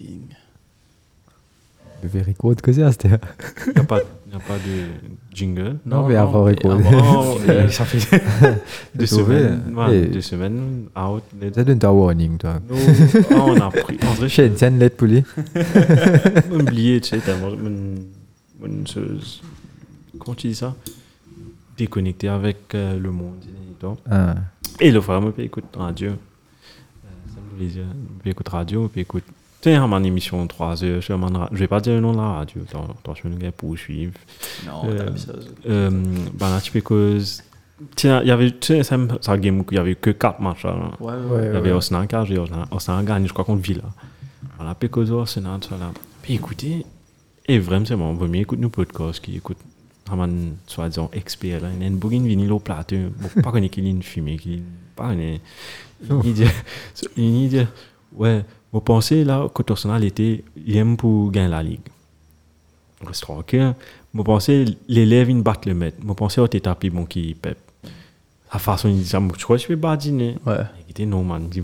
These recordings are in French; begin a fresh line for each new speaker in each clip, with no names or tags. Ding.
Bebê Record, coisa assim.
Il n'y a, pas- y a pas de jingle.
Non, mais avant record.
avant, euh, ça fait deux
C'est vrai.
semaines. ouais,
Et-
Deux semaines. Out. les-
Ça donne ta warning, toi.
Nous, ah, on a pris. On dirait que
Shane, tiens, l'aide poulie.
j'ai oublié, tu sais, tellement- mon- mon- ce- ce- Comment tu dis ça Déconnecté avec euh, le monde. Et, tout.
Ah,
Et le frère me peut écouter radio. Euh, ça me plaisir. Je peux écouter radio, je peux écouter. Tu sais, à mon émission 3 heures, je ne vais pas dire le nom de la radio. Attends, attends, je vais nous poursuivre.
Non,
Euh,
t'as vu ça. ça.
Euh, ben là, tu peux cause. Tiens, il y avait, tu sais, ça, me- ça game, il y avait que 4 matchs là. non?
Ouais,
ouais,
ouais.
Il y avait
ouais.
Osnan qui a joué, Osnan- Osnan a gagné, je crois contre Villa. Voilà, puis cause Osnan, tout ça là. Puis écoutez, et vraiment, c'est bon, vaut mieux écouter nos podcasts qui écoutent vraiment, soi-disant, expert là. hein. Il y a une bourrine vinyle au plateau, bon, pas qu'on ait qu'il y ait une fumée, qu'il y ait pas qu'on ait- Il dit, il dit, ouais, vous pensez là, quand Osnan était, il aime pour gagner la ligue. Reste tranquille. Je pensais hein. l'élève il battre le maître. Je pensais au tapis bon qui pep. La façon il dit ça, moi, je crois que je vais badiner.
Ouais.
Il était non man. il-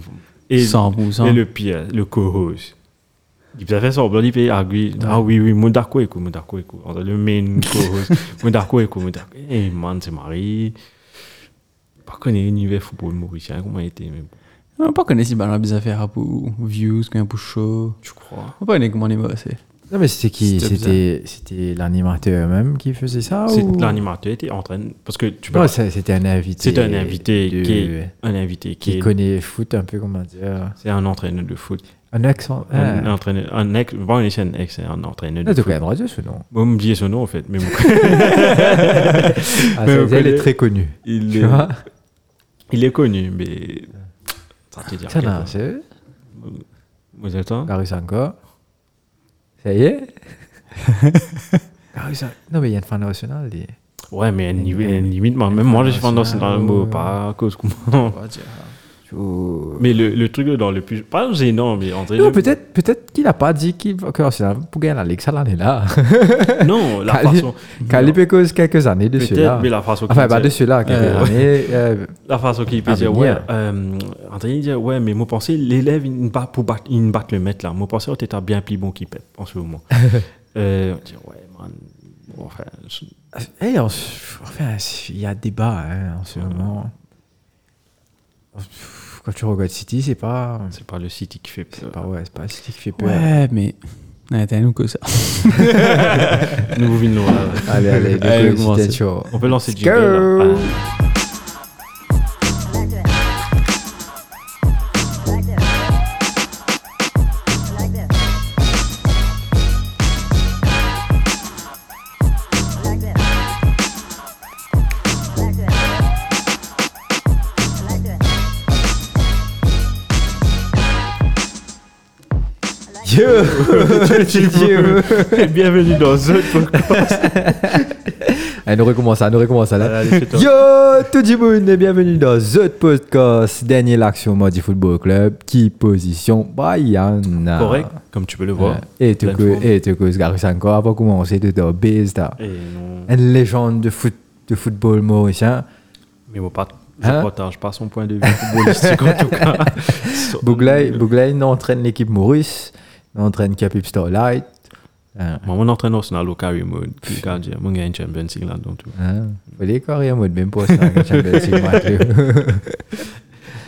Et,
100%.
et le pire, le co-host. Il a fait semblant, il fait ah oui, ah oui, oui, mon d'accord écoute, mon d'accord écoute. On a Le main co-host, mon d'accord écoute, mon d'accord. Et Eh, man, c'est marié. Pas connaît l'univers football mauricien, comment il était, mais bon,
On pas connaît si balan bizarre faire pour views, quand il pour show.
je crois.
On pas connaît comment on est mort, c'est.
Non, mais c'était qui
C'était
C'était c'était l'animateur même qui faisait ça
C'est
Ah, ou...
L'animateur était en train. de- Parce que tu peux
Non,
pas-
c'est- c'était un invité.
C'est un invité
de-
qui est. Un invité qui
qui
est.
connaît le foot un peu, comment dire.
C'est un entraîneur de foot.
Un accent. Ah,
Un entraîneur, un ex, bon, il est un ex, c'est un entraîneur.
Ah,
De
t'as
foot.
quand même radio ce nom.
Bon, me dit son nom en fait, mais bon,
Ah,
Mais
ça
on
veut dire, elle est
connaît-
très connue.
il,
Tu
est,
vois
il est connu, mais ça te dit
Tiens, là,
quelque chose.
c'est
Vous êtes un
Paris encore. Ça y est Paris Saint- Non, mais il y a une fan nationale. dis.
Ouais, mais elle
Il
limite,
est-
elle limite, moi, même moi, je suis pas dans
international,
le mot,
ouais.
pas à cause comment.
On va dire.
Ou-
Mais le, le truc dans le plus, pas gênant, mais en
Non, peut-être peut-être qu'il n'a pas dit qu'il va- que Arsenal pour gagner la Ligue, ça l'année là.
non, la
Cali-
façon,
Calipé cause quelques années de
peut-être,
cela.
mais la façon.
Enfin,
qu'il
pas
disait-
de cela, quelques
Euh,
années. euh,
La façon qu'il peut
À
dire, ouais,
venir.
euh, Anthony dit, ouais, mais moi, pensez, l'élève, il bat pour battre, il bat le maître, là. Moi, pensez, on était bien plus bon qu'il pète, en ce moment. euh, on dit, ouais, man, bon, enfin, je-
eh, on se- enfin, c'est- il y a débat hein, en ce moment. Quand tu regardes City, c'est pas.
c'est pas le City qui fait
C'est
peur.
pas, ouais, c'est pas City qui fait peur.
Ouais, mais. Ouais, t'as nous que ça.
Nouveau vino, là.
Allez, allez,
Allez,
du coup,
commencez.
c'était chaud.
On peut lancer le
Let's
jingle, là.
go.
Ah.
Like this. Like this. Like this. Like this. Like this.
Yo Yo
Ah. Bienvenue dans The Podcast.
Allez, nous recommence ça, nous recommence ça là.
Allez, fais-toi.
Yo tout le monde et bienvenue dans The Podcast, dernier l'action Mardi Football Club, qui position Brian.
Correct, comme tu peux le voir.
Et tout
Plein de
que,
fois.
et tout que, Sgarus encore, avant de commencer, tout dans Biz, t'as
Et non,
une légende de foot, de football mauricien.
mais moi, pas, je
Hein
partage pas son point de vue footballistique, en tout cas.
Bouglay,
Mm.
Bouglay, nous entraîne l'équipe maurice, nous entraîne Capip Starlight. Hein,
Moi, mon entraîneur, c'est dans le carry mode. Puis, quand je dis, Moi, il y a une Champions League là-dedans, tout.
hein. Faut les Coréens, moi, de même pas, c'est un gars, j'aime bien, c'est moi, tu vois.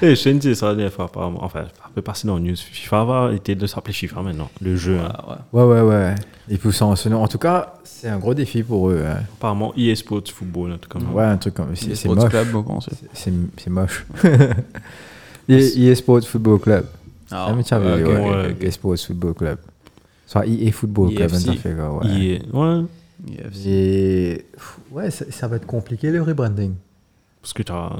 Et Eh, je ne sais ça la dernière fois, apparemment. Enfin, ça peut passer dans le news. FIFA va était de s'appeler FIFA maintenant, le jeu. hein.
Ah, ouais.
Ouais, ouais, ouais. Ils poussent en ce nom. En tout cas, c'est un gros défi pour eux. hein.
Apparemment, EA Sports Football, en tout cas.
Ouais, un truc comme c'est-
Les
C'est
sports
moche.
club, bon, comment c'est
C'est c'est moche. EA Sports Football Club. Ah, mais tiens, ouais,
ouais, ok,
ouais,
ok,
ouais.
ok.
EA Sports Football Club. Soit EA Football Club,
EFC.
ça fait quoi, ouais.
EA, E ouais.
EFC.
Et- Ouais, ça, ça va être compliqué le rebranding.
Parce que t'as.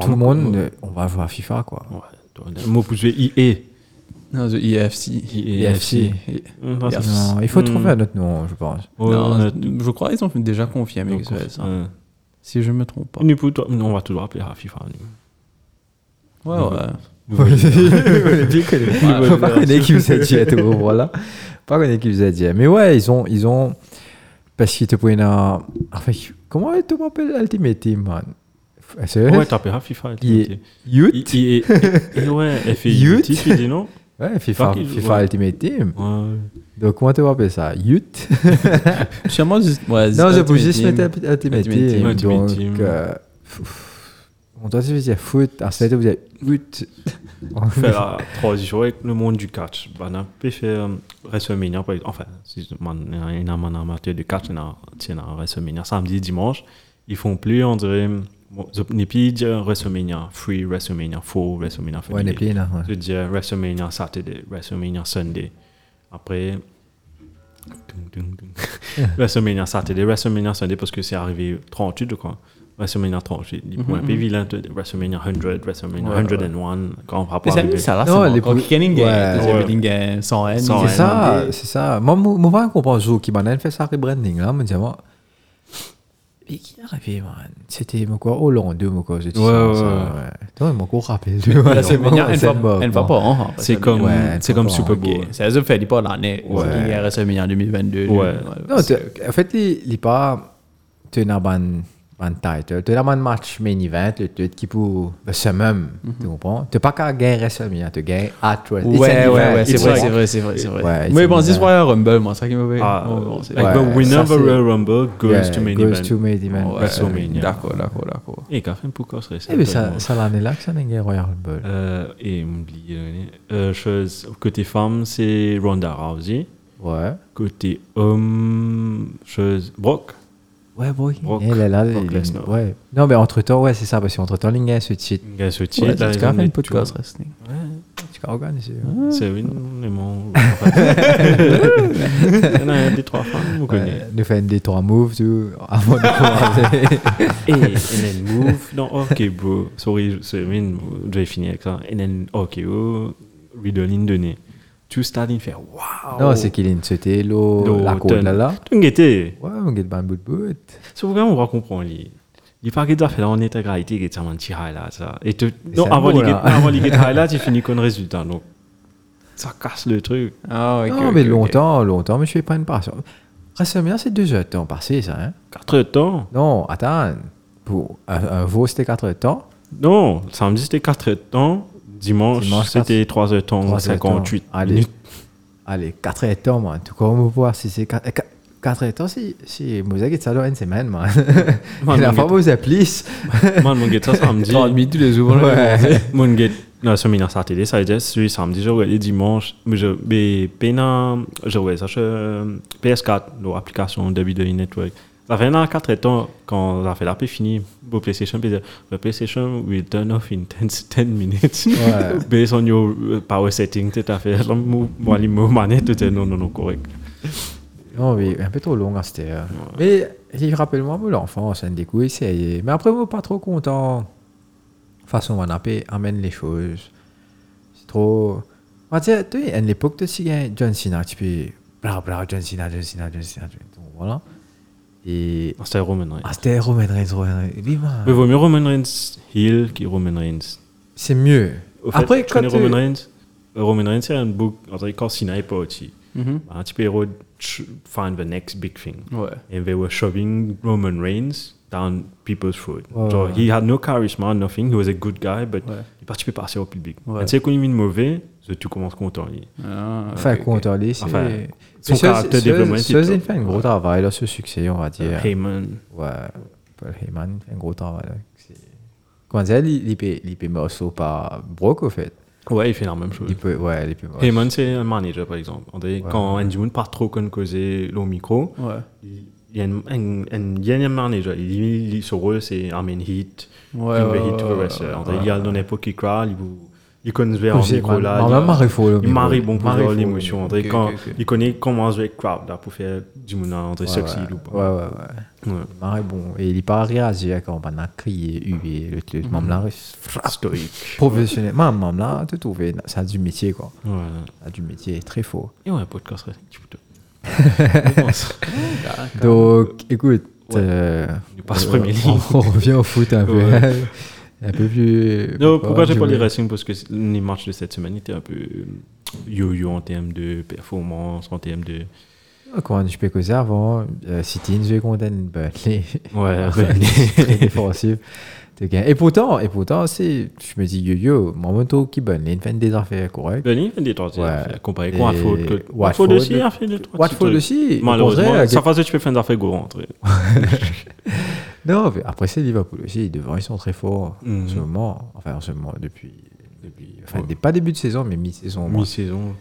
Tout le monde, euh, on va voir FIFA, quoi.
Ouais. toi, le Mot pour jouer E EA.
Non, the E
E
EFC.
EFC.
Et-
Hum, ça,
Yes.
c'est-
Non, il faut
Hum.
trouver un autre nom, je pense.
Ouais,
non,
on a-
je crois qu'ils ont déjà confirmé que ça va être ça.
Ouais.
hein. Si je me trompe pas.
euh, Nous, pour toi- nous, on va toujours appeler à FIFA. nous.
Ouais, ouais.
Vous voulez dire que les-
Ouais,
Faut pas connaître qui vous a dit à tout moment, voilà. Pas connaître qui vous a dit. Mais ouais, ils ont. Ils ont parce qu'ils te prennent un. Enfin, comment est-ce qu'on appelle Ultimate Team, man SES
Ouais, t'as appelé à FIFA. tu
Il
dis.
est- Youth
Il- il est- il- Ouais, FAUT,
Youth.
tu dis non
Ouais, FIFA,
Tranquille,
FIFA
ouais.
Ultimate Team.
Ouais.
Donc, comment tu vas appeler ça Youth
Sûrement juste. Ouais,
Non, je
Ultimate
peux juste
Team.
mettre Ultimate Team.
Ultimate Team.
Ultimate
Donc,
Team.
euh, pff, on doit se dire foot. En fait, vous êtes youth.
faire la transition avec le monde du catch. Bah, on a pu faire euh, WrestleMania, par exemple. enfin, si man- il y en a- il y en a un amateur de catch, il y en a tiens, à WrestleMania, samedi, dimanche. Ils font plus, on dirait, bon, ils ont- ils peuvent dire WrestleMania, free WrestleMania, faux WrestleMania. fait
Ouais,
des-
les pieds là.
Je veux dire WrestleMania Saturday, WrestleMania Sunday. Après. Dun, dun, dun. WrestleMania Saturday, WrestleMania Sunday parce que c'est arrivé 38, je crois. WrestleMania 38. Ils pourraient
Mm-hmm.
Mhm,
payer vilain de- WrestleMania 100, WrestleMania
Ouais,
101. Quand on va
Mais
pas
ça,
arriver.
ça là, c'est
Non,
bon.
les
Quand
bruits-
Kenning gagne,
Ouais.
Deuxième Kenning gagne sans haine.
Sans
C'est
Ouais,
ça,
non, mais-
c'est ça. Moi, moi, moi, je comprends Zo qui m'a fait ça rebranding là, mais dis moi. Mais qui est arrivé, man C'était mon quoi Hollande, mon quoi, je dis
Ouais,
ça,
ouais,
ça,
ouais.
Toi, mon quoi rappelle, tu vois.
Là, c'est
Moi,
bien, elle
c'est
va
mort,
elle va
moi.
pas, hein.
C'est comme,
Ouais,
Mm, c'est comme
comprends.
Super Bowl.
C'est ça, fait pas l'année.
Ouais.
Il y a WrestleMania en 2022.
Ouais.
Non, t'es- en fait, il n'est pas. Tu es dans un title, tu es dans un match main event, le truc qui pour. le summum,
Mhm.
tu comprends? Tu n'es pas qu'à gagner WrestleMania, tu gagnes à It's an
Ouais, ouais,
event,
ouais, c'est
it's
vrai,
an-
c'est vrai, c'est vrai, c'est
Ouais,
vrai.
it's
Moi,
an
je pense
event.
que Royal Rumble, moi, ça qui me fait.
Ah,
Ouais, bon, c'est-
like
Ouais,
the winner
ça,
of
c'est-
the Royal Rumble goes
Yeah,
to main
goes
event.
to main event.
Ouais,
WrestleMania.
D'accord, d'accord, d'accord.
Et quand même, pourquoi serait-ce
Eh bien, ça, ça l'année là que ça n'est pas Royal Rumble.
Euh, et oublié, euh, chose, côté femme, c'est Ronda Rousey.
Ouais.
Côté homme, chose, Brock.
Ouais, boy.
Brock-
elle est Eh, là.
Brock
il-
Lesnar.
ouais. Non, mais entre temps, ouais, c'est ça, parce qu'entre temps, Linga se cheat.
Il a ce titre.
Ouais,
là,
c'est
ils ont
quand même un
des
podcast
tours.
wrestling.
Tu vas regarder ici.
Ah,
C'est une, les mots. Il y en a un des trois femmes, vous connaissez.
Nous fait des trois moves, tout. Ah, Avant de commencer.
Et and then move. Non, ok, bro. Sorry, Serine, je vais finir avec ça. And then, ok, oh, Ridoline donné. Tout Stadin fait waouh.
Non, c'est qu'il est une sauté, l'eau,
L'eau,
la côte
ten.
là là.
Tu guetté.
Ouais, on get ban bout bout.
C'est vraiment, on va comprendre. lui. Il n'y a pas de faire en intégralité, il y a un petit highlight. ça. Et te- non,
c'est un
avant
mot,
les
là.
avant les highlights, il finit comme résultat. Donc, ça casse le truc.
Ah, ok.
non,
ok,
mais
ok.
longtemps, longtemps, mais je fais pas une passion. WrestleMania, c'est deux heures de temps passé, ça, hein.
Quatre temps.
Non, attends. Pour un, un veau, c'était quatre heures de temps.
Non, samedi c'était 4 heures de temps, dimanche,
Dimanche,
c'était 3 heures de temps,
Trois heures de temps.
58
Allez.
minutes.
Allez, 4 heures de temps, man. Tout comme vous voir si c'est 4 heures de temps, si, si vous avez ça dans une semaine, man.
Man,
la
mon
fois, vous appelez.
Man, mon gars, ça samedi,
30 minutes tous les jours. là.
Ouais.
mon gars, la semaine à Saturday, ça veut dire, c'est samedi, je regardais dimanche, mais je, mais, pena, je regardais ça sur euh, PS4, l'application WWE Network. Ça fait un an, 4 heures de temps, quand ça fait la paix finie, pour PlayStation, puis dire, the PlayStation will turn off in 10, 10 minutes.
Ouais.
Based on your euh, power setting, tout à fait. Là, Moi, moi, les mots manettes, tout est non, non, non, correct.
Non, mais un peu trop long, hein, c'était. euh. Mais il rappelle moi, moi, l'enfance, un des coups, essayez. Mais après, moi, pas trop content. Façon, on appelle, amène les choses. C'est trop. On tu sais, tu sais, à l'époque, tu sais, hein, John Cena, tu peux. Bla bla, John Cena, John Cena, John Cena, John Cena. Voilà. Et.
C'était Roman Reigns.
Ah, c'était Roman Reigns, Roman Reigns. Oui, man.
Mais vaut mieux Roman Reigns heel que Roman Reigns.
C'est mieux.
Au fait,
Après,
tu
quand.
connais
tu-
Roman Reigns Euh, Roman Reigns, c'est un book, on dirait quand Cena est pas aussi.
Mhm.
Un petit héros, tr- find the next big thing.
Ouais.
And they were shoving Roman Reigns down people's throat.
Ouais,
so
ouais.
he had no charisma, nothing. He was a good guy, but
Ouais.
il participait pas assez au public.
Ouais.
Et Tu sais, quand il est mauvais, so tu commences content. lui.
Ah,
euh, Enfin,
ok, ok.
content, lui, c'est.
Enfin,
Mais
son
ça,
caractère
ça,
développement,
ça,
c'est
ça,
top.
il fait un gros travail, là, ce succès, on va dire.
Euh, Heyman.
Ouais, Paul Heyman fait un gros travail. là. C'est- Comment dire, il il peut il peut morceau par Brock, au fait.
Ouais, il fait la même chose.
Il peut, ouais, il peut morceau.
Heyman, c'est un manager, par exemple. On dirait Quand Andy Moon part trop con causer le micro,
Ouais.
il y a une, une, une, il y a une manager. Il, il, son rôle, c'est I mean hit.
Ouais,
give
ouais,
a hit to the
ouais,
wrestler.
ouais,
On dirait, Il y a dans l'époque qui craint, il vous- il connaît bien en
C'est-
micro là.
ma-
il-
ma mère marie faux, le
Il
micro.
marie bon pour
Marie
voir
faux,
l'émotion. On dirait
ok,
quand
ok, ok.
il connaît comment jouer avec crowd là pour faire du moulin entre
Ouais,
sexy hein.
ouais.
ou
Ouais,
pas.
ouais, ouais.
Ouais.
Il paraît bon. Et il paraît réagir quand on a crié, hué, le
Mhm.
truc. Même là,
Stoïque.
professionnel. Même même là, tu trouves, ça a du métier, quoi.
Ouais.
Ça a du métier, très faux.
Et ouais, podcast wrestling, tu peux
Donc, écoute.
Ouais.
euh,
Il passe premier
on,
ligne.
on revient au foot un peu.
Ouais.
un peu plus.
Non, pourquoi j'ai pas les
jouer.
wrestling Parce que les matchs de cette semaine étaient un peu euh, yo-yo en termes de performance, en termes de.
Quand je peux causer avant, euh, City, je vais condamner Burnley.
Ah Ouais,
Très défensif. T'es gagné. Et pourtant, et pourtant c'est, je me dis, yo yo, mon moto qui Burnley, il fait des affaires correctes.
Burnley fait des trois tirs.
Ouais.
Comparé
Et
quoi à Ford que-
Watford,
Watford aussi
le-
a fait des trois
Watford
tirs.
aussi, au
Ah, Malheureusement,
contraire,
ça fait que tu peux faire des affaires go rentrer.
Non, mais après c'est Liverpool aussi. Devant, ils sont très forts en
Mhm.
ce moment. Enfin, en ce moment, depuis. depuis enfin, dé- pas début de saison, mais mi-saison. moi.
Mi-saison.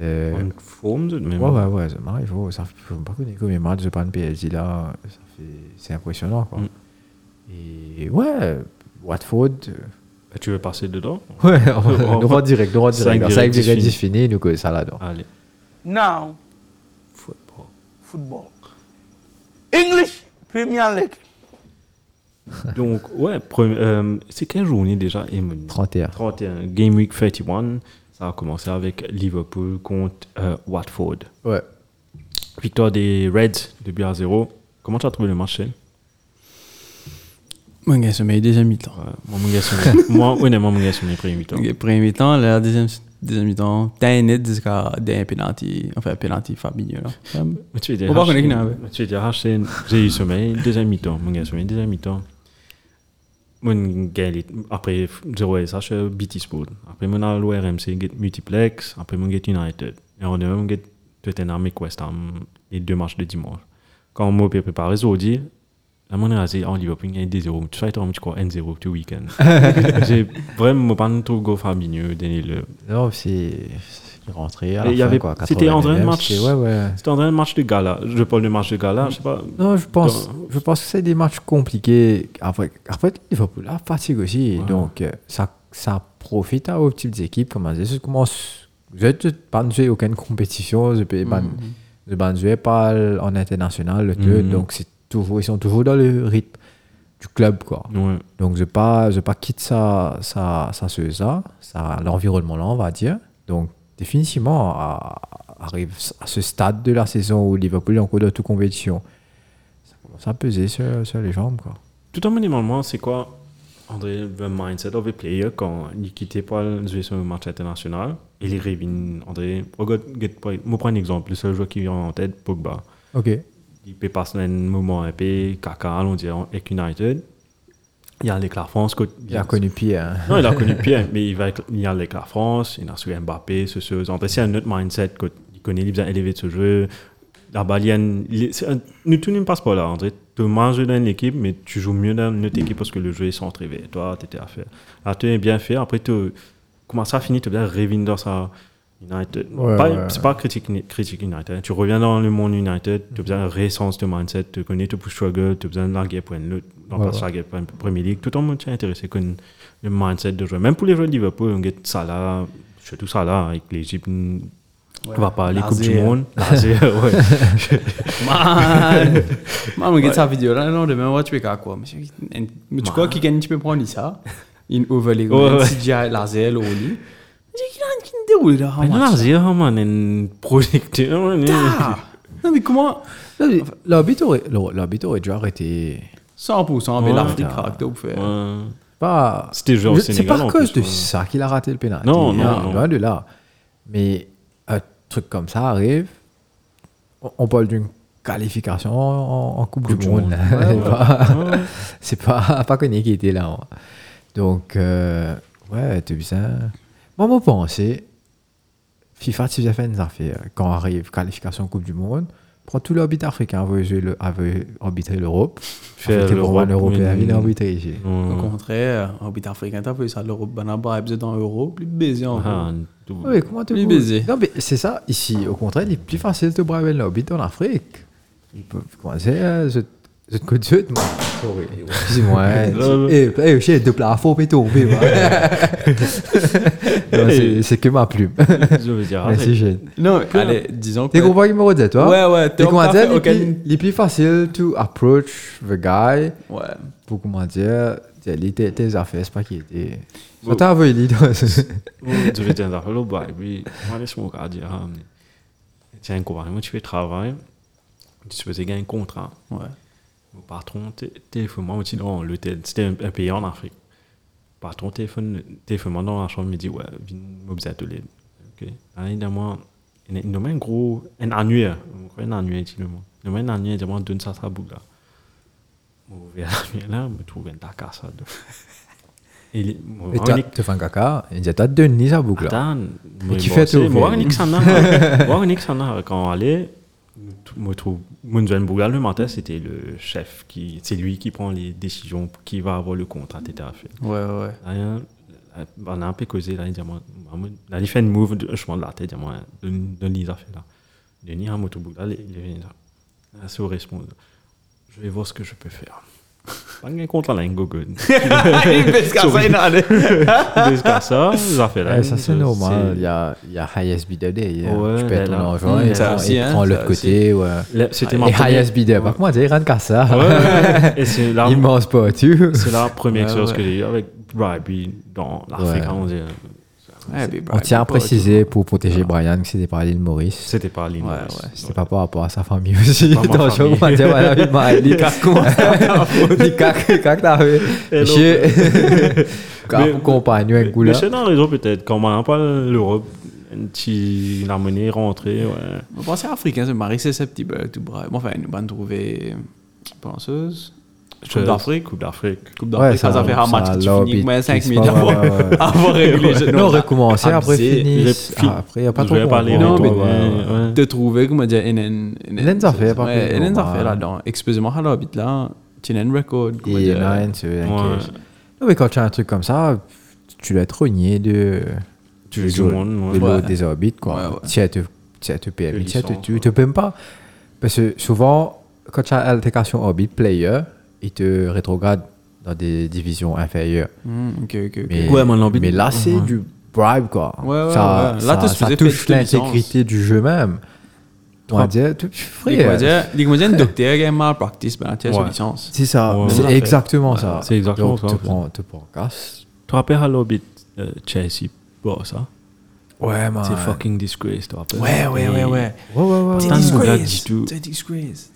Euh,
En forme, tout de même.
ouais, ouais, ouais, ça m'arrive. oh, ça fait pas connaître combien de matchs je parle de PSG là. ça fait- C'est impressionnant, quoi.
Mhm.
Et ouais, Watford. euh,
Bah, Tu veux passer dedans
Ouais, on-
on-
droit direct, droit direct.
Cinq
Alors,
directs,
Cinq
c'est
direct,
fini.
c'est fini, nous, que ça là dedans
Allez.
Now,
Football.
football. English Premier League.
Donc, ouais, premi- euh, c'est quelle journée déjà Emmanuel
31.
31. Game Week 31. Ça a commencé avec Liverpool contre euh, Watford.
Ouais.
Victoire des Reds de but à 0. Comment tu as trouvé le match Shane
Mon gars, ça m'a déjà mi-temps.
Ouais, Moi, mon gars, c'est- moi, honnêtement, mon gars, c'est mes premiers mi-temps.
Ok, premier mi-temps, la deuxième, deuxième mi-temps, t'as un net jusqu'à d'un penalty, enfin penalty Fabinho là. Comme-
Mais tu étais
On va
arraché.
reconnaître, ouais.
Mais tu étais arraché. J'ai eu sommeil, deuxième mi-temps. Mon gars, sommeil, deuxième mi-temps. Mon gars, il est- après 0 SH, BT Sport. Après, mon allo RMC, get Multiplex. Après, mon get United. Et on a même get Tottenham et West Ham, les deux matchs de dimanche. Quand mon père préparé, Zodi, la monnaie rasée en Liverpool, il y a 2-0. Tu sais, tu crois N0 tout week-end. J'ai vraiment pas trop go Fabinho, Denis Le.
Non, c'est. c'est rentré à la
Et il y
fin,
avait-
quoi.
c'était en vrai
89,
match.
c'était- Ouais, ouais.
C'était en train de match de gala. Je parle de match de gala, je sais pas.
Non, je pense,
Dans-
je pense que c'est des matchs compliqués. Après, après Liverpool a fatigue aussi.
Ouais.
Donc, euh, ça, ça profite à aux petites équipes. Comme on dit, je commence. Je ne pas jouer aucune compétition. Je peux pas- je peux pas jouer pas en international. Le club,
Mhm.
Donc, c'est toujours, ils sont toujours dans le rythme du club. Quoi.
Ouais.
Donc, je ne pas, je pas quitte ça, ça, ça, ça, ça, ça l'environnement-là, on va dire. Donc, définitivement, à- arrive à ce stade de la saison où Liverpool est en cours de toute compétition. Ça commence à peser sur, sur les jambes, quoi.
Tout en minimalement, c'est quoi, André, le mindset of a player quand il quittait pas le jouer sur le match international Il est revenu, André, regarde, get- moi prends un exemple, le seul joueur qui vient en tête, Pogba.
Ok.
Il peut passer un moment un peu, caca, on dirait, avec United. Il y a l'éclat France. côté-
Il a connu Pierre. hein.
Non, il a connu Pierre, mais il, va, avec- il y a avec la France, il a su Mbappé, ce, ce, ce. En fait, c'est un autre mindset que- il connaît, il a élevé de ce jeu. La balienne, il est- c'est un- nous tous ne passe pas là. En fait, tu manges dans une équipe, mais tu joues mieux dans une autre équipe parce que le jeu est centré. vers Toi, tu étais à faire. Là, tu es bien fait. Après, tu commences à finir, tu bien revenir dans ça. United.
Ouais,
Pas-
ouais,
c'est
ouais.
pas critique, critique United. hein. Tu reviens dans le monde United, tu as besoin
Mhm.
de réessence de mindset, tu connais tout pour struggle, tu as besoin de la guerre pour une lutte, dans
Ouais,
la guerre pour une Premier League. Tout le monde est intéressé que le mindset de joueur. Même pour les joueurs de Liverpool, on get Salah, surtout Salah avec l'Égypte, on va pas aller Coupe du
Lazare.
Monde. Lazare, ouais.
Man, man, on regarde sa vidéo là, non, demain, ouais, tu es quoi, quoi. Monsieur, en- Mais tu crois qu'il gagne, tu peux prendre ça. Il overlay,
Ouais, ouais.
CGI, laser, au lit. Mais qu'il a qu'il déroule là,
Mais
man.
Lazare, man, un projecteur. man.
Ah Non, mais comment
Non, mais L'arbitre aurait, l'or- l'arbitre aurait dû arrêter.
100%, mais
Ouais.
l'Afrique, caractère, vous faites.
Ouais.
Pas.
C'était joué au
Je-
Sénégal,
C'est
en
par cause
plus,
de
ouais.
ça qu'il a raté le pénalty.
Non, non,
Hein,
non.
loin de là. Mais un truc comme ça arrive. On- On parle d'une qualification en, en- en Coupe, du Monde.
Ouais, ouais.
Pas-
Ouais.
C'est pas pas Koné qui était là. hein. Donc euh, ouais, tout ça. Moi, mon pensée, FIFA, tu as fait une affaire quand arrive qualification Coupe du Monde. Prends tout l'orbite africain, veut jouer le, à veut arbitrer l'Europe.
Faire
Arbitrer pour moi,
l'Europe,
l'Européen,
oui.
il est arbitré ici.
Au
Ouais.
contraire, arbitre africain, t'as fait ça, l'Europe, ben, Banaba, épisode en euro, plus baiser
Ah,
encore.
tout-
Oui, comment tu
Lui
peux-
baiser.
Non, mais c'est ça, ici, au contraire, il est plus facile de braver l'orbite en Afrique. Ils peuvent commencer à se se te couper dessus, moi. Sorry. Excuse-moi.
Non,
Eh, eh, j'ai deux plats à faux pétons, mais moi. Non, c'est- C'est que ma plume.
Je veux dire,
Merci,
arrête.
Gene.
Non, mais allez, disons
T'es
que.
compris numéro 10, toi
Ouais, ouais,
T'es hein,
t'es
compris
on t'a fait
les
aucun-
plus- les plus faciles to approach the guy
Ouais.
pour, comment dire, t'as les- tes tes affaires, c'est pas qui était.
Bon.
T'as envoyé
Ouais, je veux dire, dans le bail, oui. Moi, laisse-moi regarder, ah, mais- Tiens, comparé, moi, tu fais travail, tu faisais gagner un contrat.
Ouais.
Mon patron té- téléphone-moi, aussi dans l'hôtel. C'était un, un pays en Afrique. Patron téléphone, téléphone-moi dans la chambre, il me dit Ouais, viens, moi, vous êtes au l'aide. Ok. Allez, dans moi, En het noemt een gros, een annuaire. Een annuaire, tu le mot. Le même annuaire, je m'en donne ça, ça bouge là. Mon verre annuaire là, me trouve un taca ça. Et mon
Et t'as- tu fais un caca, et t'as deux nids à boucle. là.
Attends, moi,
qui
bon,
fait
c'est-
tout,
Moi,
mais-
niks aan de hand. Moi, niks aan de hand. Quand on allait, moi, je trouve, Munzen Bougal, le menteur, c'était le chef qui, c'est lui qui prend les décisions, pour qui va avoir le contrat, etc. Fait.
Ouais, ouais.
Là, hein, là, On a un peu causé, là, il dit, moi, moi, là, il fait une move, de- je m'en de la tête, il dit, moi, Denis a fait là. Denis a moto Bougal, il est venu là. Là, c'est au responsable. Je vais voir ce que je peux faire. Pas un contrat là, un gogo. Sorry. Jusqu'à ça, ça fait là.
Eh, ça, c'est normal. Il y a, il y a highest bidder day. hier.
Ouais,
je perds
ben
ton
là.
argent
Mm,
et
ça
prends-
aussi,
et
hein,
prends l'autre
ça
côté. Ouais.
Le- C'était
Ah, Et
ma première-
highest bidder, par contre, il rentre qu'à
Ah Ouais,
ça.
ouais, ben, ouais. Et c'est la,
Il mange pas, tu.
c'est la première expérience
ouais.
que j'ai eue avec Brian. Puis dans l'Afrique,
Ouais.
on dit, euh,
Ouais, puis, bah,
On tient à
puis, bah,
préciser pour protéger Brian que c'était par l'île Maurice.
c'était pas l'île.
Ouais,
Maurice.
ouais,
C'était pas par rapport à sa famille aussi.
Pas ma
Dans le show, on va
famille.
dire, voilà, il m'a dit, dit, cac, cac, t'as vu.
Hello.
Monsieur,
Mais-
quand compagne
Mais-
un coup
Mais
là.
c'est dans la raison peut-être. Quand on pas l'Europe, si la monnaie est rentrée, ouais.
Je pense que africain, c'est marie susceptible à tout bras. Bon, enfin, nous allons trouver euh, penseuse. Coupe d'Afrique.
Euh, Coupe d'Afrique.
Coupe d'Afrique, ça, ça fait un match que tu finis moins 5 minutes avant, avant régler le jeu.
Non, recommencer,
ah,
après
abusé.
finir. Ah,
J'ai fi-
Après, il n'y a pas
je
trop
vais parler
Non,
avec
mais-
toi, ouais, ouais.
De trouver, comment dire, une- une.
Une affaire, par
Ouais,
exemple,
une
ouais.
affaire là-dedans. Excusez-moi, alors, habite là, tu as un record. comment
Et
dire.
nine, tu veux,
Ouais.
inquiète. Non, mais quand tu as un truc comme ça, tu dois être rogné de.
Tu veux
de
du monde, ouais.
de l'eau
Ouais.
des orbites,
Ouais, ouais.
quoi. Si elle te- si elle te
Des
PM, si elle te
licences,
tue,
ouais.
ils te PM pas. Parce que souvent, quand tu as altercation orbite player, ils te rétrogradent dans des divisions inférieures.
Hmm, ok, ok, ok.
Mais,
Ouais, mais l'orbite-
mais là, c'est
Ouais.
du bribe, quoi.
Ouais, ouais,
ça
ouais. Là,
ça,
t'es
ça
supposé
touche
faire toute
l'intégrité du jeu même. On va
Ouais.
dire, tu euh,
Les
frère.
comédiens, les comédiens docteurs, ils ont mal practice, ben, tu as
Ouais.
sur licence.
C'est ça,
Ouais,
c'est
ouais.
exactement ça.
c'est exactement
Donc,
ça, en
Tu
fait.
prends, tu prends casse.
Tu te rappelles à l'Orbit euh, Chelsea Bon, ça.
Ouais, man.
C'est fucking disgrace, tu te rappelles
Ouais, ouais, ouais, ouais.
Ouais, ouais, ouais.
T'es
Tant de gars
disgraced.
disent tout.
T'es disgraced.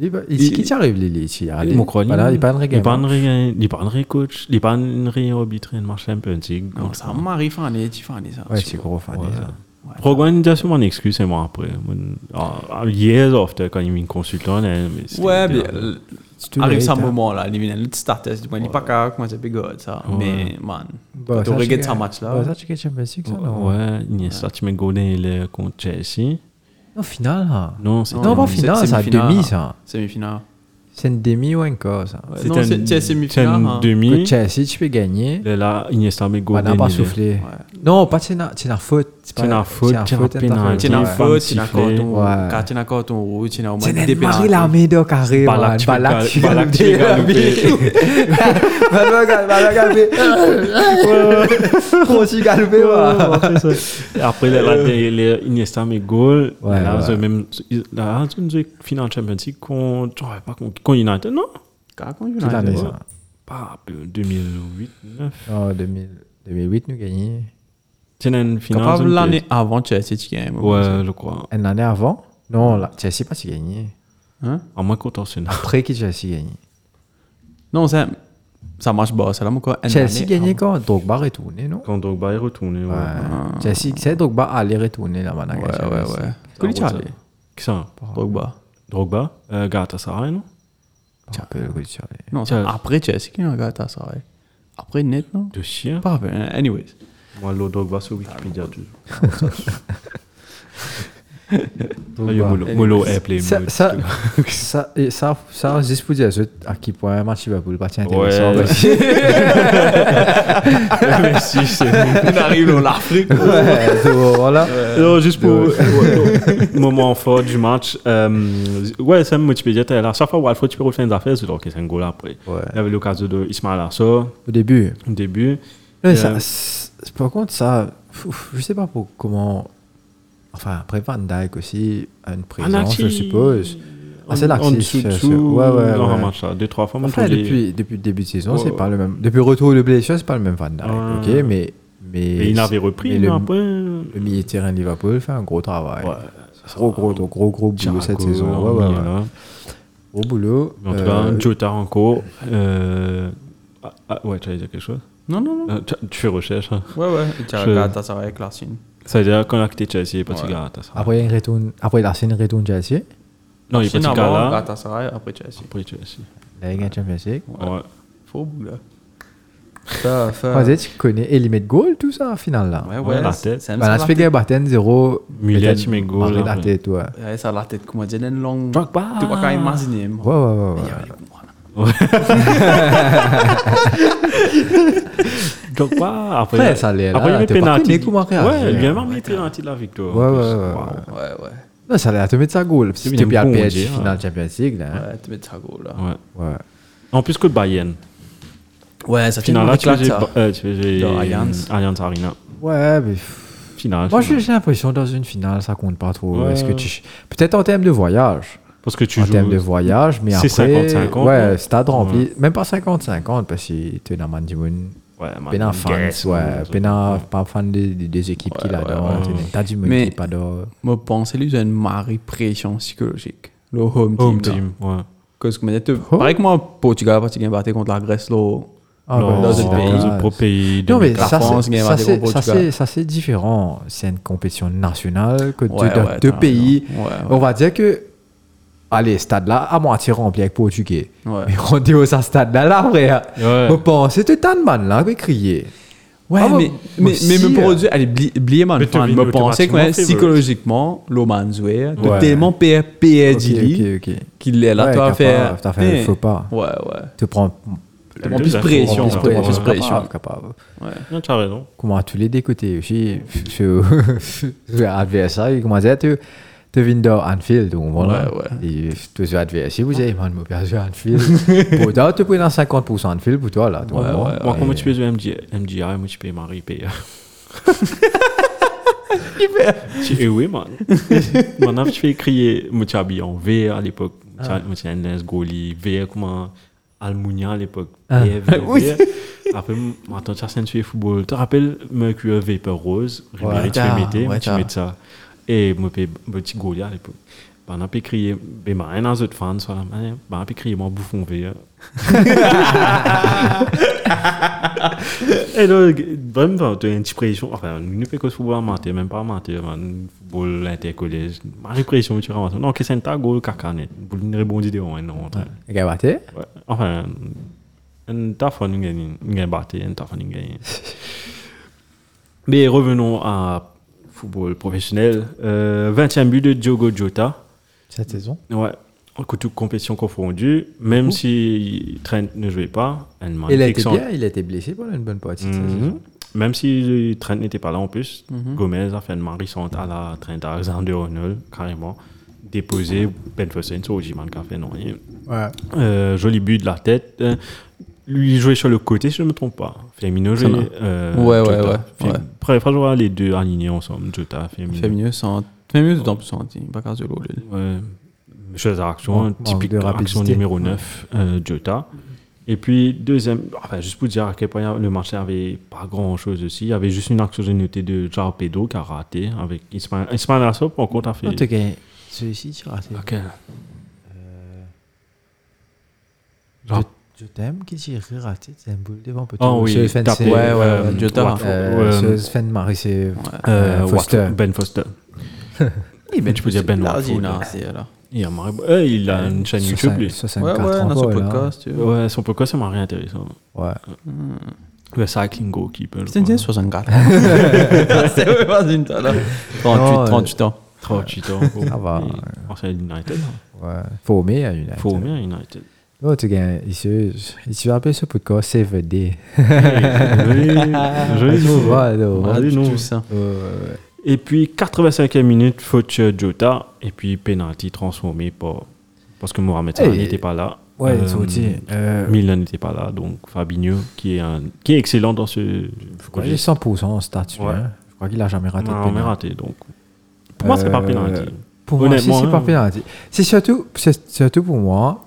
Il va- il- Qui t'arrive, Lily Il
Il m'a croyé.
Voilà, il parle rien.
Ah, Il parle rien. Il parle rien coach. Il parle rien arbitre. Il marche un hein. peu.
Non, ça m'arrive, Fanny, tu Fanny, ça.
Ouais, c'est gros fan. ça.
Organisation, mon excuse, c'est moi après. Mon- ah, Years after, quand il me consulte, on est. mais c'était-
Ouais, mais euh,
C'est tout
arrive
le
ça un
hate, hein.
moment là, il vient le petit starter, il dit pas qu'à comment ça big God ça.
Ouais.
Mais man,
Bah,
quand tu
ça,
regardes
c'est-
ce match
bah,
là,
ça, tu gagnes Champions League,
euh,
ça, non
Ouais, Iniesta, tu mets Golden Hill contre Chelsea.
Non, finale. hein.
Non, c'était.
Non, pas
c'est-
finale,
c'est
ça,
mi-finale,
demi,
hein.
ça.
semi-finale.
C'est une demi ou encore, ça.
Ouais,
c'était
non, c'est-
une-
c'est semi-finale,
une
hein.
Que
demi.
Chelsea, tu peux gagner.
Et Là, Iniesta met
On
Golden
n'a pas
Hill.
soufflé.
Ouais.
Non, pas c'est la c'est la faute.
C'est la faute, c'est la pénalité.
Tu n'as
Ouais.
faute, tu n'as
Siffler.
carton,
Ouais.
quand tu n'as carton rouge, tu n'as au moins
C'est
des
une Marie la
pénalités.
main de carré,
Balak,
man.
tu fais
Balak,
cal-
tu
Balak, tu
fais
fais galoper.
Balak, Balak, fait- On s'y galopé, man.
Et Après, là, là, les- les Iniesta met goal.
Ouais,
là,
ouais.
c'est même, là, c'est une finale Champions League contre, je sais pas, contre contre United, non?
Quand on joue
Quelle
dans
année,
le-
ça
Pas, euh, 2008, 2009.
Oh, 2000 2008, nous gagnons.
C'est une finale.
Capable
c'est une-
l'année avant Chelsea tu gagnes.
Ouais, je crois.
Une année avant Non, là, Chelsea pas si gagné.
Hein?
En moins contre Arsenal.
Après qui Chelsea gagné
Non, ça ça marche pas, ça là quoi. une
Chelsea
année
gagné quand Drogba retourné, non
Quand Drogba est retourné, ouais.
Ouais. Chelsea, c'est Drogba allait retourner là,
avant.
maintenant.
Ouais, ouais, ouais.
Ça,
Koulic
Ah,
ouais,
allé,
ça. Qui ça?
Drogba.
Drogba, euh, Galatasaray, non?
Tiens, peu, oui, sur les-
Non, c'est
Tiens.
après Chelsea qui a gagné ça. ouais. Après net non
De chien.
Pas rappelé, hein. anyways.
Moi, le Drogba sur Wikipédia, toujours. Ah,
Drogba.
Molo Airplay.
Ça, ça, ça, et ça, ça, juste pour dire ce- à quel point un match Liverpool pas si intéressant.
Ouais.
parce que-
Merci, c'est
On arrive dans l'Afrique.
Ouais, donc, voilà.
Non, juste pour ouais, non. moment fort du match. euh, ouais, c'est un Wikipédia. t'as là. Chaque fois, Walford, tu peux refaire des affaires, c'est donc c'est un goal après.
Ouais.
Il y avait le cas de Ismail Assor
Au début.
au début.
Non, mais
Euh,
ça, c'est- par contre, ça, ouf, je sais pas pour comment. Enfin, après Van Dyke aussi a une présence, je
Anaxi-
suppose. Ah, c'est
En
l'axis.
dessous,
c'est-
dessous,
c'est- ouais, ouais,
dans un
ouais.
match là. Deux, trois fois, on
Enfin,
trouve des-
depuis, depuis le début de saison,
Ouais,
c'est
ouais.
pas le même. Depuis le retour de blessure, c'est pas le même Van Dyke,
Ouais.
ok mais, mais.
Et il avait repris,
mais
mais
le,
après.
le milieu de terrain de Liverpool fait un gros travail.
Ouais.
Gros, gros, gros, gros, gros boulot cette
Thiago,
saison.
en
Ouais, ouais,
milieu,
ouais.
là.
Gros boulot.
Mais En tout
Euh,
cas, Jota encore. euh, ah, ah, Ouais, tu allais dire quelque chose
Non, non, non.
Euh, tu- Tu fais recherche. hein.
Ouais, ouais. Tu as
Je-
gagné ça avec la Chine.
Ça veut dire qu'on a quitté Chelsea, pas de
Ouais.
cigare à ta soeur.
Après, il retourne, après la scène retourne Chelsea.
Non, il est pas de
Sinon,
cigare
avant,
là.
Galatasaray, après Chelsea.
Après Chelsea.
Là, il gagne Champions League.
Ouais.
Faut bout, là. Ça, ça.
Vas-y, tu connais et il met goal, tout ça, en finale là.
Ouais,
Ouais,
ouais.
la
c'est-
tête.
c'est un
Bah, là,
ça,
tu
la
fais gagner Barton 0.
Muller, tu mets goal, hein.
Marrer
là,
la
ouais.
tête, ouais.
tête. Ouais, ça, la tête. Comment dire, une longue.
Drogba.
Tu vois quand même hein. Marzini, moi.
Ouais, ouais, ouais. ouais.
Ja, die Kuchen.
Donc, bah, après,
Après, ça allait, là,
Après, il y avait
t'es pas
pénalty.
connu, coup, Marais, là.
Ouais, il y
Ouais,
avait mis pénalty de la victoire.
Ouais,
en plus.
ouais, ouais,
Wow.
ouais.
Ouais, ouais.
Là, ça allait à te mettre sa goal.
C'est
Si tu
bien
es à
bon, on
PSG,
dirait,
finale Champions League, là. hein.
Ouais, tu mets ça goal, là.
Ouais.
Ouais.
En plus que le Bayern.
Ouais, ça fait une
Final là,
bonne
tu faisais
claque, ça.
euh, tu faisais
Dans Allianz.
Allianz Arena.
Ouais, mais. pff,
Final.
Moi, j'ai j'ai l'impression dans une finale, ça compte pas trop.
Ouais.
Est-ce que tu. Peut-être en termes de voyage.
Parce que tu
en
joues.
termes de voyage, mais
C'est
après.
50-50,
Ouais,
ouais.
stade rempli. Même pas 50-50, parce que tu es dans Mandimoun.
Ouais, man,
Pena
guess,
fans, ouais. Pena, pas fan des, des- des équipes qu'il adore.
ouais,
tu sais, T'as du monde
Mais-
qui pas adore.
Moi, penser lui, une marée pression psychologique. Le home team.
Home
là.
team. Ouais.
Parce que, mais tu- pareil que moi, Portugal, Portugal, battu contre la Grèce, là.
Ah,
Non,
bah,
dans
c'est
un
dans
pays.
dégueulasse.
un propre pays.
Non, mais
La
ça,
France,
c'est-
qui a
ça,
inventé
c'est-
le
ça,
Portugal.
c'est- ça, c'est différent. C'est une compétition nationale que
Ouais,
deux,
ouais,
deux
t'as
pays.
raison. Ouais, ouais.
On va dire que. Allez, stade-là, à moitié rempli avec Portugais.
Ouais.
Mais on dit au ça, stade-là, là, hein. frère.
Ouais.
On pense, c'est tout un man là, qui crier.
Ouais,
Ah,
mais,
mais
mais, mais
si,
me
euh,
produire, allez, oubliez moi,
Mais tu vis
me penser que
automatiquement
ouais,
favorite.
psychologiquement, l'Oman jouait,
Ouais.
t'es tellement per- perdu lui,
ok, ok.
qu'il est là,
Ouais,
toi,
t'as
à faire.
pas- t'as fait le
Hein.
faux pas.
Ouais, ouais.
Te prends.
En plus, pression.
Pression,
En plus,
ouais.
plus pression.
Capable, capable.
Non, tu as raison.
comment à tous les décoter aussi sur sur adversaire il commence à te te vinder Anfield donc voilà
Ouais,
et tous les adversaires vous avez man mon père joue à Anfield pour toi tu prends dans 50% Anfield pour toi là
Ouais, ouais,
Moi, comment tu peux jouer MDI Moi, tu peux Marie Pay. Eh oui, man. Mon âme, tu fais crier. Moi, tu habillé en VR à l'époque. Moi,
Ah.
tu as- Moi, tu as une lens Goli. VR, comment Almunia à l'époque.
Ah.
VR, VR. Après, moi, attends, tu as scène, tu fais football. Tu te rappelles, Mercure Vapor Rose. Ribéry, tu
t'as-
mets mettais,
ouais,
moi, tu
t'as.
mets ça. Et moi, je petit Goli à l'époque. Ben, on a pu crier, ben, ben, un autre fan, soit là, ben, on a pu crier, mon bouffon VR. Et là, Eh, vraiment, tu as une petite pression. Enfin, une que football amateur, même pas amateur, man, football intercollège. Ma pression, tu ramasses. Non, que c'est un tag goal, caca net. Pour une rebondie de un, non. t'as-
Gabate
ouais. Enfin, un taf, on gagne, on gagne batté, un taf, on gagne. Mais revenons à football professionnel. Euh, 20e but de Diogo Jota.
cette saison
Ouais. En coup, toute compétition confondue, même si Trent ne jouait pas, elle m'a
il a été
excellent-
hein.
bien il a été blessé pendant une bonne partie de cette
Mhm.
saison.
Même si Trent n'était pas là en plus,
Mhm.
Gomez a fait une marissante à la Trent Alexander Arnold, carrément. Déposé,
Mhm.
Ben Fossen, sur Ojiman qui a fait non rien.
ouais
Euh, joli but de la tête. Euh, lui, il jouait sur le côté, si je ne me trompe pas. Femino
Ça
jouait.
va.
euh,
Ouais, ouais,
Jota.
ouais,
Fem-
ouais.
Après, franchement, les deux alignés ensemble, Jota, Femino.
Fait mieux sans. Fait mieux d'autant plus sans. Pas grâce de l'eau, lui.
Ouais. Chose à action,
Manque- manque
typique
de
action
rapidité.
numéro 9, euh, Jota. Et puis, deuxième, enfin, juste pour dire à quel point le marché avait pas grand chose aussi. Il y avait juste une action j'ai noté de Jarpedo qui a raté avec Ismail Ismail Assop, par contre, a fait.
non t'as gagné celui-ci tu rates
Ok.
je, je t'aime qui tire raté c'est un boule devant
Oh
peut-être
Ah oui, tapé,
ouais, ouais,
euh,
ouais, Jota.
Watford,
euh,
euh,
ce Sven Marie c'est
euh,
euh, Foster.
Watford, Ben Foster.
Ben,
tu peux dire Ben
Lardy,
Watford,
non,
là.
c'est là.
Il a, marré- euh, il a une chaîne YouTube, lui.
64
Ouais, ouais, dans
ans,
son
quoi, là.
podcast, tu vois.
Ouais, son podcast, ça m'a rien intéressant.
ouais
Le cycling goalkeeper.
Putain,
quoi.
c'est 64. C'est vrai, vas-y, une là.
Non,
38,
euh,
38 ans.
38 ans.
Ça va.
Marseille United. hein.
Ouais. Formé à United.
Faut au moins United.
Oh, tu gagnes. Il se, il se appelle ce podcast Save Day.
Joli
Je
nom.
vois, non.
Ouais,
dis
tu-
non.
tu sais.
Euh,
Et puis 85e minute, faute euh, Jota. Et puis penalty transformé par. Parce que Mohamed Salah
Hey.
n'était pas là.
Ouais,
Euh,
ils sont aussi. Euh,
Milan n'était pas là. Donc Fabinho, qui est, un- qui est excellent dans ce.
ouais, il est 100% en statut.
Ouais.
hein. Je crois qu'il a jamais raté. de
Non, on est
pénalty.
raté. Donc. Pour moi, c'est pas
Euh,
penalty.
Pour moi, si
Honnêtement,
c'est
hein.
pas pénalty. C'est surtout, c'est surtout pour moi,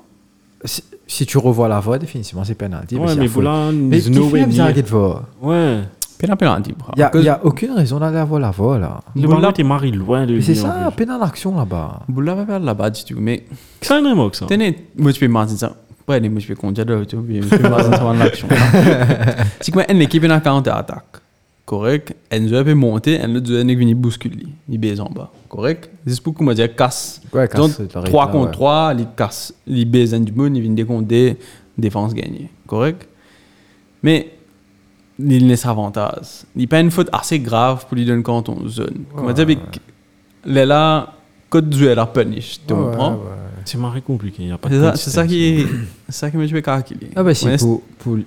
si, si tu revois la voix, définitivement, c'est pénalty. parce
Ouais,
qu'il y
mais
a faute.
voilà,
Mais
there's
qui
no
fait
way
un bizarre
near.
de voix
Ouais.
Pénal, pénalty, bro.
Bah,
Il y a-
Cause-
il y a aucune raison d'aller avoir la voix, là.
Le ballon était marié loin de
Mais
lui,
c'est
en
ça,
plus.
pénal d'action, là-bas.
Boula va perdre là-bas, dis-tu, mais.
C'est un hein. remarque, ça.
Tenez, moi je peux imaginer ça. Ouais, mais moi je peux conduire de retour, puis je peux imaginer ça en action. Si quoi, une équipe est en 40 attaque. Correct. En zo heb je monté en le zo en ik ben niet bousculé. Die bezig en bas. Correct. Dus pour comment dire casse.
Ouais, casse,
Donc
c'est pareil,
3
là,
contre
ouais.
3, les casse, les bezig en du monde, ils viennent décompter défense gagnée. Correct. Mais il laisse avantage. Il n'y a pas une faute assez grave pour lui donner quand on zone. Comment dire, mais les là, code du est la
Ah,
punish. Tu comprends?
hein? C'est marré compliqué. Il n'y a pas de
C'est ça, c'est
consistance.
ça qui est, c'est ça qui me fait calculer.
Ah, bah, si
Ouais,
pour, pour,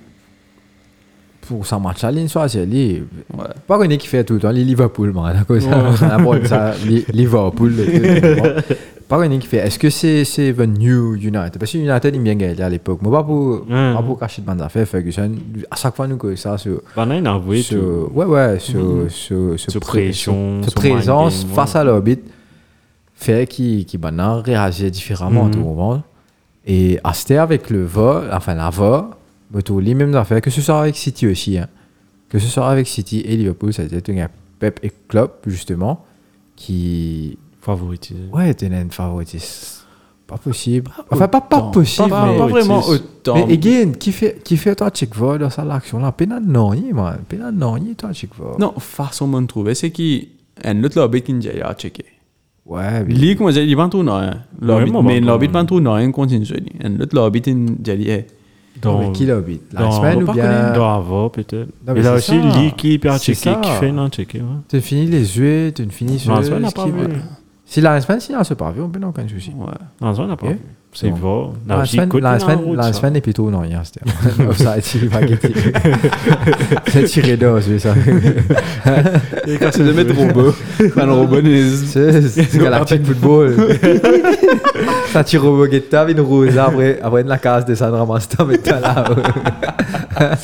pour sa match à ligne, soit c'est lui.
Ouais.
Pas qu'on est qui fait tout le temps, les Liverpool, man. à cause ça, ça, apporte ça, les Liverpool. les trucs, bon. Pas qu'on est qui fait. Est-ce que c'est c'est the new United Parce que United, il bien gagné à l'époque. Mais pas pour,
Ouais.
pas pour cacher de bonnes affaires, Ferguson. À chaque fois, nous, que ça, sur.
Bana, il a envoyé
sur-
tout.
ouais, ouais, sur, sur, sur
Sur
pré-
pression,
sur
sur
présence
mind game,
face
ouais.
à l'orbite, fait qui, qui maintenant réagit différemment à tout moment. Et à c'était avec le va, enfin la va, mais tout les mêmes affaires, que ce soit avec City aussi, hein. que ce soit avec City et Liverpool, c'est-à-dire y a Pep et Klopp, justement, qui,
Favoritisé.
ouais, étaient une favoritisme. Pas possible. Enfin, pas, pas
autant.
possible,
Pas,
mais-
pas vraiment
mais-
autant.
mais again, qui fait, qui fait toi check vol dans sa l'action là, pénal non, il man, pénal non, il toi check vol.
Non, façon de trouver, c'est qui un autre lobby qui nous a checké.
Ouais, mais-
Lui, comment dire, il va tout non. hein. Lobby,
moi,
mais
ben,
lobby
ben.
va tout non, il hein, continue. Un autre lobby qui nous a dit,
Non, mais qui l'a oublié La
dans-
semaine ou
pas
bien
connu, Dans avant, peut-être.
Non, mais
Et là
c'est
aussi,
ça.
Lee qui est hyper
C'est
checké, qui
ça.
fait non checké. Ouais.
Tu finis les yeux, tu ne finis sur
Dans la semaine, on n'a pas
qui-
vu.
Si la semaine, si on se parle, on peut aucun souci.
ouais.
Dans la semaine, on n'a pas
Ok.
vu. C'est
Non.
bon.
La semaine, la semaine, la semaine est plutôt non, hier, c'était. Offside, il va guetter. C'est tiré d'os, oui, ça.
C'est de mettre robot. Enfin, le robot, il est-
C'est c'est Galactic Football. Ça tire au Boguetta, une rose, après, après la case de Sandra Masta, mais t'as là. Hein?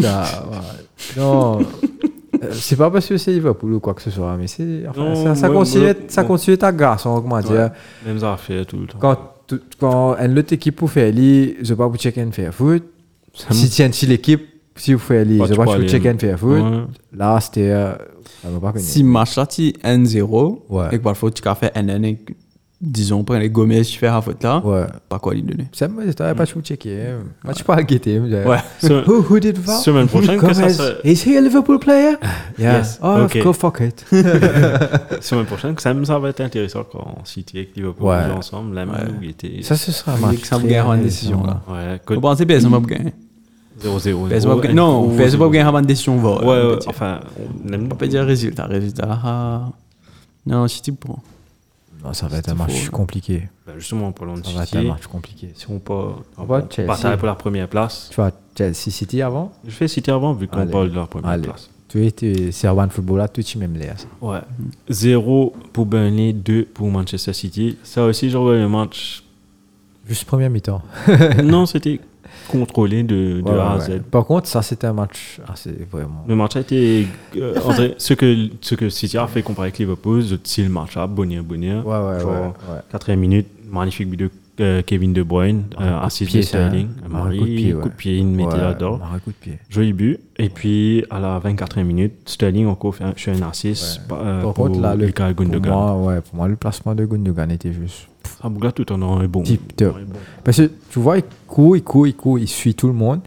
Ça, ouais. Non. Euh, C'est pas parce que c'est Liverpool ou quoi que ce soit, mais c'est. Enfin,
Non,
ça, ça,
ouais,
constitue-
ouais,
ça
ouais.
constitue ta garçon, comment dire.
Même affaires tout le temps.
euh, Quand, tout- quand une autre équipe vous fait aller, je vais pas vous checker and faire foot.
me-
Si tiens, si l'équipe, si vous fait aller,
Bah,
je vais
tu
pas
peux
vous
aller,
checker and faire foot.
Ouais.
Là, c'était. euh, ça va pas connu.
Si match là, tu 1-0,
Ouais.
et que parfois tu as fait 1-1, et que, disons, prendre les Gomez, tu fais la faute là,
Ouais.
pas quoi lui donner.
Ça me dit, t'avais pas tout checké. hein. Moi, tu pas à guetter. me disais,
Ouais.
Se-
Who, who did that?
Semaine prochaine, que ça
Gomez,
se-
Is he a Liverpool player? Yeah.
Yes.
Oh,
Ok.
go fuck it.
Semaine prochaine, que ça, me- ça va être intéressant quand City et Liverpool
Ouais.
jouent ensemble, la même où il était.
Ça, ce sera un
Il
match.
que ça me
très
gagne en
intéressant.
décision là.
Ouais,
Vous
code
pensez PSG va gagner
0-0.
PSG va gagner. Non, PSG va gagner avant une décision. va,
Ouais,
on
ouais,
peut dire.
enfin, on n'aime
On peut dire résultat, résultat. ah. Non, City prend.
Non, ça va être un match compliqué.
Bah, justement, en parlant de
Ça va être
City,
un match compliqué.
si on part, on
va
part-
Chelsea.
bataille pour la première place,
Tu vois, Chelsea City avant?
je fais City avant vu qu'on
Allez.
parle de la première
Allez.
place.
Tu es Servan Football là, tu es même là. ça.
Ouais. 0 Mm. pour Burnley, 2 pour Manchester City. Ça aussi, genre le match.
Juste première mi-temps.
non, c'était contrôlé de, de
Ouais,
A à
ouais.
Z.
Par contre, ça c'était un match assez vraiment.
Le match a été. euh, en vrai, ce, que, ce que City a fait comparé avec Liverpool, c'est le match à bonheur, bonheur.
Ouais, ouais,
Genre,
ouais, ouais.
Quatrième minute, magnifique but de euh, Kevin De Bruyne, euh, assist de
ça, hein.
Sterling.
Ouais,
Marie, coup de pied,
ouais.
il me mettait
Ouais,
là-dedans.
Marie, coup de pied.
Joli but. Et puis, à la 24e minute, Sterling encore fait un, fait un assist pa- euh,
Par
pour
contre, là, le,
Ilkay
pour,
Gundogan.
moi, ouais, pour moi, le placement de Gundogan était juste
ça bouge tout en un bon.
tip top.
Ouais, bon.
Parce que tu vois, il court, il court, il court, il suit tout le monde.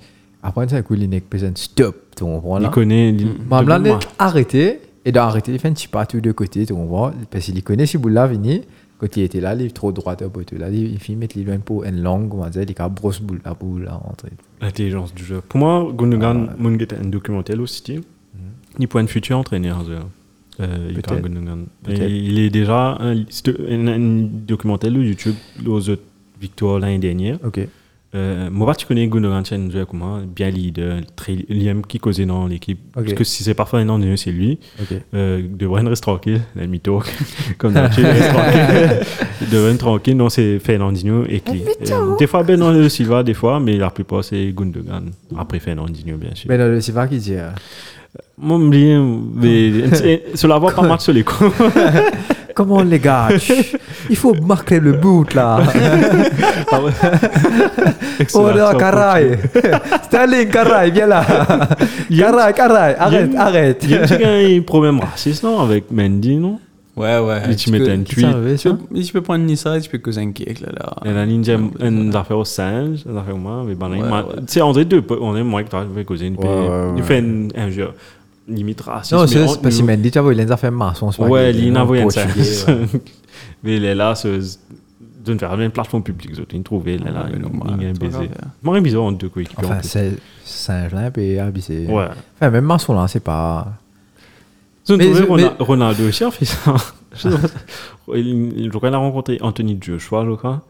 Après, ça, il court, il n'est pas stop. Tu comprends là
Il connaît. il-
Ma
de
blonde
bon
est arrêtée. Et d'arrêter, il fait un petit pas tous les deux côtés. Tu comprends Parce qu'il connaît si vous l'avez venu. Quand il était là, il est trop droit au poteau. Là, il il fait mettre les loin pour une longue, comment dire, il est brosse boule la boule à rentrer.
L'intelligence du jeu. Pour moi, Gundogan,
Ah,
Mungo était un documentaire au
Mm.
City. Ni pour un futur entraîneur. je veux dire. Euh, Ilkay
Peut-être.
Gundogan. Et
Peut-être.
il est déjà un, c'est un- un documentaire sur YouTube aux autres victoires l'année dernière.
Ok.
Euh, moi, tu connais Gundogan, c'est un joueur comme moi, bien leader, très, il aime qui causait dans l'équipe.
Ok.
Parce que si c'est parfois un nom de c'est lui.
Ok.
Euh, de Bruyne reste tranquille, la mytho, comme d'habitude, reste tranquille. de Bruyne tranquille, non, c'est Fernandinho et qui. Euh, des fois, Bernardo Silva, des fois, mais la plupart, c'est Gundogan. Après Fernandinho, bien sûr.
Mais là, c'est pas qui dit. euh,
Moi, je me dis, mais euh, cela va pas mal sur les coups.
Comment les gars tch, Il faut marquer le bout là. oh là, caray. Sterling, caray, viens là.
Il y a-
Caray, caray,
il y a
arrête,
une-
arrête.
Il y a un petit gars, il y a un problème raciste, non, avec Mendy, non
Ouais, ouais.
Et tu mets un
Tu
tweet.
Tu peux, tu peux prendre Nissa et tu peux causer un cake là. là.
Ah.
Et la ninja, euh, une affaire au singe, une affaire au moi, mais ben,
Ouais,
moi-
ouais.
tu sais, on dirait deux, potes, on est moins que toi, je vais causer une paix.
ouais,
Il fait une injure, limite raciste.
Non,
mais
c'est
entre
c'est pas si
nous.
Mendy, tu as vu, il a fait maçon. c'est pas
Ouais,
qu'il est
Lina voyait ça.
portugais, ouais.
Mais elle est là, c'est- d'une faire une plateforme publique, ils trouvent, elle est là,
Ouais,
il
mais normal,
il y a un
tu vas
baiser.
faire.
Moi, un bizarre entre deux coéquipiers. en
Enfin,
plus.
c'est Saint-Gelin et ABC.
Ouais.
Enfin, même maçon, là, c'est pas.
Ils ont
Mais-
trouvé
mais-
Rona- Ronaldo aussi hein, a fait ça. Je sais pas. il, il- je crois qu'il a rencontré Anthony Joshua, je crois.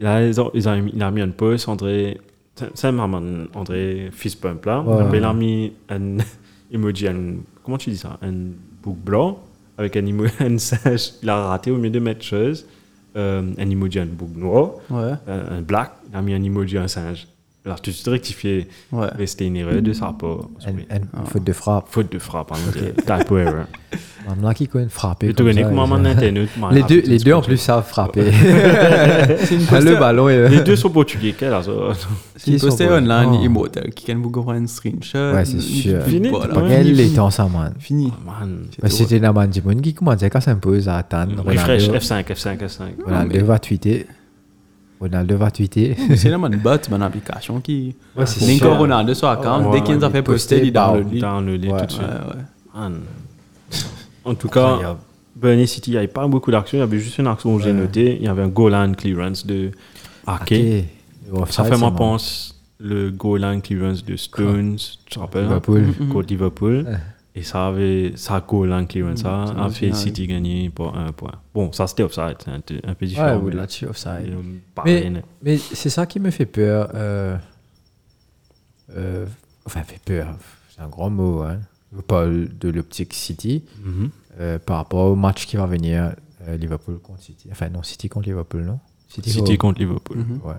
Il a, ils ont- ils ont mis- il a mis une pause, André. c'est- C'est maman, André fist pump là.
Ouais.
Après, il a mis un emoji, un, comment tu dis ça Un bouc blanc avec un emoji, un singe. Il a raté au milieu de mettre chose. Euh, un emoji, un bouc noir,
Ouais,
euh, un black. Il a mis un emoji, un singe. Alors, tout de suite rectifié.
ouais.
Mais C'était une erreur de sa part.
Une
Ah.
une faute de frappe.
Faute de frappe, hein, on dirait. Typo error.
Maintenant là qui connaît frapper.
Je te
comme
connais
ça,
comment
ils-
mon internet. moi, ah,
Les
la
deux,
petite
les deux en
scotch.
plus savent frapper.
posture.
le ballon est.
Les deux sont portugais, quelle alors
Si
Qui
tu postes
sont
online,
bons.
il est mortel. Qui can vous prendre un screenshot.
Ouais, c'est
une-
sûr.
une-
euh, Fini,
voilà.
t'as pas
Ouais.
gagné.
Quel est temps ça, man
Fini.
Oh, Man.
C'est
Bah,
tout.
C'était la bande du monde qui commençait à s'imposer à atteindre.
Mmh. Refresh,
Ronaldo,
F5, F5, F5.
Ronaldo va tweeter. Ronaldo va tweeter.
C'est la bonne bot, mon application qui.
Ouais, c'est
Link
sûr.
au Ronaldo sur account.
Ouais,
Dès qu'il nous a
ouais,
fait
il
poster, il
postait par-
download.
On
lui.
down le lit
Ouais.
tout de suite.
Ouais, ouais.
Man. En tout cas,
Incroyable.
Burnley City, il n'y avait pas beaucoup d'actions. Il y avait juste une action que j'ai notée. Il y avait un goal line clearance de Ake.
Ok. Le
Ça
offside,
fait, moi,
man.
pense le goal line clearance de Stones, tu te rappelles hein,
Liverpool.
Contre Liverpool. Et ça avait, ça goal line clearance,
Mm,
ça
c'est
a
une
fait
finale.
City gagner pour un point. Bon, ça c'était offside, c'est un, un peu
Ouais,
différent.
ou
mais-
là-dessus, offside.
Euh, pareil,
Mais,
né.
mais c'est ça qui me fait peur. euh, euh, enfin, fait peur, c'est un grand mot. Hein. Je parle de l'optique City
Mm-hmm.
euh, par rapport au match qui va venir euh, Liverpool contre City. Enfin, non, City contre Liverpool, Mhm. non City,
City contre Liverpool.
Mhm.
Ouais.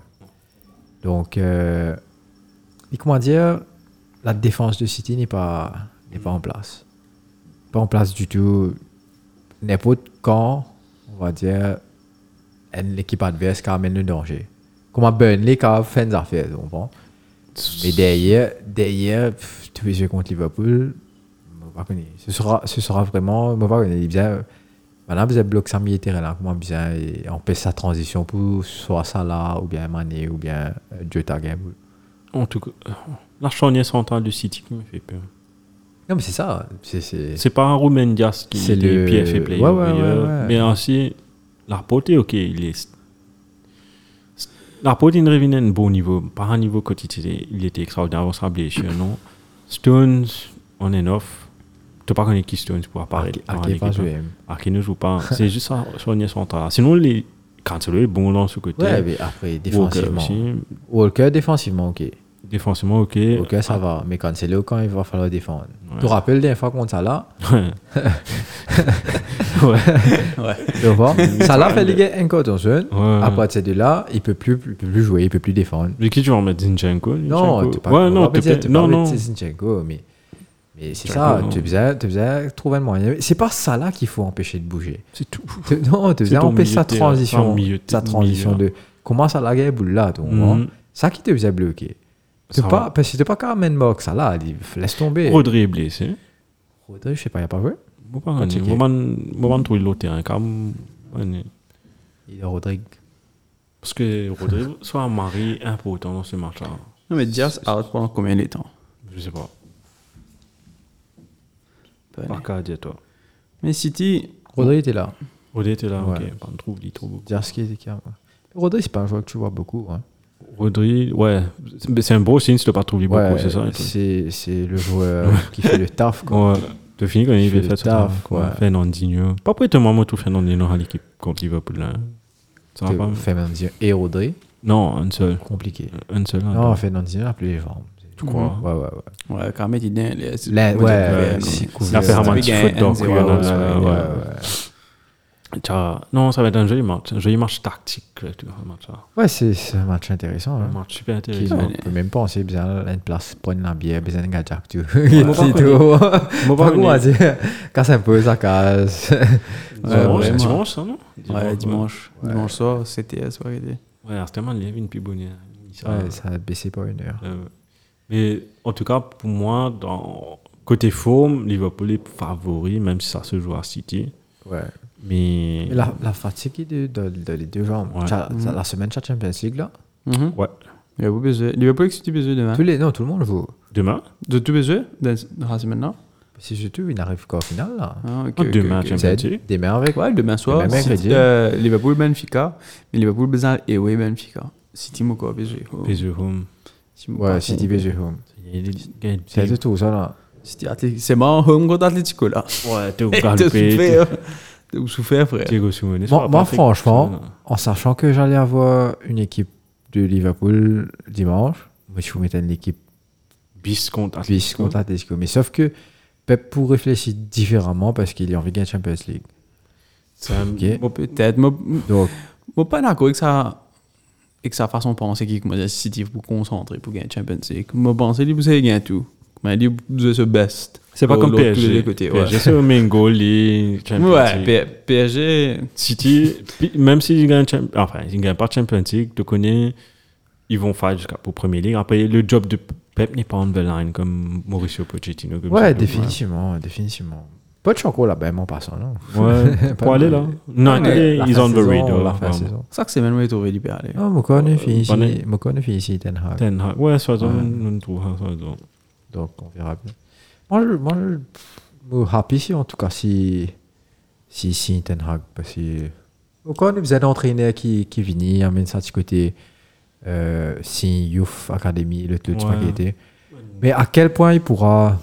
Donc, euh, et comment dire, la défense de City n'est pas, n'est pas en place. Pas en place du tout. N'importe quand, on va dire, elle- l'équipe adverse qui amène le danger. Comme à Burnley qui a fait des affaires, tu comprends? Mais derrière, derrière pff, tous les jeux contre Liverpool, on va pas connaître. ce sera, ce sera vraiment, on va pas connaître. Bien, Maintenant, vous avez bloqué ça milieu de terrain là, comment bien et on peut sa transition pour soit Salah ou bien Mané ou bien euh, Jota Game.
En tout cas, euh, la charnière centrale de City qui me fait peur.
Non, mais c'est ça. C'est, c'est...
C'est pas un Roumain Diaz qui
C'est
est le
le-
PFA player.
Ouais, ouais,
of the year,
ouais, ouais.
Mais aussi, la portée, ok, il est. La portée, il revenait à un bon niveau. Pas un niveau quand il était, il était extraordinaire avant sa blessure, non Stones, on est off. Tu pas connaître qui Stones pour apparaître.
Arke- Arke
hein.
pas joué.
Arke ne joue pas. C'est juste sa charnière centrale. Sinon, les... Cancelo est bon dans ce côté.
Ouais, mais après,
Walker
défensivement. Walker,
aussi.
défensivement, ok.
Défensivement, ok.
Ok,
ah.
ça va. Mais Cancelo, quand il va falloir défendre. Tu te rappelles des fois contre Salah
Ouais. ouais.
Tu vois Salah fait les gars un carton jaune.
Ouais.
À partir de là, il peut plus, il peut plus jouer, il peut plus défendre.
Mais qui tu vas en mettre Zinchenko
Non,
Zinchenko.
tu parles
ouais, non, tu
tu dire, tu
non,
parles
non.
de Zinchenko, mais, mais c'est
Zinchenko,
ça,
non.
tu faisais, tu faisais trouver le moyen. C'est pas ça là qu'il faut empêcher de bouger.
C'est tout.
Tu- Non, tu
C'est
faisais
ton
empêcher sa
milieu de
transition,
terrain, milieu de
sa
terrain,
transition
milieu.
de comment ça la boule là, tu vois.
Mhm.
Ça qui te faisait bloquer. T'es
Ça
pas,
va.
parce que t'es pas qu'à main box, ça là, il- laisse tomber.
Eh. Rodri est blessé.
Rodri, je sais pas, il a pas joué.
Bon, pas grave.
checker.
Bon, man- bon, man, trouve l'autre terrain, quand même. Ouais.
Il est Rodri.
Parce que Rodri, soit un mari important dans ce match-là.
Non, mais Diaz out pendant combien de temps
Je sais pas.
Pas
Ben.
Pas
né.
qu'à dire, toi.
Mais City.
Rodri était là.
Rodri était là,
Ouais.
ok. On trouve il est trop beau.
Dire ce qui était qui a- Rodri, c'est pas un joueur que tu vois beaucoup. hein.
Rodri, ouais. C'est- mais C'est un beau signe si tu pas trouvé beaucoup,
Ouais,
c'est ça
c'est c'est le joueur qui fait le taf. quoi.
Ouais. Tu finis quand il
Fait
fait
le
faire ça.
taf,
quoi.
ouais.
Fernandinho. Pas prêt de maman tout Fernandinho à l'équipe contre Liverpool. là. Ça va pas
Fernandinho et Rodri,
Non, un seul.
compliqué.
Un seul. là.
Non, Fernandinho a plus les jambes.
Tu crois
Ouais, ouais, ouais.
Ouais, quand même, il est. il est-
La-
moi,
ouais,
j'ai trouvé,
ouais,
non.
c'est cool.
La
C'est-
performance
c'est-
foot donc,
c'est-
il y
Ouais,
en a,
ouais,
euh,
ouais,
ouais.
ouais, ouais.
Tiens, Non, ça va être un joli match, un joli match tactique. là, tu vois, un match, là.
Ouais, c'est c'est un match intéressant.
Un
hein.
match super
Qui-
intéressant.
on
Ouais.
peut même penser, besoin d'une place, prendre la bière, besoin d'un gars jack tout.
Moi, par
C'est tout.
Moi,
Pas
par
quoi
contre,
dire. Quand ça peut, ça casse.
Dimanche,
ouais,
dimanche, ça, non
Ouais, dimanche. Dimanche soir, CTS, ouais, il est-
Ouais, alors, c'était mal, il y avait une pibonnière. Il sera-
Ouais, ça a baissé pour une heure.
Euh, Mais en tout cas, pour moi, dans... côté forme, Liverpool est favori, même si ça se joue à City.
Ouais.
Mais.
Mais La, la fatigue de, de, de les deux jambes.
Ouais. Mm.
Ça- ça- la semaine, la Champions League, là.
Mhm.
Ouais.
Il y a pas besoin. Liverpool, que tu besoin
Hein?
demain
Tous les, non, tout le monde joue.
Demain
De Ben, tout besoin Dans dans la semaine là
Si je tue, il n'arrive qu'en finale, là.
Ah, ok,
Oh,
ok,
demain,
ok.
Champions
C'est
League.
des merdes avec.
Ouais, demain soir,
Demain,
c'est-
mercredi.
euh, Liverpool Benfica, mais Liverpool besoin et oui Benfica. City Moko PSG. oh.
PSG Home.
City Moko,
Ouais,
par
City
contre.
BG Home.
Il y a des- il y a des-
C'est de tout, ça, là.
City Atleti- C'est mort home contre Atletico là.
Ouais, t'es au
T'as
galopé.
souffert. T'as souffert frère.
Diego Simeone,
Moi,
ça
moi,
va pas fait-
franchement,
ça,
en sachant que j'allais avoir une équipe de Liverpool dimanche, moi, je vous mettais une équipe
Bis contre
Suisse
Atletico.
contre Atletico. Mais sauf que Pep pour réfléchir différemment parce qu'il a envie de gagner Champions League.
Ça,
Ok.
Moi, peut-être. Moi, moi,
Donc,
moi, pas d'accord avec ça. Avec sa façon de penser qui moi, City pour concentrer pour gagner Champions League. Moi, penser lui, vous savez gagner tout. Mais lui, vous avez ce best.
C'est pas
Pour
comme
l'autre, tous les
PSG.
deux côtés, ouais.
PSG, c'est au main goal, les Champions
Ouais,
League.
P- PSG.
City, pi- même s'ils gagnent, Champ- enfin, ils gagnent pas Champions League, tu connais, ils vont faire jusqu'à pour Premier League. Après, le job de Pep n'est pas on the line comme Mauricio Pochettino. comme ça,
ouais,
donc,
définitivement, définitivement. Pas de Chanko là, ben, en passant, non.
Ouais, pour
Pas
aller
de-
là. Non,
Ouais, la
ils
fin
ont
de
the
saison,
read.
La fin de saison.
Ça que c'est même trouvé libéré.
Oh, Mokon
Euh,
est fini
bonne
ici.
année.
Mokon est fini ici, Ten Hag.
Ten Hag. Ouais, soit
Ouais.
on trouve, hein, soit on-
Donc, on verra bien. Moi, je, moi, je, moi, happy si, en tout cas, si, si, si, Ten Hag, parce que, au cas où vous êtes entraîneur qui, qui vient, amène ça de ce côté, euh, si Youth Academy, le club
Ouais.
qui était. Mais à quel point il pourra,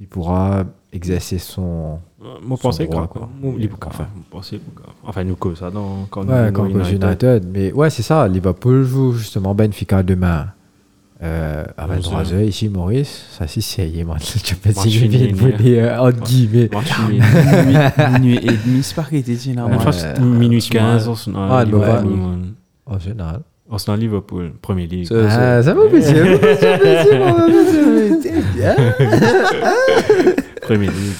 il pourra exercer son,
Ouais, Moi,
Son
pensais quoi,
droit, quoi.
quoi. Moi, hein. il- enfin, moi, pensais, quoi. Enfin, nous, quoi, ça, dans, quand
ouais,
nous,
comme
United.
United. Mais ouais, c'est ça, Liverpool joue justement Benfica demain. Euh, à
11 heures.
23h ici Maurice ça si c'est hier moi je peux
Match
si je viens de vous
nul.
dire euh, entre guillemets
March, il-
Minuit et demi, c'est pas qu'il était dit là.
Ouais, Ah,
moi.
Je pense que c'est minuit 15, Arsenal,
Ouais,
Liverpool,
ouais.
man.
En général.
Arsenal, Liverpool, Premier League.
Ça, ça-
Ah, ça m'a plaisir. ça m'a plaisir, ça m'a plaisir, mais t'es bien.
Premier League.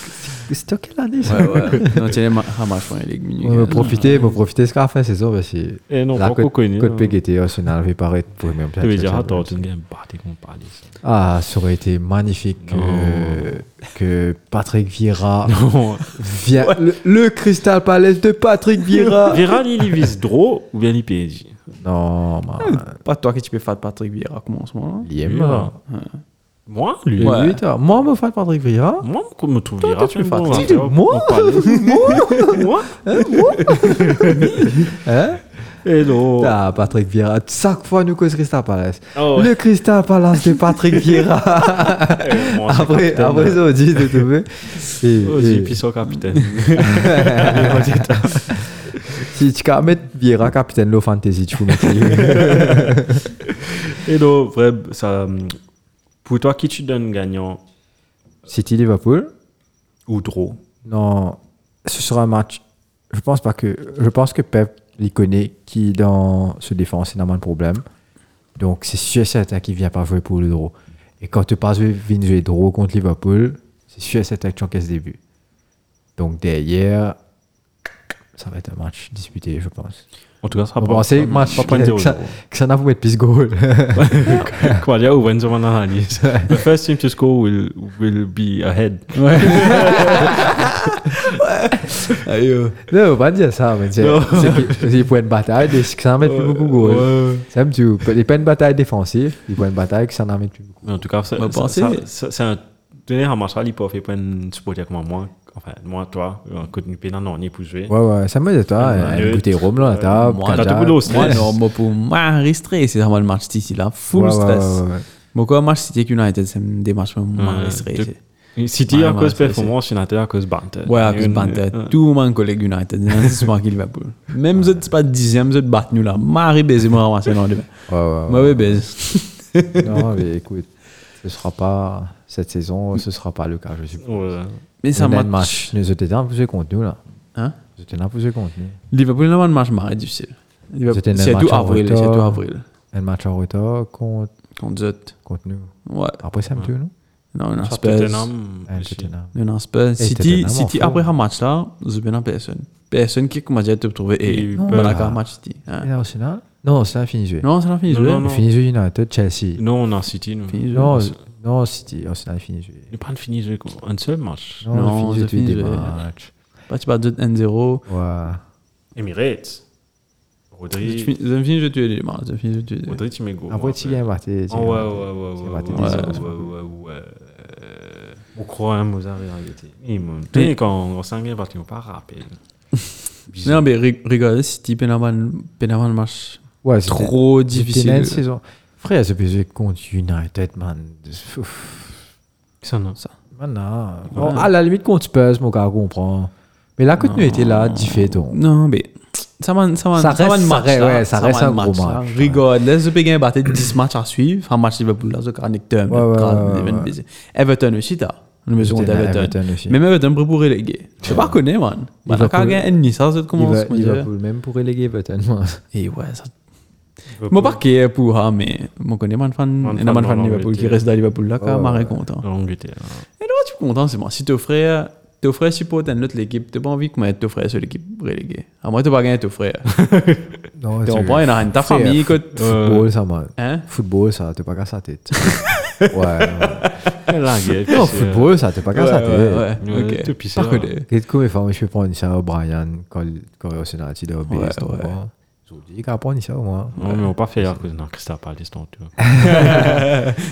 C'est toi quelle année ça
Ouais, ouais. Non, tiens, ma- ah, moi, je prends les ligues minuit.
On va
quinze.
profiter, on va profiter de ce qu'on a fait, c'est ça, parce que
Et non,
la
pas
côte,
connu.
côte Peg était Arsenal, vais paraître pour même
Tu veux dire, attends, tu ne gagnes pas, t'es qu'on parle ici.
Ah, ça aurait été magnifique que, que Patrick Vieira
Non.
vienne. Le, le Crystal Palace de Patrick Vieira.
Vira, il y vise Draw ou bien il PSG
non, man.
Pas toi qui tu peux faire de Patrick Vieira comme en ce moment.
Il est
Lui,
mort.
Moi, lui.
Le
Ouais.
huit, hein. Moi, mon fan Patrick Vieira.
Moi, je me trouve Vira.
tu me fais
Tu dis moi
Moi
Hein
Hello.
Ah, Patrick Vieira. Chaque fois, nous cause Crystal Palace.
Oh. Ah ouais.
Le Crystal Palace de Patrick Vieira.
Eh, moi, c'est
après,
capitaine.
après, ça, on dit de trouver. Et-
Oh,
et-
j'ai pissé au capitaine.
si tu peux mettre Vieira capitaine low fantasy, tu peux mettre lui.
Hello, vrai, ça. hum, Pour toi, qui tu donnes gagnant
City Liverpool.
ou Draw
Non, ce sera un match. Je pense pas que. Je pense que Pep il connaît qui dans ce défense, c'est normal le problème. Donc c'est sûr et certain qu'il vient pas jouer pour le draw. Et quand tu passes vient jouer draw contre Liverpool, c'est sûr et certain que tu encaisses des buts. Donc derrière, ça va être un match disputé, je pense.
En tout cas, ça
On
va
va penser
pas-
match
pas prendre
que ça-
0-0.
que ça n'a pas mettre plus goal.
Quoi dire ou when's on analyse? The first team to score will will be ahead.
hein.
euh.
Non, on va pas dire ça, mais c'est c'est qu'il- c'est pour une bataille, des- que ça n'a mettre plus beaucoup goal. Ça me tue. C'est pas une bataille défensive, c'est pas une bataille que ça n'a mettre plus beaucoup.
Mais en tout cas, ça-
On va
ça-
penser-
ça- ça- c'est un donner un match à l'hypothèse et pas une supporter comme moi. Enfin, moi, toi, un coup de pénal, non, on est pour jouer.
Ouais, ouais, ça me dit, toi,
Ouais,
un
ouais.
goûter rhum là, t'as.
moi,
t'as tout boulot au stress.
Moi, non, moi, pour moi, restreint, c'est vraiment le match City là. Full stress. Moi, quand match City avec United, c'est des matchs pour moi,
Ouais,
restreint.
tu-
c'est-
Et City
Ouais,
à
ouais,
cause
ça, c'est-
performance, United à cause banter.
Ouais,
Euh,
à cause
Une-
de Banter.
un-
Tout le monde collègue United. C'est souvent qu'il va pour. Même si c'est pas dixième, c'est battre nous là. Marie baiser, moi, ramasser l'an demain.
Ouais, ouais, ouais.
Moi, oui, baiser.
Non, mais écoute, ce sera pas. Cette saison, ce sera pas le cas, je suppose.
Ouais.
Mais ça
On a un
match.
Nous étions un peu contre nous, là.
Hein?
Nous étions un peu contre nous.
Liverpool, le match marre difficile. Liverpool-
C'était un
C'est
match
tout
en
avril. C'est
retard.
tout avril.
Un match en retard contre,
Contre Zut.
contre nous.
Ouais.
Après, ça me tue, non
Non, non,
Soit
Spurs.
Tottenham,
Un
aussi.
Tottenham.
Non, non, c'est pas. City,
Tottenham en
City
forme.
après un match là, je bien à personne. Personne qui, comment dire, te trouver,
Et
et
eu
bon,
peur.
d'accord, un match City. hein.
Et Arsenal Non, ça a fini jouer.
Non, ça n'a fini de
Non,
jouer.
non, non.
Fini jouer United, Chelsea.
Non, on a City. nous.
Fini de jouer.
Non,
Arsenal.
non, City, Oh, Arsenal fini jouer.
Il n'est pas fini de jouer quoi. un seul match.
Non,
Non,
on a fini
c'est
jouer tous
fini
des
jouer.
matchs.
Pas tu perds 1-0.
euh, Ouais.
Emirates.
Tu
Rodri.
finis- Ils ont fini de tuer les morts. Ils ont fini de tuer.
Rodri, tu m'es gros.
Après, tu viens battre.
Ah,
tu
Oh, ouais,
viens battre.
ouais, ouais,
tu
ouais,
vas battre
ouais,
des
ouais,
autres.
ouais, ouais, ouais. On croit à Mozart et Arriveté. Et mon- Tu sais, quand on s'en vient, parce qu'on pas rappel. Bisous.
Non, mais ri- rigole, City, pénalement le match.
Ouais, c'était-
Trop
c'était
difficile.
une saison. Frère, ce PSG contre United, man. Ouf.
Ça, non.
Maintenant.
Ouais.
Bon, à la limite, contre Spurs, mon gars, on comprend. Mais la Coutinho était là,
Non.
différent.
Non, mais ça va ça va
Ça
va
reste-
un
ça
match,
reste-
là.
ouais, ça
va
reste un
match,
gros
là.
match.
Rigole, laisse le Pékin battre 10 matchs à suivre. Un match Liverpool, là, ce qu'on a terme,
Ouais, ouais,
grave,
ouais,
Even
ouais.
busy. Everton aussi, t'as. Une maison
Everton,
d'Everton.
Everton aussi.
Même Everton pour pourrir les gars. Je sais pas connais, man. Man,
Liverpool.
quand il y a un ennemi, ça, c'est comment
Liver-
on se dit.
Liverpool, même pour reléguer, peut-être. moi.
Et ouais, ça. Moi, pas qu'il y ait pour, hein, mais moi, connais un fan,
Man,
un man
fan,
fan
non,
de Liverpool
mais
qui
t'es-
reste à Liverpool là,
Ouais,
quand même,
ouais.
content.
L'Angleterre.
Et là, tu es content, c'est bon. Si tu offrais, tu offrais support à une autre équipe, tu pas envie que moi, tu offrais sur l'équipe reléguée. À moi, tu pas gagné, tu offrais.
Ah, Non,
Tu
c'est-
comprends, il y en a une ta
Frère,
famille,
foot-
écoute. euh,
Football, ça, man.
Hein?
Football, ça, t'es pas cassé la tête. Ouais, ouais.
L'Angleterre.
Non, football, ça, t'es pas cassé la tête.
ouais, ouais,
Ouais, tout hein.
ok.
pissé,
Par
là.
contre, euh,
Qu'est-ce que mes femmes, je peux prendre ça au Brian quand quand il y a aussi un article de
Ouais,
Obéis, tu
ouais.
comprends? Ils ont dit qu'à prendre ça au moins.
Non, mais on pas fait là, cause non, Christophe Palace, ton tour.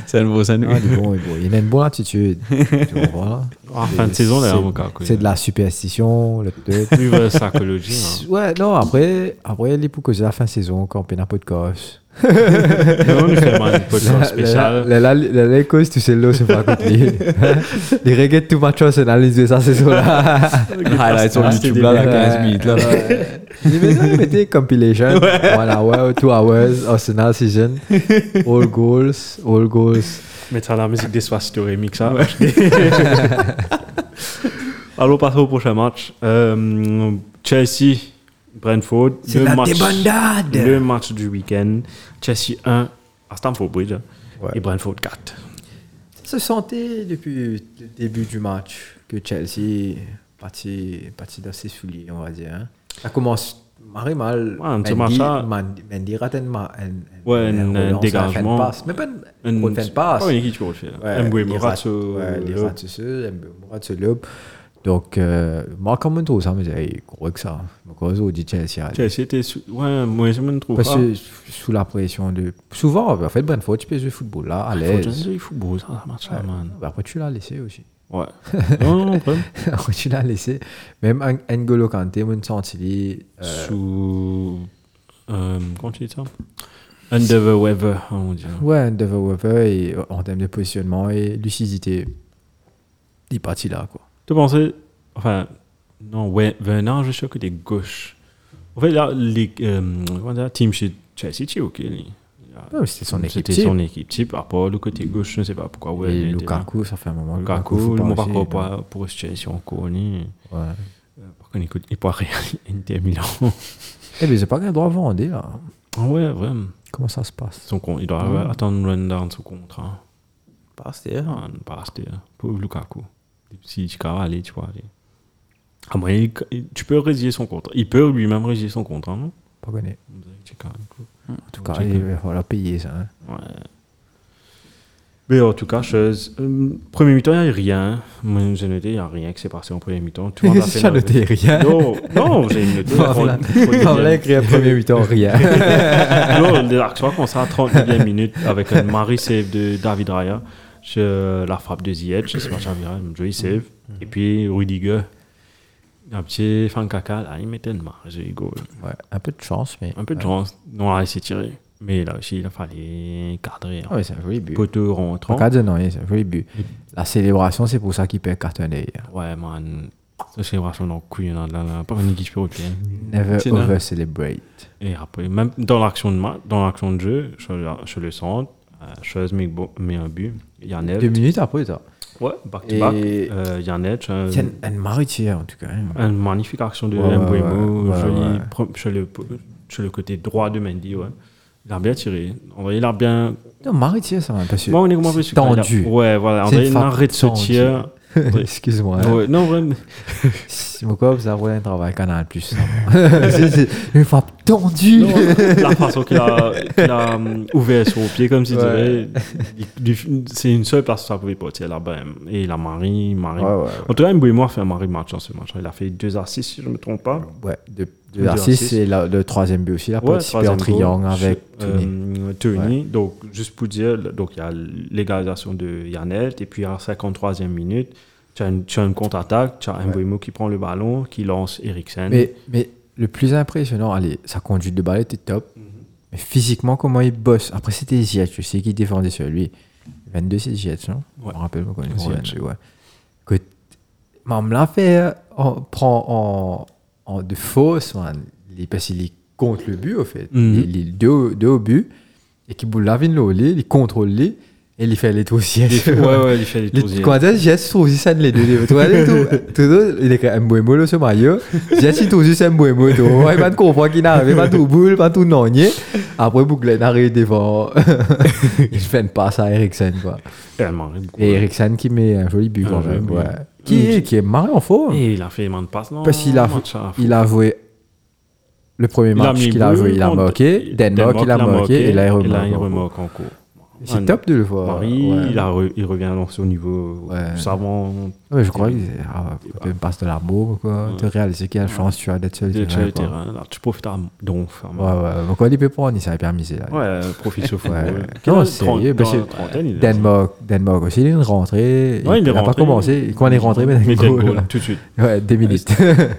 c'est un nouveau
Ah,
sandwich.
dis bon, bon, il a une bonne attitude. tu comprends, là?
Ah,
C'est-
fin de saison, là,
c'est-
mon gars.
C'est de la superstition, le truc.
Vive psychologie. hein.
Ouais, non, après, après, les pour causer la fin de saison, quand on a pas de coche.
Non, on fait mal, une podcast spéciale.
La la cause, tu sais, l'eau, c'est pas à côté. Les reggae, tout match, c'est analysé ça, c'est là
Highlight sur
Ah,
YouTube
c'était
là,
bien.
la 15 minutes là.
J'ai besoin de mettre compilation, one hour, two hours, Arsenal season, all goals, all goals.
Mettre ça à la musique des Swastio remix, ça. Allons passer au prochain match. Euh, Chelsea, Brentford. le match- Le match du week-end. Chelsea 1 à Stamford Bridge hein,
Ouais.
et Brentford 4.
Se sentait depuis le début du match que Chelsea parti, parti dans ses souliers, on va dire. hein. Ça commence marré mal.
Ouais, un petit
Mendy-
match, ça.
Mendy- Mendy rate un ma- un- un-
Ouais, un,
relance,
un
fin de
dégagement.
passe. Mais pas une pas une fin de passe.
Pas Oh, une Ah équipe qui va le faire.
Ouais,
Mboué
les
Moura,
rats-
ce-
ouais, les
le-
rats, c'est ça, Mboué Moura, c'est le- Donc, euh, moi, quand même, tout ça, mais c'est gros que ça. Mais quand on dit Chelsea, allez.
Chelsea était. sous- Ouais, moi, je me trouve
Parce
pas.
que sous la pression de. Souvent, en fait, Brentford, tu peux jouer au football là, à
Ah, Faut
l'aise.
dire, il faut beau, ça, ça match là, man.
Bah, Après, tu l'as laissé aussi.
Ouais. Non, non, non, pas.
Après, tu l'as laissé. Même Ang- N'Golo Kanté, mon senti. euh,
Sous. Euh, comment tu dis ça Under the weather, on dit. hein.
Ouais, un developer, et euh, en termes de positionnement et lucidité, il est parti là, quoi.
Tu pensais. Enfin, non, ouais, Venant, je suis sûr que des gauches. En fait, là, les, euh, comment dire, team chez Chelsea, c'est ok. lui.
Ouais, mais Ah C'était son équipe.
C'était
type.
son équipe type. À part le côté gauche, je ne sais pas pourquoi. Ouais,
et
il était là.
Lukaku, ça fait un moment.
Lukaku, le
faut pas
mot
aussi, euh.
parcours
non.
pour, pour Chelsea encore. lui.
Ouais.
Euh, Par contre, écoute, il peut rien. Inter Milan.
Eh bien, j'ai pas le droit à vendre, hein. là.
Ah ouais, vraiment.
Comment ça se passe
Son con- il
Ah
doit avoir- attendre le rundown de son contrat.
Pas c'était, hein.
Ah, ne pas acheter. hein. Pauvre Lukaku. Si tu vas aller, tu vas aller. Ah, moi, il- il- tu peux résilier son contrat. Il peut lui-même résilier son contrat, non
Pas connu.
En
En tout cas, il va falloir payer ça. hein.
Ouais. Mais en tout cas, chose. euh, premier mi-temps, il n'y a rien. Moi, j'ai noté, il n'y a rien qui s'est passé en premier mi-temps. Tout le monde a fait
Ça ne
leur-
t'est rien.
Non, non, j'ai noté. la
Voilà.
trente- trente-neuvième.
On l'a écrit à premier 8 ans, rien.
Non, le Dark Swan, on s'est à 39 minutes avec un mari save de David Raya. Je- la frappe de Ziyech, c'est pas David Raya, Joey save. Et puis Rudiger, un petit fan caca, là, il mettait une marge, il goal.
Ouais, un peu de chance, mais.
Un peu de chance. Non, là, il s'est tiré. Mais là aussi, il a fallu cadrer. hein.
Ah Ouais, c'est un joli but.
Poteau
En
rentrant.
cas de non, oui, c'est un joli but. La célébration, c'est pour ça qu'il peut cartonner.
Ouais, man. Ça, c'est vraiment dans le couille, là, là, là. Pas une équipe européenne.
Never
C'est
over celebrate.
Et après, même dans l'action de match, dans l'action de jeu, je, je le sens. Euh, Chose met, bon- met un but. Il y en a.
Deux minutes après, ça.
Ouais, back to
Et-
back. Euh, Yannet, euh,
C'est un maritière, en tout cas. hein.
une magnifique action de
Ouais, ouais,
Mbouemo,
ouais, ouais,
joli
ouais.
pro- sur, le, sur le côté droit de Mendy. Ouais. Il a bien tiré. André, il a bien.
Non, maritière, ça, parce que.
Moi, on est comment
c'est tendu.
Ouais, voilà.
C'est
André,
une
il
frappe
arrête ce
tendue.
tir. Ouais.
Excuse-moi. hein.
Ouais, non, vraiment.
Si mon copain, ça voulait un travail Canal Plus. ça. C'est- c'est une frappe tendue.
la façon qu'il a, qu'il a hum, ouvert son pied, comme si tu
Ouais.
dirais, il- il- c'est une seule place où ça pouvait partir là-bas. hein. Et il a marié, marié.
Ouais, ouais,
En tout cas, Mbouémo a fait un mari match dans ce match. Il a fait 2 à 6, si je ne me trompe pas.
ouais. De, de
Deux à
la 6,
six.
c'est la- le troisième but aussi. Il a participé
troisième
en triangle
goal,
avec
sur-
Tony.
euh, Tony. Donc, juste pour dire, le- donc, il y a l'égalisation de Yannette. Et puis, à la 53e minute, tu as une, tu as une contre-attaque. Tu as Mbouémo qui prend le ballon, qui lance Eriksen.
Mais, mais le plus impressionnant, allez, sa conduite de balle était top.
Mhm.
Mais physiquement, comment il bosse. Après, c'était Ziyech, je sais qui défendait sur lui. 22, c'est Ziyech, non
Ouais.
Je me rappelle pas quand il
Ziyech.
était 22, ouais. Écoute, Mam l'a fait, hein. on prend en, en de fausse, man. Il, parce qu'il est contre le but, au fait.
Mhm.
Il il est deux, deux au but. Et qui boule la vigne le haut-lit, il contrôle les et il fait les tours Ziyech.
Ouais, ouais, il fait des
Les-
tours.
Comment dire, Jess trouve ça les deux. les- Tu vois, les tout, tout deux, il est un bohémo, le ce maillot. Jess, il trouve juste un bohémo, tu vois. Il va te comprendre qu'il n'arrive pas tout boule, pas tout nonnier. Après, Bouglen arrive devant. il fait une passe à Eriksen, quoi.
Tellement beaucoup.
Et Eriksen qui met un joli but,
Un
quand
joli
même,
but.
ouais. Qui est, qui est marré en faux.
Ah, Et il a fait une passe. Non,
Parce qu'il a-
match à-
Il a avoué le premier
Il a
match
mis
qu'il a
bleu
joué, il a
contre-
marqué. Danemark, il a marqué. Et là, il remarque.
en cours.
C'est top de le voir.
Paris,
ouais.
il, a re- il revient dans son niveau
Ouais.
savant
Ouais, je crois qu'il ah, ouais, peut-être me passe de la bourbe, quoi. Tu réalises quelle chance tu as d'être seul.
de
terrain,
le
quoi.
terrain. Là, tu profites à hein. donc. enfin,
Ouais, ouais. Donc, on peut prendre, il s'est permis, là.
Ouais, profite sur football.
Ouais. Non, sérieux, parce que
trentaine.
Denmark, Denmark aussi, il est rentré.
Ouais, il est
n'a pas
rentré.
commencé. Quand on est rentré, mais
Mais
il a un goal.
goal, tout de suite.
Ouais, deux minutes.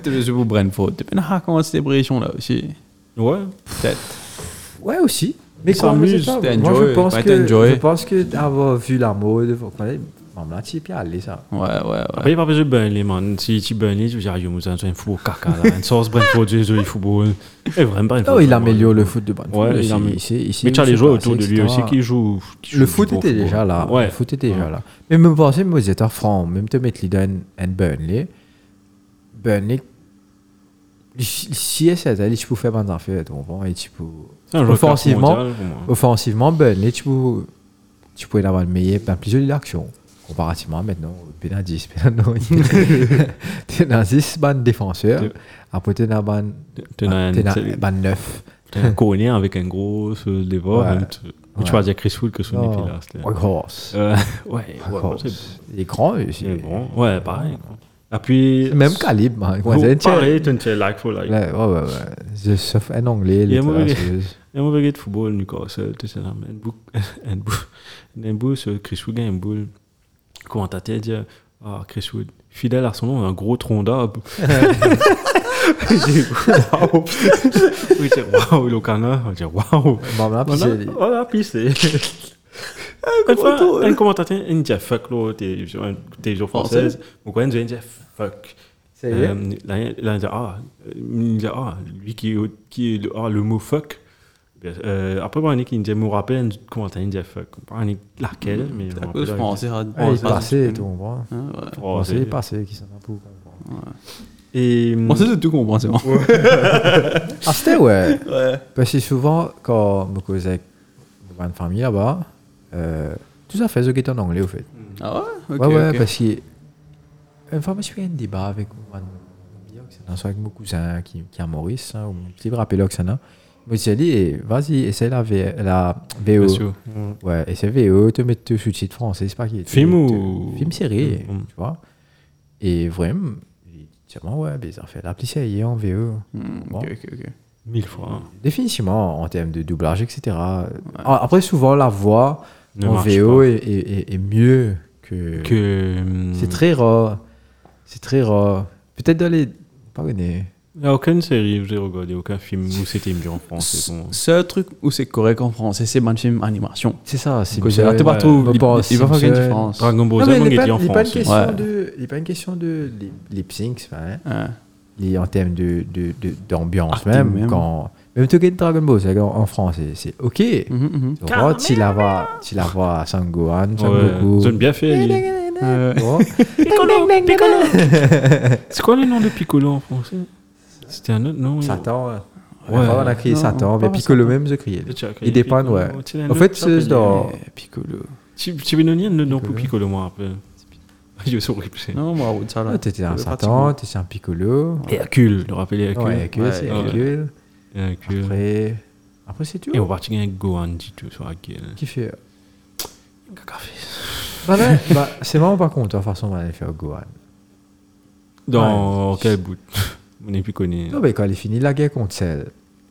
Tu joues pour Brentford. Tu peux pas comment célébration là aussi.
Ouais.
Peut-être.
ouais, aussi. Mais
Ça
quand même,
amuse,
c'est pas-
t'as
moi,
enjoyé,
je pense
ouais, t'as
que,
enjoyé.
je pense que d'avoir vu la mode, faut qu'on aille- on me l'a dit, puis allez, ça.
Ouais,
Ah,
ouais,
Après,
ouais.
il va pas besoin de Burnley, man. Si tu Burnley, tu vas dire, yo, nous avons un football caca, là. Une source Brentford, j'ai joué au football. Et vraiment, Brentford,
Oh, il
man.
améliore le foot de Brentford.
Ouais, il
aussi.
améliore.
Il sait- il sait
Mais
où
tu as
se
les joueurs
placer,
autour de lui
etc.
aussi qui jouent. qui
Le
jouent
foot
du bon
était
football.
déjà là.
Ouais.
Le foot était déjà là. Mais me penser, moi, j'étais franc. Même te mettre Liden et Burnley. Burnley. Si elle s'est allée, tu peux faire bonne affaire, tu comprends? Et tu peux.
C'est un joueur de classe
Offensivement,
mondiale, pour moi.
Offensivement, Burnley, tu peux. Tu pouvais avoir le meilleur, ben, plus jolie action. Comparativement à maintenant, Benadis, Benadis, ban défenseur. Après, t'es un ban.
T'es un- c'est-
Ban 9.
T'as un Cornet avec un gros euh, dévore.
Ouais.
Ou tu vas dire Chris Wood que son
Oh,
épilasse. là.
ouais, grosse.
Euh, Ouais, ouais,
Grosse.
c'est-
Il est grand, aussi.
c'est bon. Ouais, pareil. quoi. Ah, puis.
Même calibre, man.
Bon,
Moi, c'est un tiers.
Pareil, t'as un tiers like for like.
Là, ouais, ouais, ouais. Je- sauf un anglais,
Il y a
les
mauvais-
terrasses, je-
Il y a un mauvais gars de football, Newcastle, tu sais, là, mais un bout- un bout- un bout sur Chris Wood, un bout. Comment t'as t'as dit Ah, Chris Wood, fidèle à son nom, un gros tronc d'arbre. J'ai waouh. Oui, c'est waouh, le canard. On dit waouh.
Bon, là, puis
On a,
c'est-
on a pissé. Une fois, un commentateur, il dit fuck l'eau, télévision une télévision française. Pourquoi il dit fuck
Sérieux
Euh, Là, il- là, il dit ah, euh, il dit ah, lui qui, qui est ah, le mot fuck. Euh, après, il y en a qui disent, me rappelle un commentateur, il dit fuck. Il y en a laquelle,
Mm.
mais je me
À
rappelle
cause
pas.
français, ça-
Ah, il est
ça-
passé et tout, on voit.
Hein, ouais.
Oh,
c'est les
c'est-
passés qui sont là pour comprendre.
Et
On sait de tout qu'on pense, c'est bon.
Ah, c'était, ouais. Parce que souvent, quand je me cause avec ma famille là-bas, euh, tout ça fait ce qui est en anglais, au fait.
Ah ouais? Ok,
ouais, ouais,
ok.
parce que. Une fois, je me suis fait un débat avec mon, un soir avec mon cousin qui, qui est à Maurice, hein, ou mon petit rappelé Oksana. Je me suis dit, eh, vas-y, essaie la, V- la VO.
Monsieur.
Ouais, et c'est VO, te mettre sous-titres français, c'est pas qui. te-
Film
te-
ou-
Film série,
Mm, mm.
tu vois. Et vraiment, il dit, tiens, bah ouais, bizarre, fait la petite série en E. VO.
Hmm, Ok, ok, ok.
mille fois. hein.
Définitivement, en termes de doublage, etc. Ah, Après, souvent, la voix
Ne
en
marche
VO
pas.
est, est- est- est mieux que.
Que. euh,
C'est très rare. C'est très rare. Peut-être dans les. Pas connu.
Il n'y a aucune série, je l'ai regardé, aucun film où c'était mieux en français. bon.
Seul truc où c'est correct en français, c'est mon film animation.
C'est ça, c'est
Parce que là, t'es pas trop. Il il va faire une différence.
Dragon Ball
Non,
Z,
mais
on
il n'est
est
pas,
dit en
il est pas une
français.
question
Ouais.
de. Il n'est pas une question de lip- lip sync, c'est pas vrai.
Hein.
Il est en termes de- de- de- d'ambiance
Acting
même,
même.
Quand, même Tokyo Dragon Ball c'est en, en français, c'est
Mm.
ok. Tu
Mhm, mhm.
vois, Tu la vois, tu la vois, Sangohan,
Ouais, Ils ont
Sangoku.
bien fait. lui.
Ouais, ouais.
tu vois.
Piccolo, Piccolo. C'est quoi le nom de Piccolo en français C'était un autre nom.
Hum. Satan. Ouais.
Ouais.
on a crié
Non,
Satan,
pas
mais Piccolo
Satan.
même, je criais.
Tu as créé
Il dépend,
Piccolo,
ouais.
tu l'as
En
noté,
fait, c'est
appelé.
dans.
Eh, Piccolo.
Tu tu veux donner un autre nom pour Piccolo, moi, un peu. Je souris plus.
Non, moi, ouais, ça là.
Ah, T'étais un
Ouais,
Satan, t'étais un Piccolo.
Hercule, le rappelez Hercule.
Ouais, Hercule,
Ouais,
c'est
Hercule.
Hercule.
Hercule.
Après, après c'est tout.
Et on partit avec Gohan, dit tout sur Hercule.
Qui fait euh,
Café.
Bah, ouais, bah, c'est vraiment pas contre, de toute façon, on va aller faire Gohan.
Dans quel bout On n'est plus connu.
Non, mais quand il finit la guerre contre celle,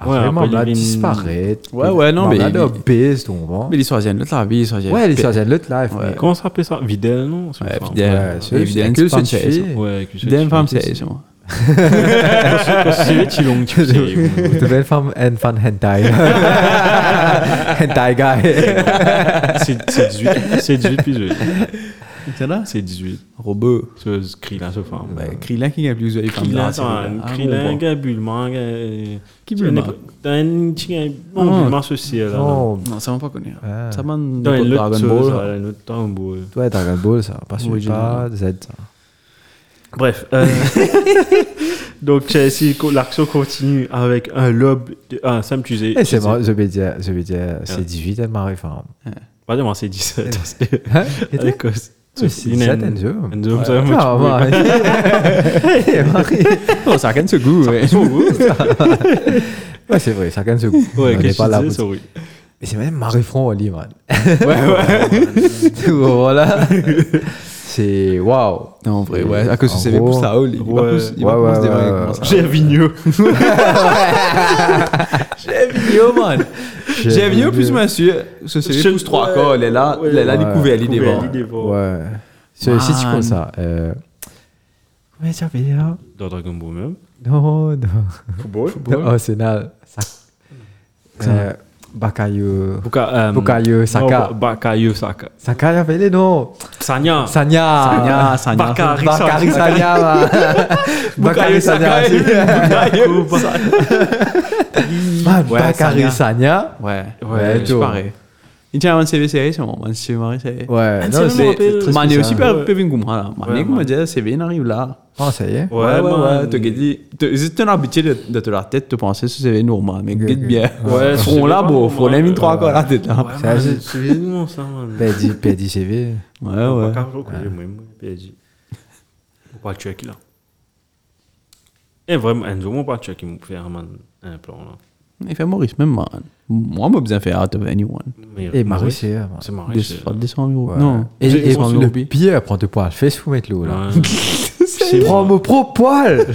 Ouais,
après,
après,
on va
il vient-
disparaître.
Ouais, ouais, non, mais-
On obèse, ton vent.
Mais l'histoire vient de l'autre, la vie, l'histoire vient de
Ouais,
l'autre.
l'histoire de l'autre life.
Ouais.
mais-
Comment ça s'appelle ça Videl, non C'est une
Ouais,
femme.
Videl.
c'est-
Évidemment,
c'est
que le
une
sujet,
femme
ça.
fille.
Ouais, que c'est-
Damn femme,
c'est-
c'est moi.
C'est long, tu sais.
Une belle femme and fun hentai. hentai guy.
C'est c'est 18. C'est 18 puis 18.
C'est là
C'est 18.
Robot.
Ce ce cri-là, ce femme.
Ben, Krillin qui a plus de femmes
Krillin,
dans cette
attends,
série-là. Ah,
Krillin,
bon, bon.
gars, Bulma, gars.
Qui Bulma
T'as un petit gars.
Ah.
Bon, Bulma, ceci, là. là.
Non,
Non, ça m'a pas connu.
Ah.
Ça m'a
Dans
pas
un autre
Dragon
chose,
Ball. euh,
là, un autre Dragon Ball.
ouais, Dragon Ball, ça. Pas celui
Original.
pas Z. ça.
Bref. euh, donc, Chelsea, co- l'action continue avec un lobe. De, ah, Sam, tu sais.
Et Eh, c'est
tu
moi,
sais-
je vais dire, je vais dire, c'est
Ouais.
18 elle m'arrive. Hein?
Pardon, moi, c'est 17. c'était-
Hein?
à la cause.
Oui, eh, c'est
Une-
17 and zoom.
and zoom, ça, moi, tu
Ah,
pouvais
ouais. Eh, Marie.
Oh, ça a quand même ce goût, ouais.
Ouais, c'est vrai, ça gagne ce coup.
pas- Ouais,
On n'est
qu'est-ce que
pas
tu
là.
disais,
pour-
sorry.
Mais c'est même Marie Front au lit, man. voilà. C'est waouh.
Non, en vrai, ouais. À cause
En
de CV
gros,
pour ça, oh, il va
ouais,
plus- il va
ouais,
plus
ouais,
se démarrer
ouais,
comme
ouais.
ça.
J'ai Vigneault.
Yo, man. J'ai bien plus monsieur. Ce
Je-
CV pousse trois
ouais,
corps. Elle est là,
ouais,
elle est là,
ouais.
découvert, elle est
Découvert,
devant.
elle est devant.
Ouais. C'est c'est
Man.
comme ça. euh, Comment ça s'appelle là
Dans Dragon Ball même.
Non, non.
Football.
Non, Arsenal. Sa- Euh, Bakayo.
Buka, euh,
Bukayo Saka.
non, Ba- Bakayo Saka.
Saka, il appelé, non
Sanya.
Sanya.
Sanya, Sanya.
Bakari.
Bakari Sanya. man. Bakari
Bukayo Saka.
Sanya. c'est-
Bukayo Saka.
Man,
Ouais,
Bakari
Sanya.
Sanya.
Ouais,
Ouais,
ouais,
tout.
c'est pareil. Il tient un CV serré, c'est bon. Un CV marré serré.
Ouais,
c'est
non,
le
c'est
moment,
c'est très
Man est aussi
spécial.
peu peu vingum, voilà. Man
Ouais,
est comme
man.
dire, CV il arrive là.
Ah, ça y est.
Ouais, ouais, ouais.
man.
T'as dit, t'as- c'est un habitué de, de te la tête de penser si c'est normal, mais guide bien.
Ouais,
Ils seront
c'est pas
là, bon,
normal.
faut les mine trois quoi la tête là.
Ouais,
Ça,
man,
c'est- Ben,
C'est vraiment ça, hein, man.
Perdi, perdi CV.
Ouais, ouais.
Bakari, je connais moi-même, PSG. On parle Turquie, là. Et vraiment, Enzo, on parle Turquie, on fait un man, un plan là.
Il fait Maurice, même man. Moi, moi, bien fait out of anyone.
Mais-
Et Marie, c'est elle, man.
C'est euh, marrant.
Des- pas des 100 euros.
Ouais.
Non.
Et,
J'ai-
et
j'ai-
le
le-
pire, prends deux poils. Fais sous mettre l'eau, là.
C'est
Prends mon propre poil.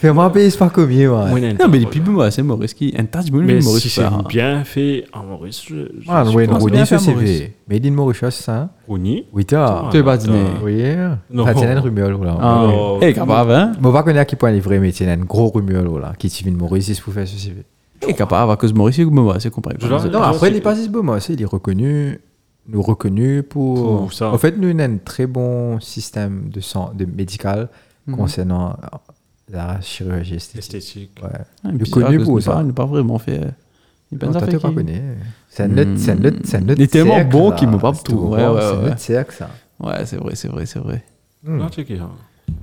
Fais-moi payer, c'est pas commis, ouais.
Non, mais les pubs, moi, c'est Maurice qui. Un touch bonus,
Mais
mais
si
Maurice
c'est
pas. hein.
bien fait en Maurice, je. je
Ah,
suis
Wayne
pas-
pense
Rooney,
bien
ce
faire, Maurice.
CV. Made in Mauritius, hein. ça.
Rooney
Oui, t'as.
Tu veux pas dîner.
Attends.
Oui.
Non.
Enfin, c'est une rumeur, là.
Ah,
Ouais.
Oh.
ouais. Eh, capable, hein.
Mais on va connaître à quel point il est vrai, mais c'est une grosse rumeur, là, qui t'y vient de Maurice, il se pouvait ce CV.
Eh, capable, à cause de Maurice, c'est comme moi, c'est compris.
Je leur-
Non,
Ah,
après,
c'est-
il est pas si beau, moi aussi. Il est reconnu, nous reconnu pour.
Pour ça.
En fait, nous, on a un très bon système de, sang, de médical
Mhm.
concernant euh, la chirurgie esthétique.
Esthétique.
Ouais.
Ah,
Le
bizarre,
connu
parce
pour
qu'il
ça.
parle, Il n'est pas vraiment fait. euh, Il
Non,
pense à
t'as
faire
pas
qui-
connu. C'est un autre, c'est un autre, c'est un autre
Il est tellement
cercle,
bon
là.
qu'il me parle
C'est
tout.
bon,
Ouais, ouais,
C'est un
ouais.
autre cercle, ça.
Ouais, c'est vrai, c'est vrai, c'est vrai.
Non, hein. check it out.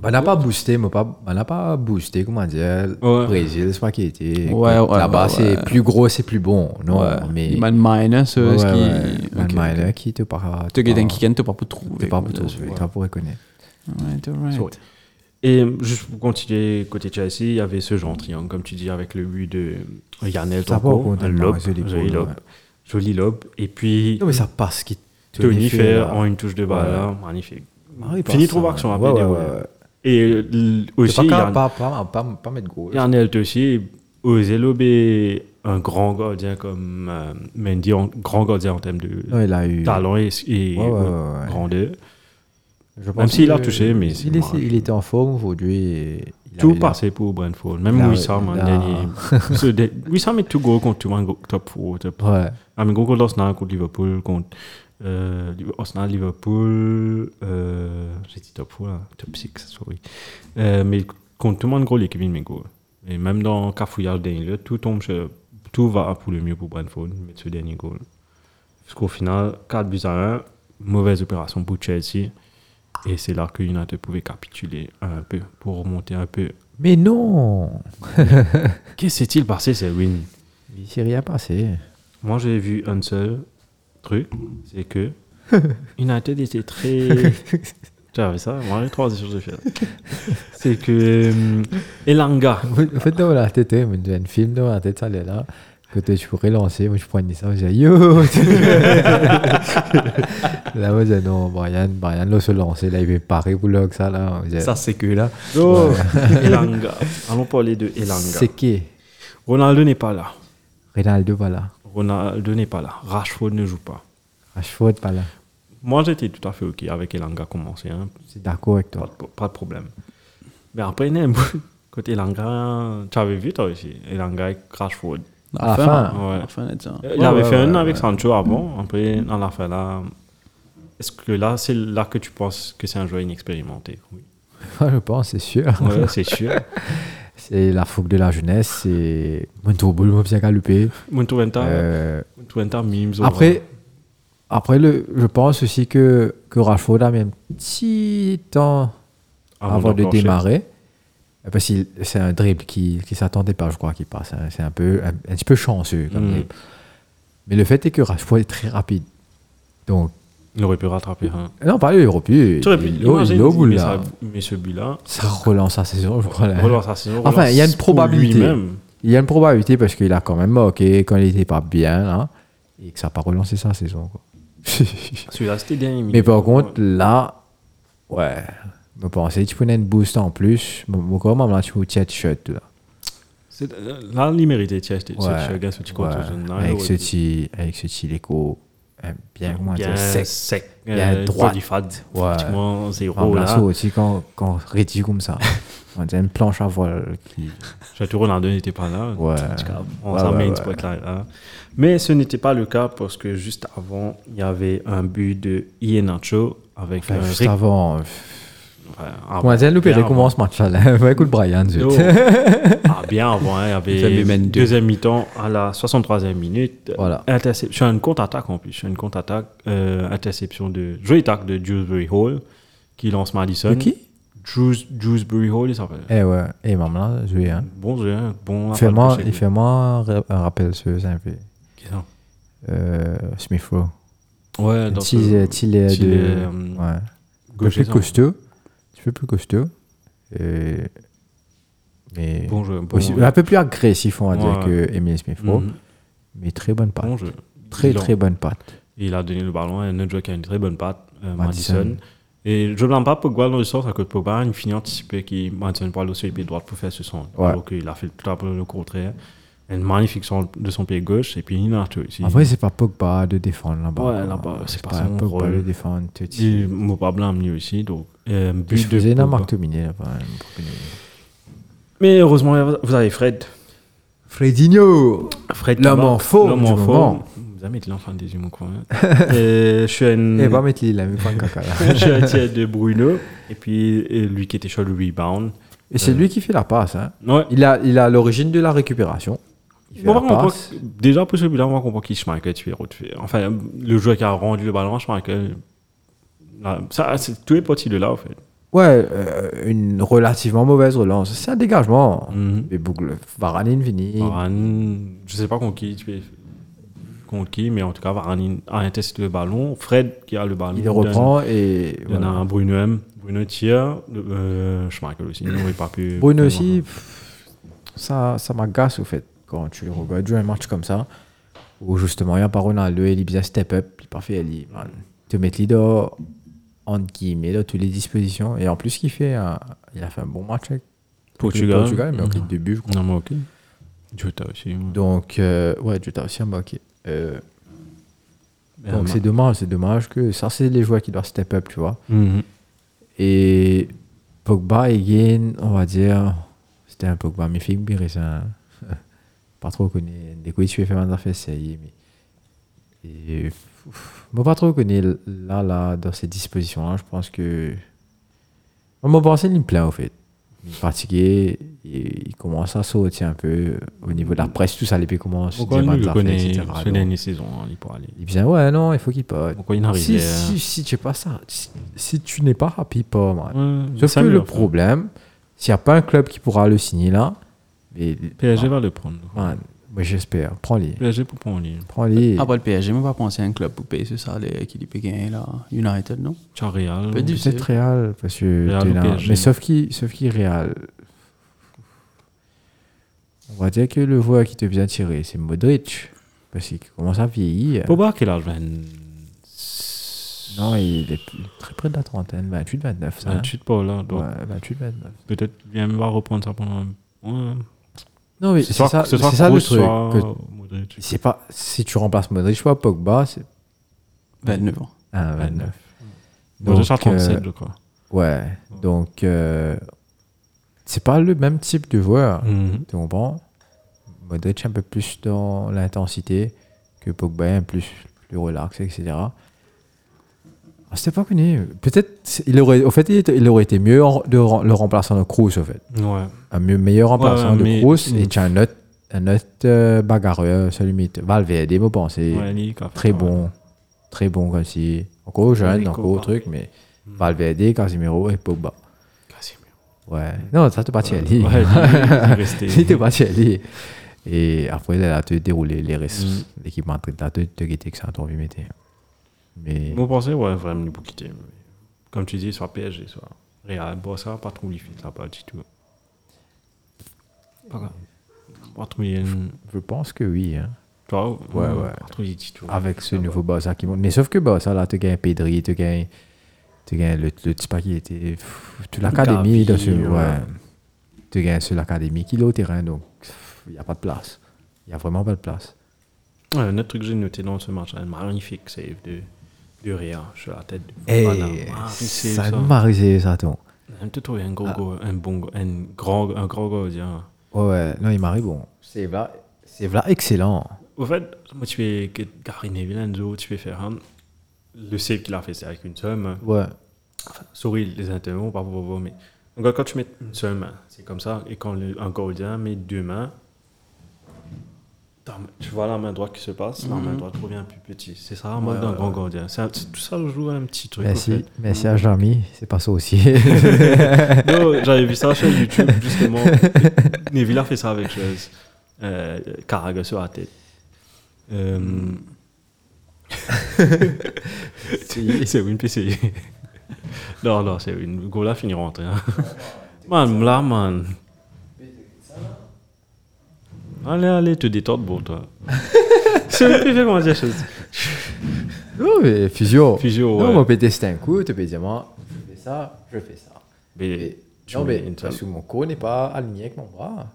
Bah, on n'a pas boosté, mais pas, on n'a pas boosté, comment dire,
Ouais.
Brésil, c'est pas qui était.
Ouais, ouais,
Là-bas,
ouais,
c'est
ouais.
plus gros, c'est plus bon. Non,
Ouais.
mais.
Il m'a minus
Ouais,
ce ce
ouais.
qui.
Man
Ok,
Miner
ok.
qui te parle.
Tu as un kick t'as pas pu
T'es
trouver.
pas
comme
pour
ça.
toi, t'as pour reconnaître.
Right, alright.
Sorry. Et juste pour continuer côté Chelsea, il y avait ce genre de triangle, comme tu dis, avec le but de Yanel
Ça va,
Tonko,
contre
un
le
lobe,
Brésil,
joli
ouais.
lobe, joli lobe. Et puis
Non, mais ça passe qui.
Tony fait en une touche de balle, là, magnifique.
Ah
Fini trop voir
action
action rapide. et voilà. Et l- aussi,
Aussi,
Yann-
pas, pas, pas, pas mettre gros. là.
Yarnell aussi, oser lober un grand gardien comme euh, Mendy, un grand gardien en termes de
Non, il a eu.
talent et, et
Ouais, ouais, ouais, ouais.
grandeur.
Je pense
Même s'il a
que-
touché, mais c'est
Il, est-
marrant.
il était en forme aujourd'hui. et il
Tout
avait la-
passé pour Brentford. Même
Là,
Wissam, en
là.
dernier. Ce dé- Wissam est tout gros contre tout un gros top 4. Top...
Ouais.
Ah, mais gros contre Arsenal, contre Liverpool, contre euh, Liv- Arsenal, Liverpool. Euh... J'ai dit top 4, là. top 6, sorry. Euh, mais contre tout le monde gros, l'équipe de gros. Et même dans Cafouillard dernier, tout tombe sur- Tout va pour le mieux pour Brentford, mais ce dernier goal. Parce qu'au final, 4 buts à 1, mauvaise opération pour Chelsea. Et c'est là que United pouvait capituler un peu pour remonter un peu
Mais non
Qu'est-ce qui s'est-il passé, c'est Win
Il s'est rien passé.
Moi, j'ai vu un seul truc, c'est que United était très Tu avais ça Moi, j'ai trois choses de faire. C'est que. hum, Elanga.
En fait, dans la tête, hein, mais j'ai un film dans la tête, ça l'est là. Quand je pourrais lancer, moi je prenais ça, je dis yo! là, moi je dis non, Brian, Brian, là, se lancer, là, il veut parer pour le ça, là. Je dis,
Ça, c'est que là.
Oh, Elanga. Allons parler de Elanga.
C'est qui?
Ronaldo n'est pas là.
Ronaldo, pas là.
Ronaldo n'est pas là. Rashford ne joue pas.
Rashford, pas là.
Moi, j'étais tout à fait OK avec Elanga commencer. hein.
C'est d'accord avec
Pas,
toi.
de pro- pas de problème. Mais après, il y en a un bout- quand Elanga. Tu avais vu, toi aussi Elanga avec Rashford.
À
la fin.
ouais.
Ouais.
À la fin, là, ça.
Euh, Il avait
ouais,
fait un
ouais,
avec Sancho avant. Après, dans la fin, là. Est-ce que là, c'est là que tu penses que c'est un joueur inexpérimenté Oui.
je pense, c'est sûr.
Ouais, c'est sûr.
C'est la fougue de la jeunesse, c'est. Mon tour, boule, mon bien galopé.
Muntuventa,
Euh,
Muntuventa mimes. au-
Après, après le, je pense aussi que, que Rashford a mis un petit temps avant, de
d'enclencher.
démarrer. Euh, Parce que c'est un dribble qui ne s'attendait pas, je crois, qu'il passe. hein. C'est un, peu, un, un petit peu chanceux comme
Mm.
dribble. Mais le fait est que Rashford est très rapide. Donc,
Il aurait pu rattraper. Hein.
non, pas le européen.
Tu aurais pu
Il est
imaginer,
au bout
mais, ça-
là.
mais ce but-là,
Ça relance sa saison, je crois. là.
relance sa saison,
Enfin, il y a une
relance pour
probabilité.
lui-même.
Il y a une probabilité parce qu'il a quand même moqué quand il n'était pas bien là. Et que ça n'a pas relancé sa saison. quoi.
Celui-là, c'était bien.
Mais par contre, là, ouais, je pensais que tu prenais une boost en plus. Mon corps, même là, tu peux tirer shot. Là,
C'est- euh, là, il méritait. Tiens, c'était
Ouais,
ce gars, ce petit contre
ouais.
ce jeune-là, il
Avec
aurait
ce
pu-
petit, avec ce petit léco, euh, bien, comment
bien
dire, sec.
sec,
bien
euh,
droit.
body fat,
Ouais.
pratiquement zéro.
Remplace
Là.
aussi quand, quand réduit comme ça. On dirait une planche à voile
Euh,
qui.
Château Ronaldo n'était pas là.
Ouais.
On
Ouais,
s'en
ouais,
met une
ouais.
spot là, là. Mais ce n'était pas le cas parce que juste avant, il y avait un but de Iheanacho avec
Enfin,
un
juste
ré- Ah,
avant. euh,
Ouais,
Comment dire, loupé,
bien
recommence ce match là. Ouais, écoute Brian, zut.
avant. Ah, bien avant, hein, il y
Deuxième
avait
mi-temps.
deuxième mi-temps à la 63e minute.
Voilà.
Intercep- Sur une contre-attaque en plus. Sur une contre-attaque, euh, interception de. Jolie tacle de Dewsbury Hall qui lance Madison.
De qui
Drews- Dewsbury Hall, il s'appelle.
Eh ouais, et même là, je vais. Hein.
Bon jeu, hein, bon. appel
Fais-moi
pour chez lui.
fais-moi un ra- un rappel sur un peu.
Qui ça
Euh, Smith Rowe.
Ouais,
Un
dans
petit,
ce-
euh, petit lait
petit
de.
lait, euh,
ouais. Un peu
gaucher,
plus
ça.
costaud. Un petit peu plus costaud. Et- Mais.
Bon jeu, bon
aussi- ah,
jeu.
un peu plus agressif, on va dire,
Ouais.
que Emile Smith Rowe.
Mhm,
Mais très bonne patte.
Bon jeu.
Très,
Il en-
très bonne patte.
Il a donné le ballon à un autre joueur qui a une très bonne patte, euh,
Madison.
Madison. Et je blâme pas Pogba dans le sens à cause de Pogba a une finale anticipée qui Madison parle sur le pied droit pour faire ce son.
Ouais.
Alors qu'il a fait tout à peu le contraire. Une magnifique son de son pied gauche et puis il a tout ici.
Après, c'est pas Pogba de défendre là-bas.
Ouais, là-bas, c'est pas son
Pogba
rôle.
de défendre. te tirer.
il m'a pas blâme lui aussi. Donc, euh, but
Je
de
faisais la
Pogba.
marque dominée là-bas. hein, pour que-
Mais heureusement, vous avez Fred.
Fredinho
Fred
L'homme
qui
en
marque.
forme
L'homme
du
en forme.
moment.
Vous allez mettre l'enfant des humains, quoi. hein. Et je suis un.
Eh, va mettre l'île, même pas un caca là.
je suis un tiers de Bruno. Et puis, et lui qui était sur le rebound.
Et c'est
Euh.
lui qui fait la passe. Hein.
Ouais.
Il a il a l'origine de la récupération. Il fait
On va
la
comprendre
passe.
que- déjà, pour celui-là, on va comprendre qui Schmeichel tu es fait. Enfin, le joueur qui a rendu le ballon à Schmeichel. Là, ah, Ça, c'est tout est parti de là, en fait.
Ouais, euh, une relativement mauvaise relance. C'est un dégagement. Mais Bougle, Varane est infini.
Mm. Varane, je sais pas contre qui tu es contre qui, mais en tout cas, Varane a intercepté le ballon. Fred qui a le ballon.
Il le reprend et.
Il y en a
voilà.
un Bruno M. Bruno tire. le- Euh, Schmeichel aussi. Il n'aurait pas pu.
Bruno aussi, pff, ça, ça m'agace au fait. Quand tu le regardes jouer un match comme ça, où justement il n'y a pas Ronaldo, il est bien step up, il est parfait, il dit, man, te mettre leader, entre guillemets, dans toutes les dispositions. Et en plus, qu'il fait, un- il a fait un bon match avec
Portugal. Mm-hmm.
le Portugal, Mhm. mais au début, je crois.
Non, mais ok. Jota aussi. ouais.
Donc, euh, ouais, Jota aussi a marqué. Euh,
Mais
donc,
Roma.
c'est dommage, c'est dommage que ça, c'est les joueurs qui doivent step up, tu vois.
Mhm.
Et Pogba et Guin, on va dire, c'était un Pogba mythique, Biré, ça. hein. pas trop connu. Des coups, tu fais mal fait, ça y est. Mais... Et... ouf, Moi, pas trop connu. Là, là, dans ces dispositions-là, je pense que. Moi, mon pensée, il me plaît, en fait. Il est fatigué, et il commence à sauter un peu euh, au niveau de la presse, tout ça, les pays commencent.
Pourquoi
dire,
nous le
Manzafé,
connaît
etc.,
cette
donc.
dernière saison, hein, il pourra aller.
Il dit, ouais, non, il faut qu'il pote.
Pourquoi il n'arrivait
Si, si, si tu n'es pas ça, si, si tu n'es pas happy, pas, man.
Ouais,
Sauf que
Ah, Samuel,
le
enfin,
problème, s'il n'y a pas un club qui pourra le signer là, mais,
PSG va le prendre.
man, Mais j'espère. Prends-les.
PSG pour prendre lui.
Prends-les.
Ah, bah,
Après le PSG, même Ah, pas penser à un club pour payer ce salaire qu'il est payé là. United, non
Tu as Real.
Peut-être.
Peut-être Real, parce que
Real
t'es
ou
là.
PSG.
Mais sauf qui, sauf qui Real. On va dire que le joueur qui te bien tirer, c'est Modric. Parce qu'il commence à vieillir.
Pogba, quel âge 20
Non, il est plus- très près de la trentaine, 28, 29. Ça,
28 pas là.
Ouais,
donc
28, 29.
Peut-être qu'il vient même pas reprendre ça pendant. Ouais.
Non, mais
Ce
c'est
soir-
ça,
ce
c'est
soir,
ça le
Kroos,
truc.
soit
que
Modric.
c'est pas, si tu remplaces Modric ou Pogba, c'est
29 Ben, ans.
Ah, 29.
29. Modric a
Donc, euh,
37, je crois.
Ouais, donc euh, c'est pas le même type de joueur.
Mhm.
Tu comprends Modric un peu plus dans l'intensité que Pogba un plus le relax, etc. Ah, C'était pas connu. Peut-être c'est- il aurait, au fait, il, était- il aurait été mieux en- de rem- le remplaçant de Kroos, au fait.
Ouais.
Un mieux- meilleur remplaçant
Ouais,
de
mais-
Kroos et
Mm.
tu as un autre, un autre euh, bagarreur, ça limite. Valverde, vous pensez
Ouais, lui, il a fait
très
ça, ouais.
bon, très bon comme si encore jeune,
Nico,
encore
par-
truc, mais Valverde, Casimiro et Pogba.
Casemiro.
Ouais. Non, ça te partit à
Ouais,
lui.
lui, il est resté.
Il te parti à lui. Et après, il a tout déroulé les restes.
Mm.
L'équipe en train de la te guetter que ça a envie de mettre. Mais
Mon pensée, ouais, vraiment, il faut quitter. mais Comme tu dis, soit PSG, soit Real. Bon, ça va pas trop lui faire, ça va pas du tout. Pas grave. Pas trop lui.
je pense que oui. hein.
Toi,
Ouais, ouais.
Pas trop lui du tout.
Avec ce nouveau Barça qui monte. Mais sauf que Barça, là, tu gagnes Pedri, tu gagnes. Tu gagnes le, le type qui était. pff, Toute
Gavi,
l'académie. dans ce-
ouais.
Ouais. Tu gagnes sur l'académie qui est au terrain, donc pff, il n'y a pas de place. Il n'y a vraiment pas de place. Ah.
Ouais, un autre truc que j'ai noté dans ce match, un magnifique save de, de Real sur la tête de
Et
Fofana. Ah, mais c'est
Eh, ça Ah. nous marisé, ça, ton.
Un tout trouvé un gros go- un bon go- un grand un grand go, dire.
Ouais, ouais, non, il marie bon. C'est là, c'est là excellent.
Au fait, moi tu fais que Gary Neville, Enzo, tu fais faire un. Le save qu'il a fait, c'est avec une somme.
Ouais.
Sorry, les interromps, pas pour voir, mais. Donc, quand tu mets une seule main, c'est comme ça. Et quand le, un gardien met deux mains, t'as- tu vois la main droite qui se passe, la main droite revient plus petit. C'est ça, en mode d'un grand gardien. C'est un- c'est- tout ça joue à un petit truc. au fait.
Merci, merci à Jamy, c'est pas ça aussi.
Non, j'avais vu ça sur YouTube, justement. Neville a fait ça avec chose. Euh, Carragher sur la tête. Euh, c'est une PC. non, non, c'est une. Gola finit rentré. Hein. Man, là, man. Allez, allez, te détendre pour toi. c'est une PC, comment dire chose.
non, mais physio.
Physio,
Non,
ouais.
on peut tester un coup, tu peux dire, moi, je fais ça, je fais ça.
Mais,
Et-
tu
non,
mets
mais
une
parce que
seule.
mon corps n'est pas aligné avec mon bras.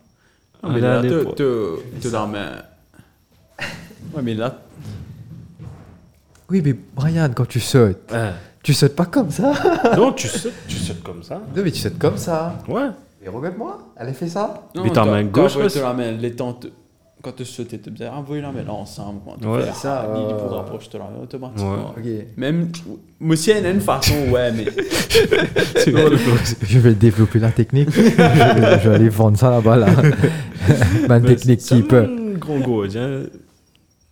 Ah, mais
Allez,
là,
allez,
te-
pour-
te te dans ma- Ouais, mais là,
Oui, mais Brian, quand tu sautes,
Ouais.
tu sautes pas comme ça.
Non, tu sautes, tu sautes comme ça.
non, mais tu sautes comme ça.
Ouais.
Mais regarde-moi, elle a fait ça.
Non,
Mais ta
t'as-
main
t'as
gauche,
envoyé
ouais,
te la main, les temps te- quand tu sautes, tu bien envoyé la main ensemble. Quand tu
Ouais.
fais
Ça,
ça, il
euh,
pour rapprocher te la main automatiquement.
Ok.
Même, moi aussi, il y a une façon, ouais, mais.
C'est
Je vais développer la technique. je, vais, je vais aller vendre ça là-bas, là. Ma technique qui peut.
Un grand gardien.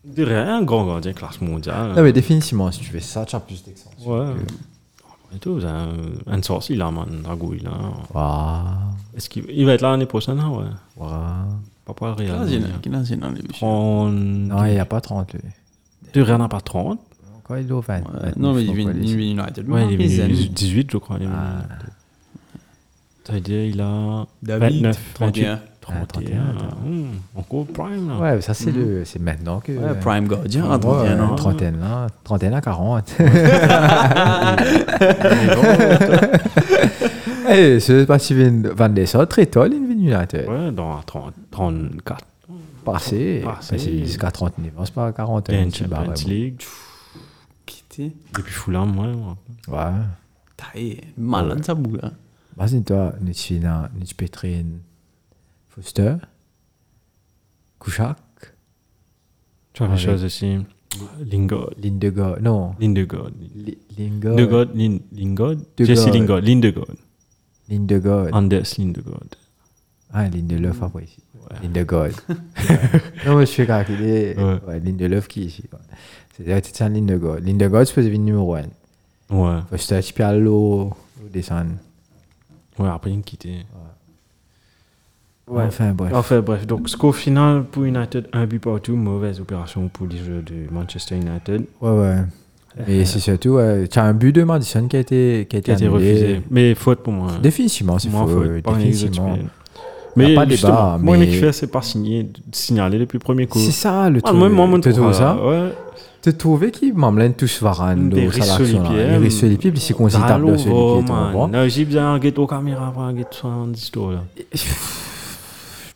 Je dirais un grand gardien classe mondiale.
Non, mais définitivement, si tu fais ça, tu as plus d'excellence.
Ouais. Et tout, c'est un, un sorcier hein. là, man. Dragouille là.
Waouh.
Est-ce qu'il il va être là l'année prochaine, hein, ouais.
Waouh.
Pas pour le Real.
Quel âge il a- quel âge il a, lui, monsieur
30.
Non, il n'y a pas 30. lui.
De Real n'a pas 30.
Encore il est au 20.
Ouais, Non, mais il vient il vient United.
Ouais, il est
Marquez,
venu
hein.
18, je crois. il est venu.
Ah.
Ça veut dire, il a
David,
29,
31.
31.
Ah, 31,
Hum, encore prime là.
Ouais, ça, c'est le- c'est maintenant que.
Ouais, Prime Guardian,
Ouais,
attends, viens, non.
trentaine, là. Trentaine à 40. Eh, c'est pas si Vin Van Dessau, très tôt, il est venu United.
Ouais, dans 30, 34.
Passé.
Passé.
Passé jusqu'à 39, c'est pas à 40.
Il y a
un
une
petit bar,
Champions League.
Quitter.
Depuis Fulham, ouais. ouais.
ouais. Ouais.
Taille, malade ça boule. hein.
Imagine-toi, Nitschina, Nitschpetrine, Foster, Kouchak,
Tu as des
Avec-
choses aussi. Lingard.
Lindegor, non,
Lindegard.
Li- Lingard,
Lindegard. Lin- Lingard.
De
Jesse
God.
Lingard. Lindegard.
Lindegor,
Anders Lindegard.
ah, Lindelof après ici, Lindegor. non, mais je suis grave, il est
Ouais.
ouais, Lindelof qui est ici. ouais. C'est-à-dire que c'est un Lindegor. Lindegor, c'est devenu numéro 1.
Ouais.
Foster, tu peux aller au au descendre.
Ouais, après, il me quittait. Ouais.
Enfin, bref.
Enfin bref, donc score final pour United, un but partout, mauvaise opération pour les joueurs de Manchester United.
Ouais, ouais. Mais c'est surtout, ouais, tu as un but de Madison qui a été, qui a
Euh. Qui
été,
a été
annulé.
refusé. Mais faute pour moi.
Définitivement, c'est
Moi,
faux.
faute. Pas un
définitivement.
exécuté. Mais
pas de
justement,
débat,
moi,
mais-
le fait, c'est pas signé, signaler depuis le premier coup.
C'est ça le
Ah,
truc.
moi, moi, moi,
T'as
je trouve
trouvé ça
Ouais.
T'as trouvé qui m'emmène tous Varane
Des
dans sa
rissos
l'action,
les
là.
pieds,
Les rissos les pieds, puis c'est qu'on s'y tape là,
Dalo,
sur
oh,
les pieds, tu
man.
comprends
Non, j'ai besoin d'un ghetto caméra, avoir un ghetto 70 tours, là.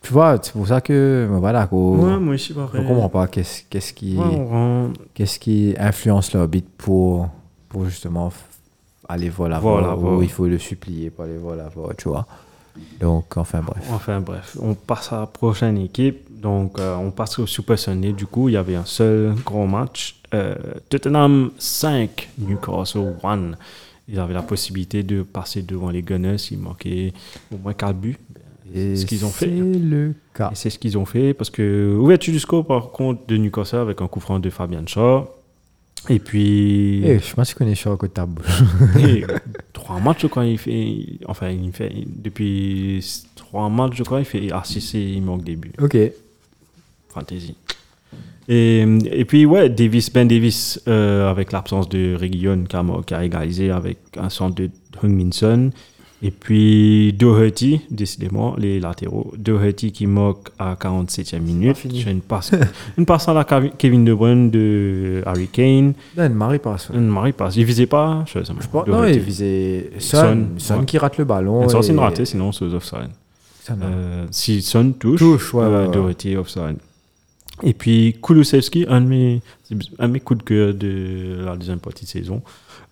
Tu vois, c'est pour ça que, ben voilà, qu'on
Ouais, moi, Oh. je sais pas.
on comprend pas qu'est-ce qu'est-ce qui,
Ouais, on rend-
qu'est-ce qui influence leur bit pour, pour justement f- aller voir là
Voir là-bas.
où il faut le supplier pour aller voir là-bas, tu vois. Donc, enfin bref.
Enfin bref, on passe à la prochaine équipe. Donc euh, on passe au Super Sunday. Du coup, il y avait un seul gros match. Euh, Tottenham 5, Newcastle 1. Ils avaient la possibilité de passer devant les Gunners. Ils manquaient au moins 4 buts.
Et
ce qu'ils ont fait. hein.
C'est le cas.
Et c'est ce qu'ils ont fait parce que ouverture du score par contre de Newcastle avec un coup franc de Fabian Shaw. Et puis
Eh, je pense qu'on est sur le côté de ta bouche.
et trois matchs, je crois, il fait. Enfin, il fait depuis trois matchs, je crois, il fait RCC, il manque des buts.
Ok.
Fantasy. Et, et puis, ouais, Davis, Ben Davis, euh, avec l'absence de Reguillon qui a, qui a égalisé avec un centre de Hung-Min-Son. Et puis Doherty, décidément, les latéraux. Doherty qui moque à 47e minute. J'ai Une passe, une passe à la Cavi- Kevin De Bruyne de Harry Kane.
Non, il marie pas ça.
Une marée passe. Il visait pas. Je sais pas.
Je pense- non,
Doherty.
il visait Son.
Son,
Son,
ouais.
qui rate le ballon.
Elle sort c'est une
et-
ratée, sinon c'est offside.
Son, ouais.
Euh, si Son touche, euh,
Touche, ouais, ouais, ouais.
Doherty offside. Et puis Kulusevski, un de mes, un de mes coups de cœur de la deuxième partie de saison,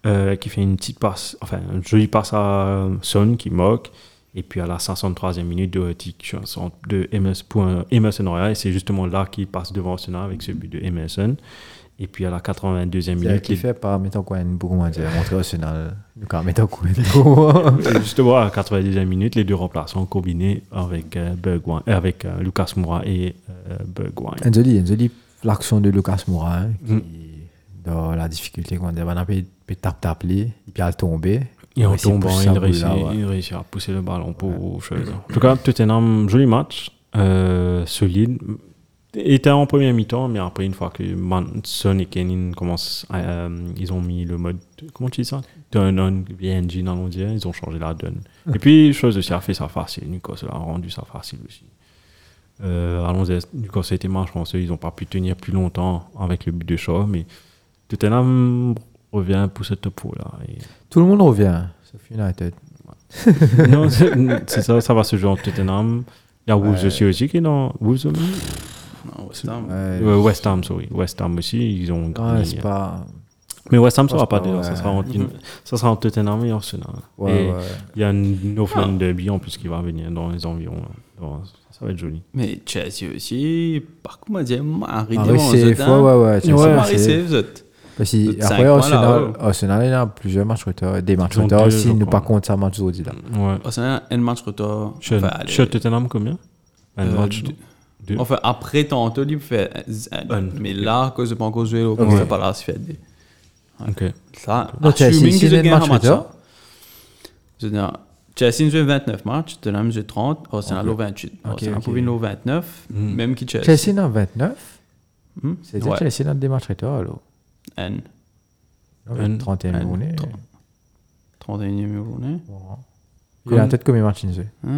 euh, qui fait une petite passe, enfin une jolie passe à euh, Son qui moque. Et puis à la 503e minute, Doherty qui fait un centre de Emerson, pour un- Emerson Royal. Et c'est justement là qu'il passe devant Arsenal avec ce but de Emerson. Et puis à la 82e
C'est elle
minute,
qui
les-
fait par mettant quoi une beaucoup moins de montrer au Sénat. Donc, en mettant quoi une beaucoup moins.
Et justement, à la 92e minute, les deux remplaçants combinés avec, euh, Bergwijn- euh, avec euh, Lucas Moura et euh, Bergwijn.
Anzoli, Anzoli, l'action de Lucas Morin, qui, dans la difficulté qu'on a, on a pu tap tap lui, puis elle tomber.
Et en
Ouais, c'est
tombant,
pour
il
ça,
réussit,
là, ouais.
il réussit à pousser le ballon pour Chelsea. En tout cas, Tottenham, joli match, euh, solide. Il Était en première mi-temps, mais après, une fois que Manson et Kenin commencent, à, euh, ils ont mis le mode, comment tu dis ça Turn on VNG, dans on dirait, ils ont changé la donne. et puis, chose aussi a fait ça facile, Newcastle a rendu ça facile aussi. Euh, Allons-y, Newcastle était malchanceux, ils n'ont pas pu tenir plus longtemps avec le but de Shaw, mais Tottenham revient pour ce topo là. Et-
Tout le monde revient, sauf United.
non, c'est c'est ça, ça va se jouer en Tottenham. Il y a Wolves aussi, aussi qui est dans Wolves aussi.
Non, West Ham.
Ouais,
Ouais, West Ham, sorry. West Ham aussi, ils ont
ouais,
gagné.
c'est pas.
Mais West Ham, ça
Ouais,
sera
c'est
pas
pas-
dedans. Ça,
ouais.
sera en, ça sera en Tottenham et Arsenal.
Ouais,
Et
ouais.
Il y a un Northland Derby en plus qui va venir dans les environs. Donc, ça va être joli.
Mais Chelsea aussi, par contre, moi, j'ai arrêté
Marie Save, ouais, ouais, ouais. tiens, c'est Marie
Marie
Save.
Save, vous êtes.
Parce que
Cinq
après,
points, là,
Arsenal,
ouais.
Arsenal, il a plusieurs matchs retour, des matchs
Ils ont
retour,
deux, je
s'il ne
crois.
pas compte ça, match aujourd'hui, là.
Ouais.
Arsenal, un match retour.
Chez
Bah,
Enfin, allez,
chez Tottenham, combien Un
euh,
match
deux.
deux.
Enfin, après tantôt, il fait. euh,
Un.
Mais là, à cause de pas encore jouer, au
Ouais.
ça pas la suite.
Ok.
Ça,
Non, Chelsea,
assuming
si
qu'ils
il y a
ont
un
gagné
match
un match.
retour.
hein. Je veux dire, Chelsea joue 29 matchs, Tottenham joue 30, Arsenal au 28. Arsenal
ok.
pour venir au 29, même qui Chelsea.
Chelsea n'a 29.
Hmm?
C'est
Ouais.
Chelsea n'a des matchs retour, alors.
N.
Un-
31 journée.
31e journée.
Il a peut-être combien de matchs il joue
Ah, ouais,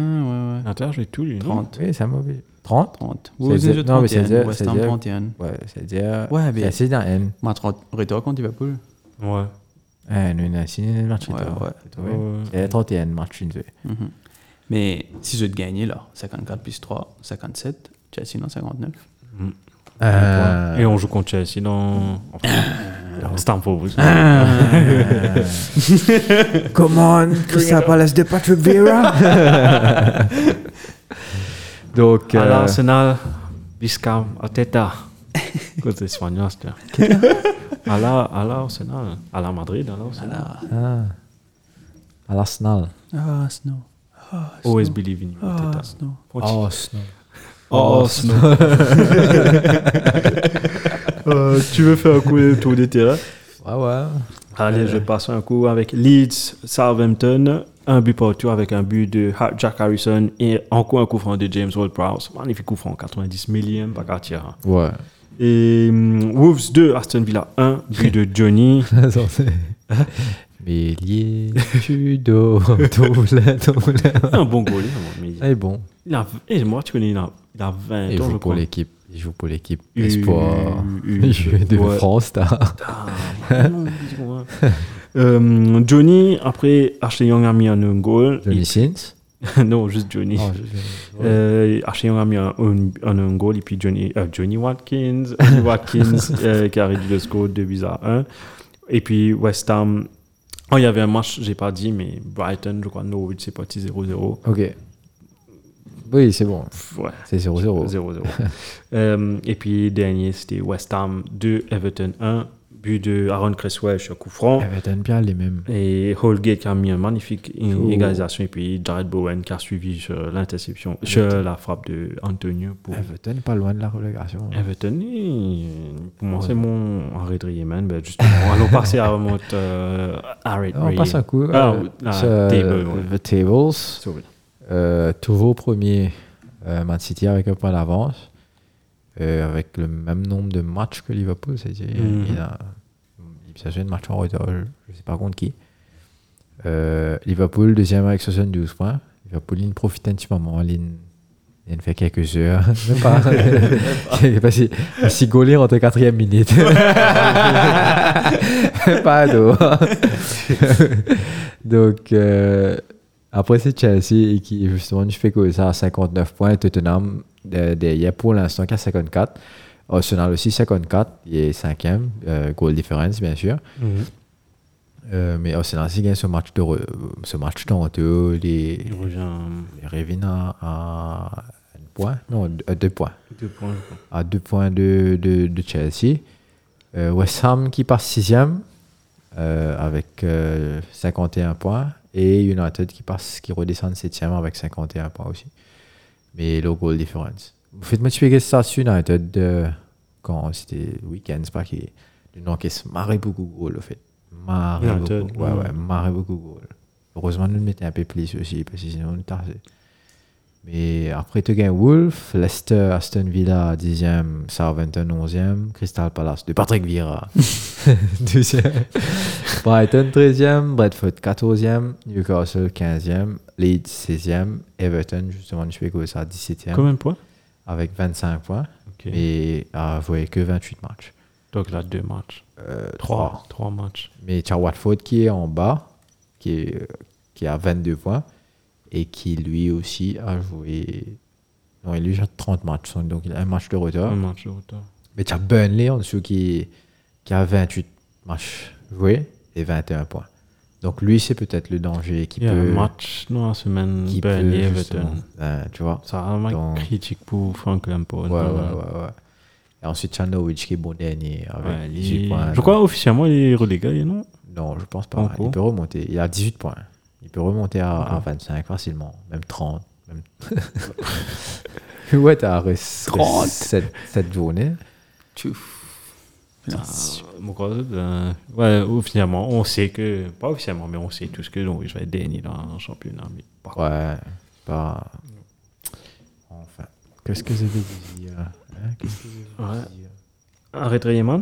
ouais.
Inter, j'ai tout lu. non
30.
Oui, c'est mauvais. 30
30.
C'est
Wolves
dire-
joue
non, mais c'est
31,
dire-
West
c'est
Ham
dire-
31.
Ouais, c'est-à-dire.
Ouais, mais-
C'est assez dans N.
Match retour contre Liverpool.
Ouais.
Ah, nous, on a signé un match retour.
Ouais, ouais.
C'est trouvé.
Ouais.
C'est 31 matchs une
Mais si je de gagner là, 54 plus 3, 57, Chelsea non 59.
Et on joue contre Chelsea dans. Enfin, dans Stamford Bridge.
Comment Crystal Palace de Patrick Vieira Donc,
À
euh,
l'Arsenal, Biscam, Ateta. Côté espagnol, c'est bien. À la- à l'Arsenal, à la Madrid, à l'Arsenal.
Ah. à l'Arsenal.
Ah, Snow.
Always believe in you, Ateta.
Ah, Snow.
Continue.
Arsenal.
Oh, Snow. Euh, tu veux faire un coup de tour des terrains
Ouais, ouais.
Euh. Allez, je passe un coup avec Leeds, Southampton. un but partout avec un but de Ha- Jack Harrison et encore un coup franc de James Ward Prowse. Magnifique coup franc, 90 millième par quartier. hein.
Ouais.
Et hum, Wolves 2, Aston Villa 1, but de Johnny.
Attends, c'est- Bélier, tu dors, double, double.
un bon goal. hein, mais
Et bon,
il a- Et moi, tu connais, il a, il a 20
il
ans. je
joue pour
crois.
l'équipe. Il joue pour l'équipe
U-
Espoir.
U-
Il joue de
Ouais.
France, t'as.
Ah, non, dis-moi. Euh, Johnny, après Ashley Young a mis un un goal.
Johnny Sins.
Il- non, juste Johnny.
Oh, je-
Euh, Ashley Young a mis un, un, un- un goal et puis Johnny, euh, Johnny Watkins, Johnny Watkins euh, qui a réduit le score de 2 à 1. Et puis West Ham, oh, il y avait un match, j'ai pas dit, mais Brighton, je crois, Norwich, c'est parti 0-0.
Ok. Oui, c'est bon.
Pff, Ouais.
C'est 0-0.
0-0. Euh, et puis dernier, c'était West Ham 2, Everton 1, but de Aaron Cresswell sur coup franc.
Everton bien les mêmes.
Et Holgate qui a mis une magnifique é-
Oh.
égalisation. Et puis Jared Bowen qui a suivi sur l'interception, sur la frappe de Antonio pour
Everton pas loin de la relégation.
Everton. Et Pour moi, c'est mon Harry Yemen. Ben justement, allons passer à mon euh, Harry
On passe un coup.
Ah,
euh,
oui, ah,
sur,
table,
euh,
ouais.
The Tables. Euh, Touveau premier, euh, Man City avec un point d'avance, euh, avec le même nombre de matchs que Liverpool. C'est-à-dire,
Mhm.
il a il s'agit de match en retard, je ne sais pas contre qui. Euh, Liverpool deuxième avec 72 points. Liverpool, il profite un petit moment. Il il ne fait quelques heures. Même pas. Je sais pas si, si Gaulier rentre quatrième minute. pas d'eau. Donc, euh, après, c'est Chelsea et qui, justement, je fais que ça à 59 points. Tottenham, euh, derrière, pour l'instant, qu'à 54. Arsenal aussi, 54. Il est cinquième. Euh, goal difference, bien sûr. Euh, mais Arsenal, s'il gagne ce match de, re- ce match Toronto, les,
Il revient à
les Ravens à, à un point. Non, à deux points
deux points, je crois.
à deux points de, de, de Chelsea. Euh, West Ham qui passe sixième euh, avec euh, 51 points et United qui passe, qui redescend septième avec 51 points aussi. Mais le goal difference. Vous faites m'expliquer ça sur United euh, quand c'était le week-end, c'est pas qui le nom qui se marrait beaucoup de goal au fait. Marrait
United,
beaucoup. Ouais,
ouais.
ouais, marrait beaucoup de goal. Heureusement, nous le mettions un peu plus aussi parce que sinon on est tardé. Mais après, tu gagnes Wolf, Leicester, Aston Villa, 10e, Southampton, 11e, Crystal Palace de Patrick Vieira, 12e, Brighton, 13e, Bradford, 14e, Newcastle, 15e, Leeds, 16e, Everton, justement, je fais quoi ça, 17e,
Combien de points
avec 25 points,
Ok.
mais à voyez que 28 matchs.
Donc là, deux matchs.
Euh,
Trois. Trois matchs.
mais tu as Watford qui est en bas, qui, est, qui a 22 points, et qui lui aussi a joué. Non, il lui a 30 matchs, donc il a un match de retard.
Un match de retard.
Mais tu as Burnley en dessous qui, qui a 28 matchs joués et 21 points. Donc lui, c'est peut-être le danger qui
Il y a
peut.
un match dans la semaine
qui peut,
Burnley
justement,
Everton.
euh, tu vois
Ça a vraiment
Donc-
critique pour Frank Lampard.
ouais, ouais, ouais, ouais. Et ensuite, tu as Norwich qui est bon dernier avec
Ouais,
18
il-
points.
Je crois officiellement il est relégué, non
Non, je pense
Pas
pas. Il
encore.
peut remonter. Il a 18 points. Il peut remonter à, à 25 facilement, même 30. Même... ouais, t'as 30
30.
cette, cette journée.
Tchouf.
Euh, mon gars, euh, ouais, officiellement, on sait que. Pas officiellement, mais on sait tous que Norwich va être dernier dans le championnat. Mais par contre,
Ouais, c'est pas. Enfin. Qu'est-ce que je vais dire hein, Qu'est-ce que je vais
Ouais.
dire
un retraité, man.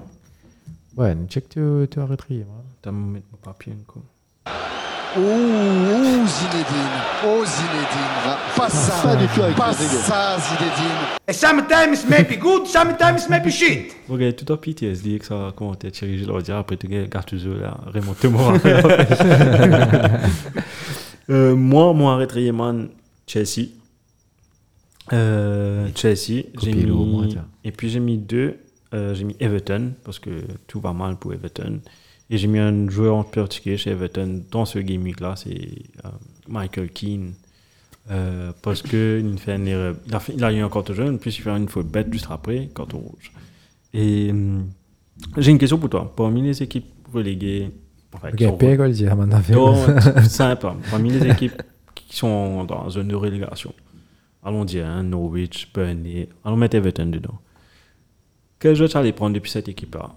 Ouais, nous check tu tu arrêterais.
T'as mis mon papier encore.
Oh, oh, Zinedine. Oh, Zinedine. va- Pas ça. Pas du tout Pas ça, Zinedine.
Sometimes may be good, sometimes may be shit.
Regarde, tout en PTSD que ça a commenté Thierry Gilordia, après tout le Gattuso, là, remontez-moi. euh, moi, mon arrêté, man, Chelsea. Euh, Chelsea, j'ai
Copiez-le au
mis-
moins, tiens.
Et puis j'ai mis deux. Euh, j'ai mis Everton, parce que tout va mal pour Everton. Et j'ai mis un joueur en particulier chez Everton dans ce game week-là, c'est euh, Michael Keane. Euh, parce que il fait une erreur. Il a, fait- il a eu un carton jaune, puis il fait une faute bête juste après, carton rouge. Et hum, j'ai une question pour toi. Parmi les équipes reléguées, enfin, qui sont
Ok, pire que le dire maintenant.
donc, simple. Parmi les équipes qui sont dans la zone de relégation, allons dire hein, Norwich, Burnley, allons mettre Everton dedans. Quel jeu tu allais prendre depuis cette équipe-là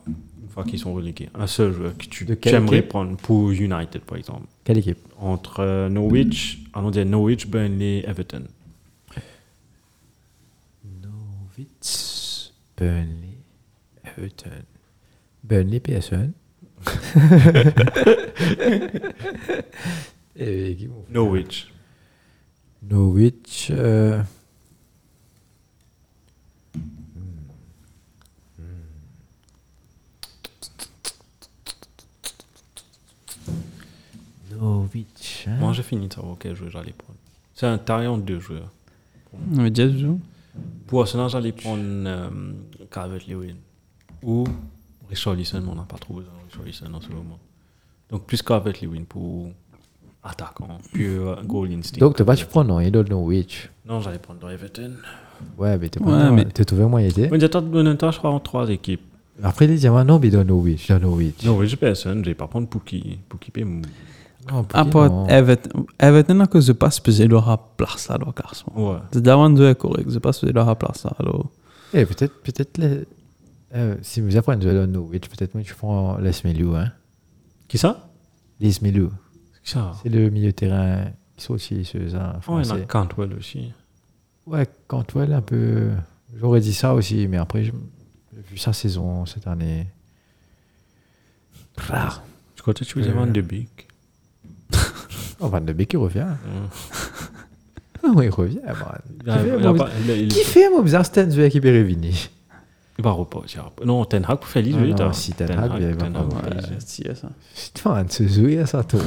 fois qu'ils sont relégués. Un seul joueur que tu
De
tu
quelle
aimerais
équipe
prendre pour United, par exemple.
Quelle équipe
Entre euh, Norwich, allons dire Norwich, Burnley, Everton.
Norwich, Burnley, Everton. Burnley, PSN. Et qui vont faire
Norwich.
Norwich. euh, Norwich. hein.
Ah. Moi, j'ai fini de savoir quel joueur j'allais prendre. C'est un tarion de deux joueurs.
On va dire toujours.
Pour Arsenal, j'allais prendre euh, Calvert-Lewin ou Richarlison, mais on n'a pas trop besoin de Richarlison en ce moment. Donc plus Calvert-Lewin pour attaquant, pure goal instinct.
Donc, tu vas prendre non, il donne Norwich.
Non, j'allais prendre dans Everton.
Ouais, mais t'es
Ouais,
pas
mais-
T'es trouvé moyen d'aider.
Mais j'ai tant de bonnes temps, je crois, en trois équipes.
Après, les diamants, non, mais il donne Norwich. Donne Norwich.
Non, oui, j'ai personne, je vais pas prendre Pouki. Pouki, paie mou.
Non, pour
À
qui, non.
part Ah, Everton, Everton, à cause de pas se peser leur place là, leur classement.
Ouais.
C'est d'avant de correct, c'est pas se peser leur place là, alors.
Eh, peut-être, peut-être les... euh, si vous apprenez de Norwich, peut-être moi je prends Les Melou, hein.
Qui ça
Les Melou,
Qui ça
c'est Ah, le milieu de terrain qui sont aussi ceux là
Oh, il y en a
français.
Cantwell aussi.
ouais, Cantwell un peu. J'aurais dit ça aussi, mais après je- j'ai vu sa saison cette année. Rare.
Je crois que tu voulais
Euh.
prendre De Beek.
Oh, Van de Beek il revient.
Hum.
Non, il revient. man.
Mm. Il a-
Qui fait,
il a
moi,
pas- il a- il-
Qui fait mon bizarre Stan Zweig et Berevini
Il va reposer. Non, Ten Hag pour Félix,
Ah
oui,
non,
t'as-
si Ten Hag, il va
hein. Ten
pas
Hag, euh,
voir.
Félix.
si, c'est ça.
Putain, ce Zouya, ça tourne.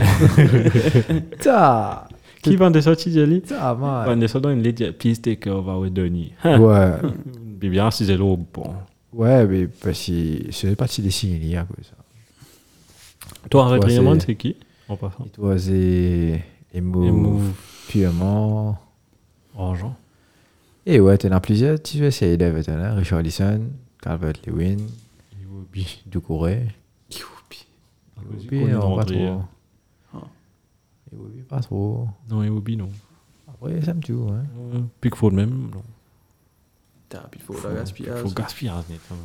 Putain,
Qui vend des sorties d'Ali
putain, man.
Van der Sar dans une ligne piste que euh, va au Denis.
Ouais.
Bien, si c'est l'eau, bon.
Ouais, mais parce que ce n'est pas si décidé à quoi ça.
Toi, avec
Ouais,
Raymond,
c'est-
c'est qui En passant.
Il doit et
Émouve.
purement.
Argent.
Et Eh ouais, t'en as plusieurs, tu veux essayer d'être hein? Richard Ellison, Calvert Lewin,
Iwobi.
Doucouré.
Youpi.
Iwobi, non, pas
euh,
trop. Iwobi, pas trop.
Non, Iwobi, non.
Après, ça me tue, hein.
Euh, Pickford, même. Non.
T'as puis faut la gaspillage.
Faut gaspiller, hein, mais quand même.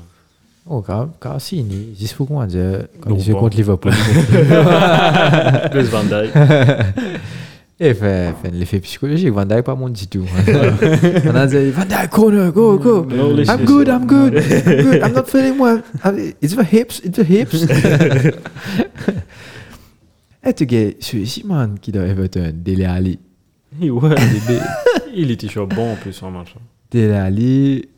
Oh, car, car si, ni- juste pour qu'on dise, quand
Non,
il joue
pas.
contre Liverpool.
Plus Van Dijk.
Et fait, fait l'effet psychologique, Van Dijk pas mon du tout. On a dit, Van Dijk, corner, go, go.
Non, laissez
I'm good,
ça.
I'm good, I'm good, I'm not feeling well. I'm- It's the hips, it's the hips. Et tu gars, celui-ci, man, qui doit Everton, Dele Ali.
Et ouais, bébé. Il était sur bon en plus en match. hein.
Dele Ali.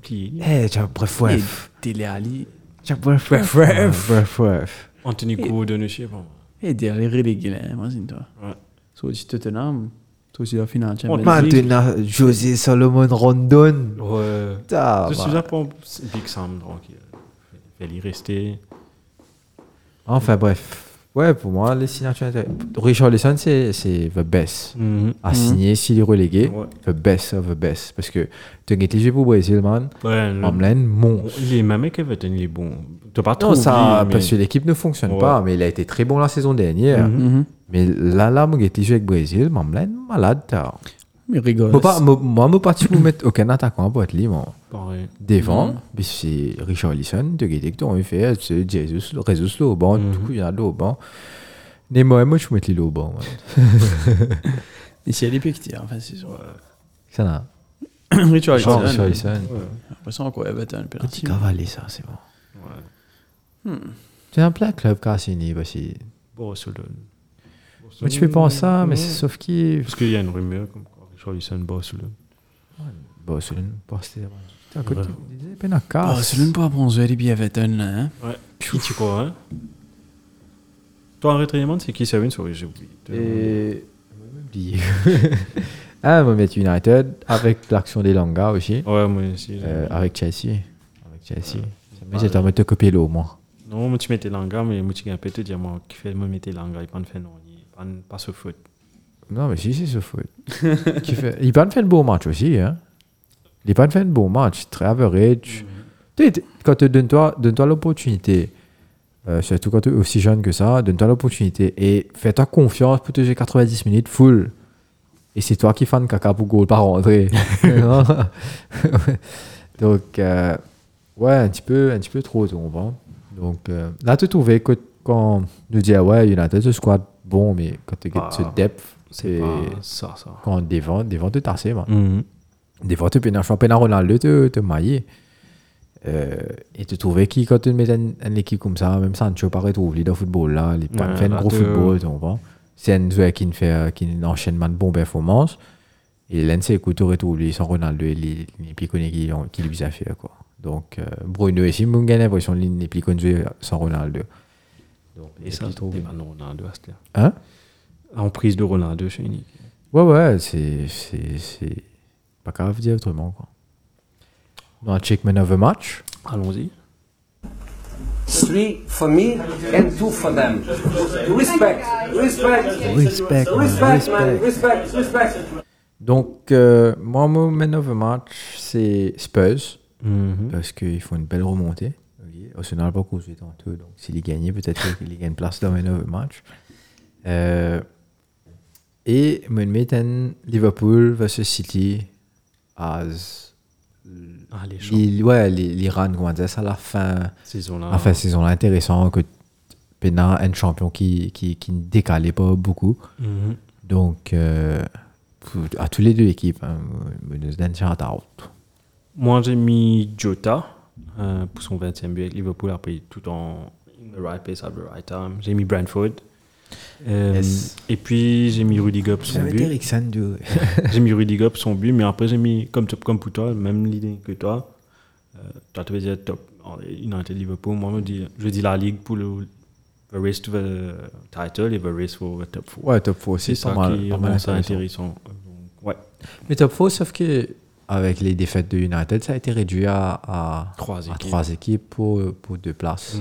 Qui
Eh, tu as bref, bref.
Dele Ali.
Tu as bref, bref, bref. Bref, bref.
Anthony Gordon aussi, bon.
Et derrière les gars, imagine-toi.
Ouais.
Soit aussi Tottenham, soit aussi la finale Champions
Man,
League.
Maintenant, José Solomon Rondon.
Ouais.
Putain,
Je suis
man.
là pour Big Sam, tranquille. Il y rester.
Enfin, bref. Ouais, pour moi, les signatures. Richard Lisson, c'est c'est the best. à signer s'il est relégué.
Mm. Ouais.
The best of the best. Parce que tu as les jeux pour Brésil, man.
Ouais, le-
Omlen, mon.
Il Mm. est même qu'Everton, il est bon. T'as pas
Non,
trop
ça,
oublié, mais-
parce que l'équipe ne fonctionne
Ouais. Mm-hmm,
pas, mais il a été très bon la saison dernière.
Mhm.
Mais là, là, moi, j'ai été joué avec Brésil, Mamlen, malade. t'as.
Mais rigole.
Faut pas- Moi, moi, je parti pour mettre aucun attaquant à boîte libre.
Pareil.
Devant, mais c'est Richard Lisson, de Guédé, que tu as fait, euh, c'est Jesus, Jesus là au banc, du coup, il y en a là au banc. Mais moi, moi, je peux mettre les là au banc. man.
Et si elle est piquée, enfin, c'est sûr.
Ça n'a.
Richard Ah,
Richard
Lisson. J'ai
Lisson.
l'impression qu'on avait un
Petit
penalty.
cavalier, ça, c'est bon. Tu as un plein de clubs Cassini, bah, parce que...
Barcelone.
Mais tu fais pas en ça, mais c'est sauf qui.
Parce qu'il y a une rumeur comme quoi Richarlison, Barcelone.
Barcelone, Barcelone. Putain,
Ouais.
quand tu disais Pénacas.
Barcelone Ah, pas bronzé, les billets Everton là. Hein.
Ouais. Qui tu crois, hein Toi, en retraitement, c'est qui Sabine Sorry, j'ai oublié.
Et. Oublié. Ah, Mohamed United, avec l'action des Langa aussi.
Ouais, moi aussi. j'ai-
Euh, avec Chelsea. Avec Chelsea. Mais
pas
j'étais en mode de copier l'eau, moi.
Non, moi, tu mettais l'anga, mais moi, tu gagnes peut-être, dire, moi, qui fait, moi, mettais l'anga, il prend fait non, il prend pas ce foot.
Non, mais si, c'est ce foot. Qui fait- Il pas fait un beau match aussi, hein. Il pas fait un beau match, très average. Tu sais, t- Quand tu donnes-toi donne l'opportunité, euh, surtout quand tu es aussi jeune que ça, donne-toi l'opportunité et fais-toi confiance pour te jouer 90 minutes full. Et c'est toi qui fan caca pour goal par rentrer. Donc, euh, ouais, un petit peu, un petit peu trop, tu comprends. Donc, euh, là, tu trouvais que quand nous disait, ouais, United, ce squad bon, mais quand tu
Ah,
gagnes ce depth,
C'est
c'est
pas ça, ça.
quand devant, devant te tasser, man.
Mm.
Devant te pénal, je pénal Ronaldo te, te mailler. Euh, et tu trouvais qui, quand tu mets une, une équipe comme ça, même Sancho, pareil, tu oublies le football là, il
Ouais,
pas fait un
là,
gros
tu-
football, tu comprends. C'est un joueur qui ne fait euh, qui ne enchaîne pas de bonnes performances. Et l'un de ses coups, tu aurais oublié sans Ronaldo et les les petits connus qui, ont- qui lui a fait, quoi. Donc, euh, Bruno et Simon gagnent l'impression de les petits connus sans Ronaldo. Donc,
Et ça,
puis,
c'était
trouve-
pas non, Ronaldo à ce stade.
Hein?
En prise de Ronaldo, c'est unique.
Ouais, ouais, c'est. C'est c'est pas grave dire autrement, quoi. Dans Check Man of the Match,
Allons-y.
three for me and two for them. Respect, respect,
Respect, man,
respect, man, respect, respect.
donc euh, moi, mon Man of the Match, c'est Spurs,
Mhm.
parce qu'ils font une belle remontée. Ok, Arsenal n'a pas causé tantôt, donc s'il y gagnait, peut-être qu'il y gagne place dans Man of the Match. Euh, et me mettre un Liverpool versus City as.
Ah, les champs.
Il- ouais, les- l'Iran, comment dire ça, à la fin.
Saison-là.
Enfin, la saison là intéressant que Pena est un champion qui, qui, qui ne décalait pas beaucoup.
Mhm.
Donc, euh, pour- à tous les deux équipes, hein, me- me donne shout-out.
Moi, j'ai mis Jota euh, pour son 20e but avec Liverpool. Après, tout en in the right place at the right time. J'ai mis Brentford. Euh,
Yes.
Et puis, j'ai mis Rudiger pour son but. j'ai mis Rudiger pour son but, mais après, j'ai mis, comme, comme pour toi, même l'idée que toi. Euh, toi, tu veux dire top en United Liverpool. Moi, je dis, je dis la Ligue pour le the race to the title et the race for the top 4.
Ouais, top 4
C'est
aussi,
ça
pas mal,
qui
pas mal
rend ça
intéressant. Euh,
intéressant. Donc, ouais,
Mais top 4, sauf que avec les défaites de United, ça a été réduit à, à,
Trois
à
équipes. Mhm.
trois équipes pour, pour deux places.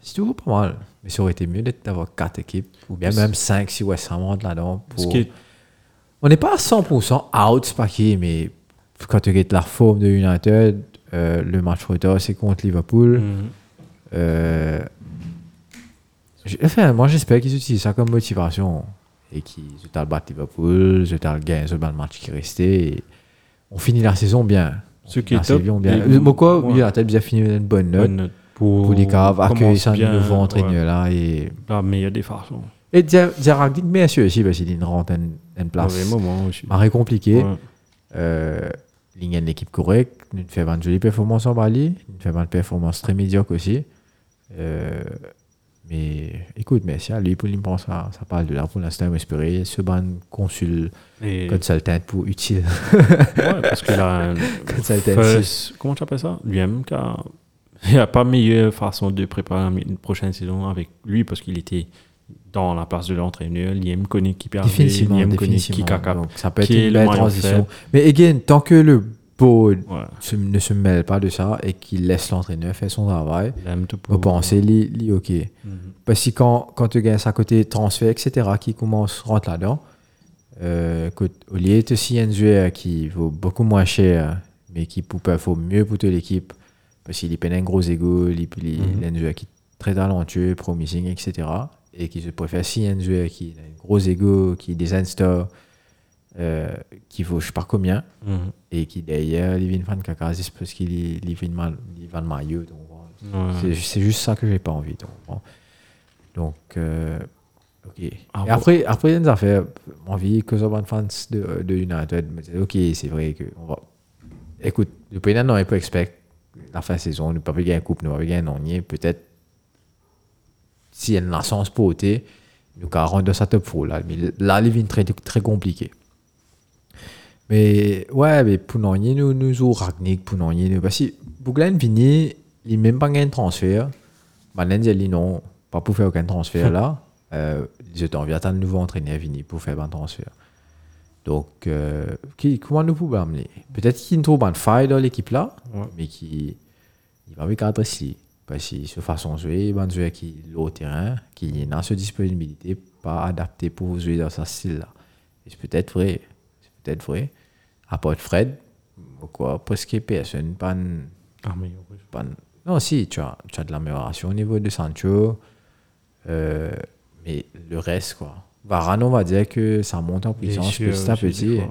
C'est toujours pas mal. Mais ça aurait été mieux d'être- d'avoir quatre équipes, ou bien même cinq si West Ham rentre là-dedans.
Ce
pour-
qui est-
On n'est pas à 100% out, c'est pas qui, mais quand tu regardes la forme de United, euh, le match retour, c'est contre Liverpool.
Mhm.
Euh, j- enfin, moi, j'espère qu'ils utilisent ça comme motivation et qu'ils se le battre Liverpool, se le gain, se le match qui restait. et on finit la saison bien. On
Ce qui
finit
est
la
top,
saison bien. Euh,
et-
Pourquoi
ouais.
United bien fini une bonne note
bonne note pour,
pour les caves, accueillir
commence
ça
bien,
nouveau entraîneur
ouais,
là et
la meilleure des façons.
et dire dire dit messieurs aussi parce qu'il y a une rente une, une place.
Mauvais moment aussi.
Marré compliqué.
Ouais.
Euh, il y a une équipe correcte, il fait une jolie performance en Bali, il fait une performance très médiocre aussi. Euh, mais écoute, mais ça, lui, pour l'impense, ça, ça parle de là pour l'instant, on espérait ce ban consul
Et-
consultant pour utile.
ouais, parce que là,
ça a été
first- comment tu appelles ça Lui-même, car il n'y a pas meilleure façon de préparer une prochaine saison avec lui parce qu'il était dans la place de l'entraîneur. Liam connaît qui perd,
Définitivement,
Liam connaît qui
définitivement.
caca.
Donc, ça peut être
Qui est
une
le
belle
moyen
transition.
faible.
Mais again, tant que le board
Ouais.
se- ne se mêle pas de ça et qu'il laisse l'entraîneur faire son travail,
Liam te
Vous
pour-
pensez, li, li, ok. Parce que quand, quand tu gagnes ça côté transfert, etc., qui commence rentre là-dedans, euh, que- au lieu de signer un joueur qui vaut beaucoup moins cher, mais qui peut faut mieux pour toute l'équipe, parce qu'il est un gros ego, il il- il est un joueur qui est très talentueux, promising, etc., et qui se préfère signer un joueur qui a un gros ego, qui est des instores, euh, qui vaut je sais pas combien,
Mhm.
et qui derrière, il vient de faire une caca, c'est parce qu'il il- il vient de mal, il vient de maillot, donc voilà.
Ouais.
C'est, c'est juste ça que j'ai pas envie. Donc, bon. donc euh, ok.
Ah,
Et
bon.
après, après, il y a une affaire. Mon vie, que ça bonne fans de, de United me disait, ok, c'est vrai que on va. Écoute, depuis un an, il peut expect la fin de saison, ne pas gagner une coupe, ne pas gagner un onnier, peut-être si elle n'a sens pour ôter, nous qu'à rendre ça top 4 là. Mais là, il vient très, très compliqué. Mais ouais, mais pour nous, nous nous jouons Ragnik, pour nous, nous. Parce que Bouglan Vini, il n'a même pas gagné de transfert. Maintenant, il dit non, pas pour faire aucun transfert là. Euh, je t'envie à un nouveau entraîneur Vini pour faire un transfert. Donc, euh, qui, comment nous pouvons amener Peut-être qu'il trouve un faille dans l'équipe là,
Ouais.
mais qui il va avec ici. Parce que de façon de jouer, il va jouer qui est au terrain, qui n'a ce disponibilité pas adapté pour jouer dans ce style là. Et c'est peut-être vrai. C'est peut-être vrai. À part Fred, quoi, presque personne, pas une-
Ah, mais oui.
pas une- Non, si, tu as, tu as de l'amélioration au niveau de Sancho, euh, mais le reste, quoi. Varane, on va dire que ça monte en
Les
puissance
chiens,
petit à
je sais
petit.
pas.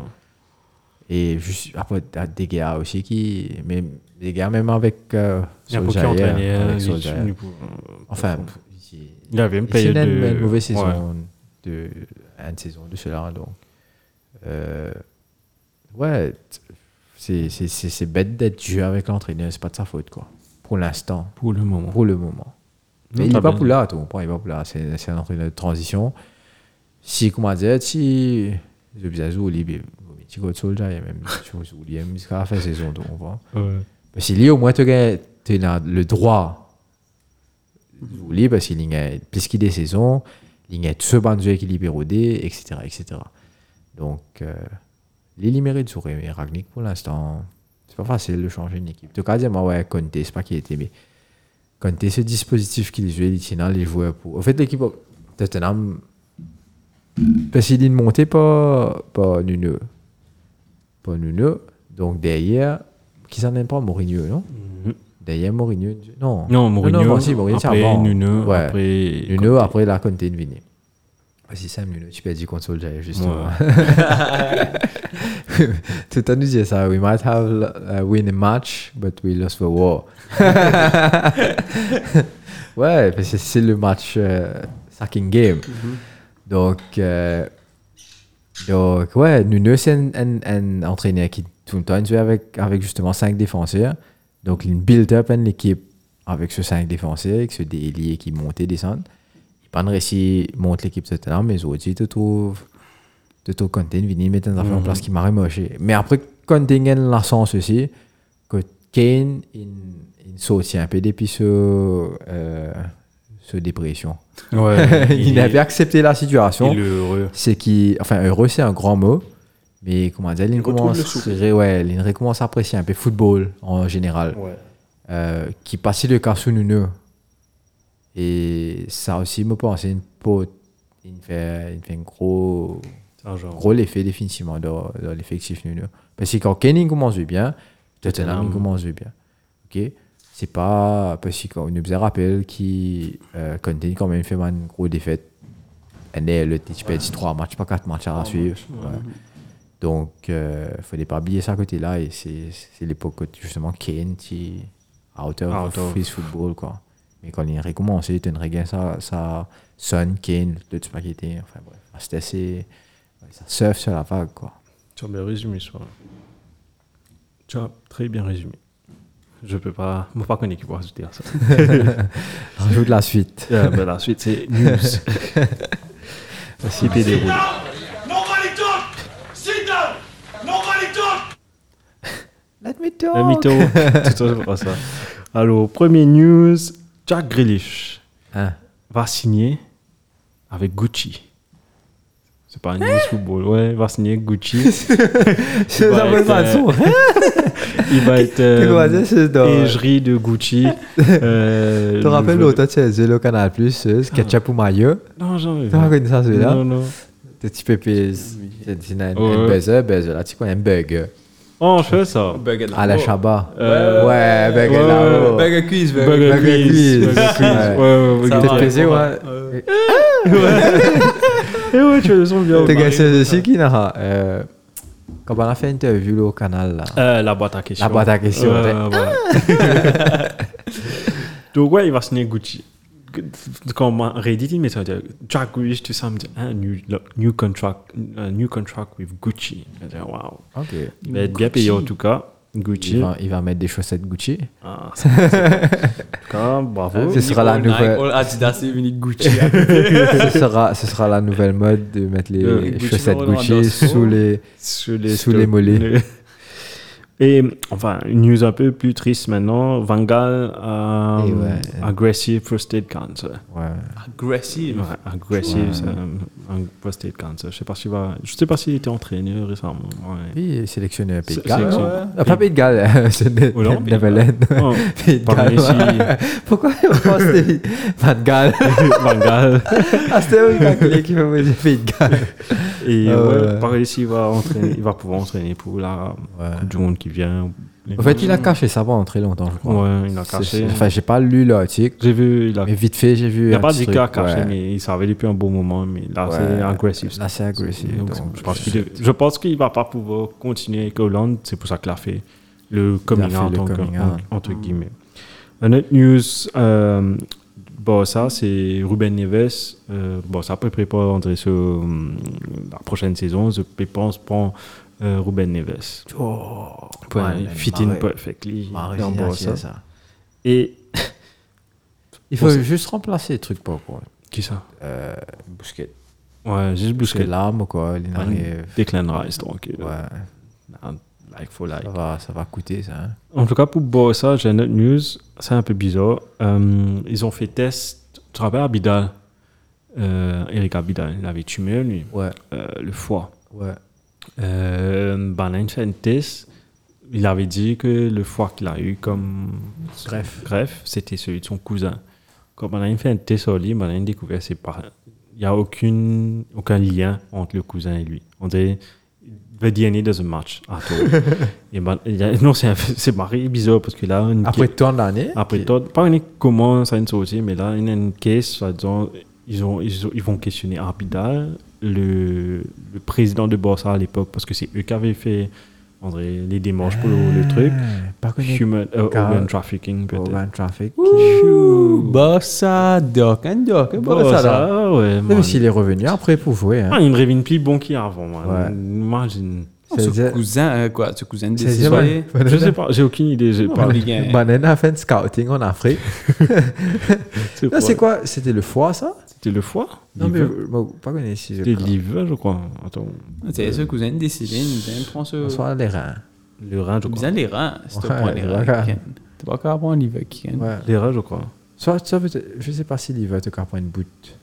Et juste après, t'as des gars aussi qui. Mais des gars, même avec. Euh,
Il y a beaucoup qui
Solskjaer,
entraînaient,
avec
euh, il-
Solskjaer.
du coup, euh,
Enfin,
bon.
pff, il-
il avait une
il s'est
période
même
de
une mauvaise
ouais.
saison, hein, de, une saison de cela. Donc, euh, ouais, t- c'est- c'est c'est- c'est bête d'être dur avec l'entraîneur, c'est pas de sa faute, quoi. Pour l'instant,
Pour le moment.
pour le moment. Mais
Non,
il
t'as
n'est pas
bien-
pour là, tu comprends, il est pas pour là. C'est c'est un entraîneur de transition. Si, comment dire, si. Je vais jouer au Libye, tu vas jouer il y a même des choses où il y a même jusqu'à la fin de saison, tu comprends.
Ouais.
Parce qu'il y a au moins tu as le droit de jouer parce qu'il y a plus qu'il y a des saisons, il y a ce banc de jeu qui est libérodé, etc., etc. Donc, euh, il mérite de sourire, mais Ragnik pour l'instant, c'est pas facile de changer une équipe. En tout cas, dis-moi, ouais, Conte, c'est pas qui était, mais Conte, ce dispositif qu'il jouait, il tient les joueurs pour. En fait, l'équipe Tottenham, parce qu'il y a une montée, pas, pas Nuno. Pas Nuno. Donc, derrière, qui s'en aime pas Mourinho, non Derrière Mourinho, non.
Mhm. Non, Mourinho,
non, si, Mourinho, c'est
après
avant.
Nuno,
Ouais.
après...
Nuno, après la Conte Vini. C'est ça, Nuno, tu perds du console, j'avais juste. Tout à nous dire ça. We might have uh, win a match, but we lost the war. ouais, parce que c'est le match euh, sucking game. Donc, euh, donc, ouais, Nuno, c'est un, un- un entraîneur qui tout le temps joue avec, avec justement 5 défenseurs. Donc, il build up une équipe avec ce 5 défenseurs, avec ce délié qui monte et descend. Pas de récit, monte l'équipe de talent, mais aujourd'hui, tu trouves de tout Conte venir mettre une affaire en place qui m'a remoché. Mais après, Conte a l'ascense aussi, que Kane, il, il sortit un peu depuis ce, euh, ce dépression. il avait accepté la situation.
Il est heureux.
C'est qui, enfin, heureux, c'est un grand mot, mais comment dire, il, commence, ouais, il recommence à apprécier un peu football en général, Euh, qui passait le cas sous Nuno. Et ça aussi me pense, une pote, il fait, il fait un gros
C'est un genre.
gros l'effet définitivement dans, dans l'effectif Nuno. Parce que quand Kenning commence bien, Tottenham
Tottenham.
commence bien. Ok C'est pas parce que quand on nous rappelle qui euh, Conte quand même fait une grosse défaite. Elle est le petit perd 3 matchs, pas 4 matchs à la suivre. Ouais. Donc, euh, fallait pas oublier ça côté-là. Et c'est c'est l'époque où, justement Kane qui out of,
Out of.
freeze football. Quoi. Mais quand il recommence, il tenait rien ça, ça sonne Kane, le truc qui était. Enfin bref, c'était assez. Ça surfe sur la vague. Quoi.
Tu as bien résumé, ça. Tu as très bien résumé. Je peux pas... Moi, pas connaître qui pourra se dire ça.
Rajoute la suite.
Euh, ben, la suite, c'est news.
Si PD.
Nobody talk! Sit down! Nobody talk!
Let me talk.
Un mytho. Tout ça, c'est pas ça. Alors, premier news. Jack Grealish
Hein.
va signer avec Gucci. C'est pas un
Hein?
news football. Ouais, va signer avec Gucci.
C'est
ça, Ouais, pas de son. Il va être
Comment dire, c'est dans-
lingerie de Gucci. euh,
Tu te rappelles
nouveau-
l'autre, hein? tu sais, Zelo Canal Plus, euh,
Ah.
Ketchup ou Mayo.
Non, jamais.
Tu connais ça, celui-là
Non, non.
Tu petit pépé. Tu dis un
Ouais.
un buzzer, buzzer. Là, tu connais un bug.
Oh, on fait ça.
Burger de
À Ah, la
la mort.
Chabat.
Euh,
Ouais, bug
ouais,
là-haut.
Burger quiz, burger.
Burger
Burger
Quiz.
Quiz.
Burger Quiz.
Ouais.
Ouais, ouais, ouais.
Ça
T'es
va,
plaisir,
ouais.
ouais.
Eh ouais, tu as le son bien.
T'es cassé de qui, Nara Euh, Quand on a fait une interview là, au canal, là.
Euh, la boîte à questions.
La boîte à questions,
Euh, voilà.
Ah.
Donc, ouais, il va signer Gucci. Quand on m'a Reddit, il met ça, dire, Jack Grealish, tout ça, me dit, ah, new, new contract, uh, new contract with Gucci. Je dis, waouh.
Ok.
Il va être bien payé en tout cas. Gucci.
Il va, il va mettre des chaussettes Gucci.
Ah, c'est- c'est- en tout cas, bravo.
Ce sera la
All Nike,
nouvelle.
all Adidas est venu de Gucci.
ce, sera, ce sera la nouvelle mode de mettre les,
Euh, Gucci
chaussettes
Maro dans
Gucci
un dos.
sous les.
Sous
Sous les mollets.
Et enfin, une news un peu plus triste maintenant. Van Gaal a
Et ouais.
aggressive prostate cancer.
Ouais.
Aggressive.
Ouais, aggressive euh, un prostate cancer. Je sais pas s'il va. Je sais pas s'il était entraîné récemment. Ouais.
Puis il est sélectionné à Pays de
C'est-
Galles.
sélectionné.
ouais. Ah, pas Pays de Galles, c'est N-
Hollande,
Netherlands.
Oh,
Pays de
Pardon,
Galles. ouais. Pourquoi on pense que c'est Van Gaal
Van Gaal.
Ah, c'était un gars qui m'a dit Pays de Galles.
Et
Ah
ouais,
ouais.
par ici, il va, entraîner- il va pouvoir entraîner pour la
Ouais.
Coupe du Monde qui vient, Les-
En fait, il a caché ça pendant très longtemps, je crois.
Ouais, il a
C'est-
caché.
c'est- Enfin, j'ai pas lu l'article,
J'ai vu, il a,
mais vite fait, j'ai vu.
il a
un
pas
petit
dit
truc,
qu'il a caché,
ouais.
mais il savait depuis un bon moment. Mais là, c'est
Ouais.
agressif.
Là, c'est agressif.
Donc,
donc,
je pense qu'il dev- je pense qu'il va pas pouvoir continuer avec Hollande. C'est pour ça qu'il a fait le coming
fait
out,
le
en-
coming
en-
out.
entre guillemets. Une autre news, euh, bon, ça, c'est Ruben Neves. Euh, bon, ça peut préparer André sur hum, la prochaine saison. Je pense prend euh, Ruben Neves. Pour
Oh, ouais,
un
man,
fit in
marré.
perfectly
Marré,
dans
c'est
Barça.
ça.
Et
Il faut juste remplacer le truc pour quoi.
qui ça
Euh, Bousquet.
Ouais, juste
Parce que
Bousquet. Ah
l'arme, quoi, il arrive.
Declan Rice, tranquille.
Ouais,
Like for like.
ça va, ça va coûter ça. hein.
En tout cas, pour Barça, j'ai une autre news. C'est un peu bizarre. Euh, ils ont fait test. Tu te rappelles Abidal euh, Eric Abidal, il avait tumeur, lui,
Ouais,
euh, le foie.
ouais.
Euh, ben là, il fait un test. Il avait dit que le foie qu'il a eu comme
Greffe.
greffe, c'était celui de son cousin. Quand ben là, il fait un test au lit, ben là, il découvre que c'est pas. Il n'y a aucune, aucun lien entre le cousin et lui. On dirait le DNA doesn't match at all. et ben, il y a- non, c'est un- c'est marré bizarre parce que là, une-
Après tant d'années.
après
qui-
toi, pas une comment ça a une sortie, mais là, il y a une caisse, soi-disant, ils, ont, ils, ont- ils vont questionner Arbidal, le, le président de Borsa à l'époque, parce que c'est eux qui avaient fait André, les démarches pour le, le truc.
Ah, Pas connu.
Human, euh,
Car-
organ trafficking, peut-être.
Urban Traffic.
Ouh, Barça, Doc, and Doc, Barça, là.
Barça, ouais. man.
Même s'il est revenu après pour jouer. hein.
Ah, il me revient plus bon qu'avant, man.
Ouais.
Imagine.
Oh,
C'est-
Ce
c'est-
cousin, euh, quoi, ce cousin
c'est-
décédé.
Banana-
Je sais pas, j'ai aucune idée. j'ai pas-
Obligé.
Banana a fait un scouting en Afrique.
C'est
Là,
quoi
c'est quoi C'était le foie, ça
C'était le foie
Non, mais
Liver
bon, pas connu si je
C'était
crois.
liver, je crois. Attends.
C'est ce cousin décédé, il nous aime, prend ce.
Soit les reins.
Le rein, je crois.
Bien les reins, si tu
Ouais,
prends les reins.
voilà.
Ken. T'es pas capable prendre les reins, Ken.
Ouais.
Les reins, je crois.
Soit, soit peut-être- je sais pas si liver te prend une boute.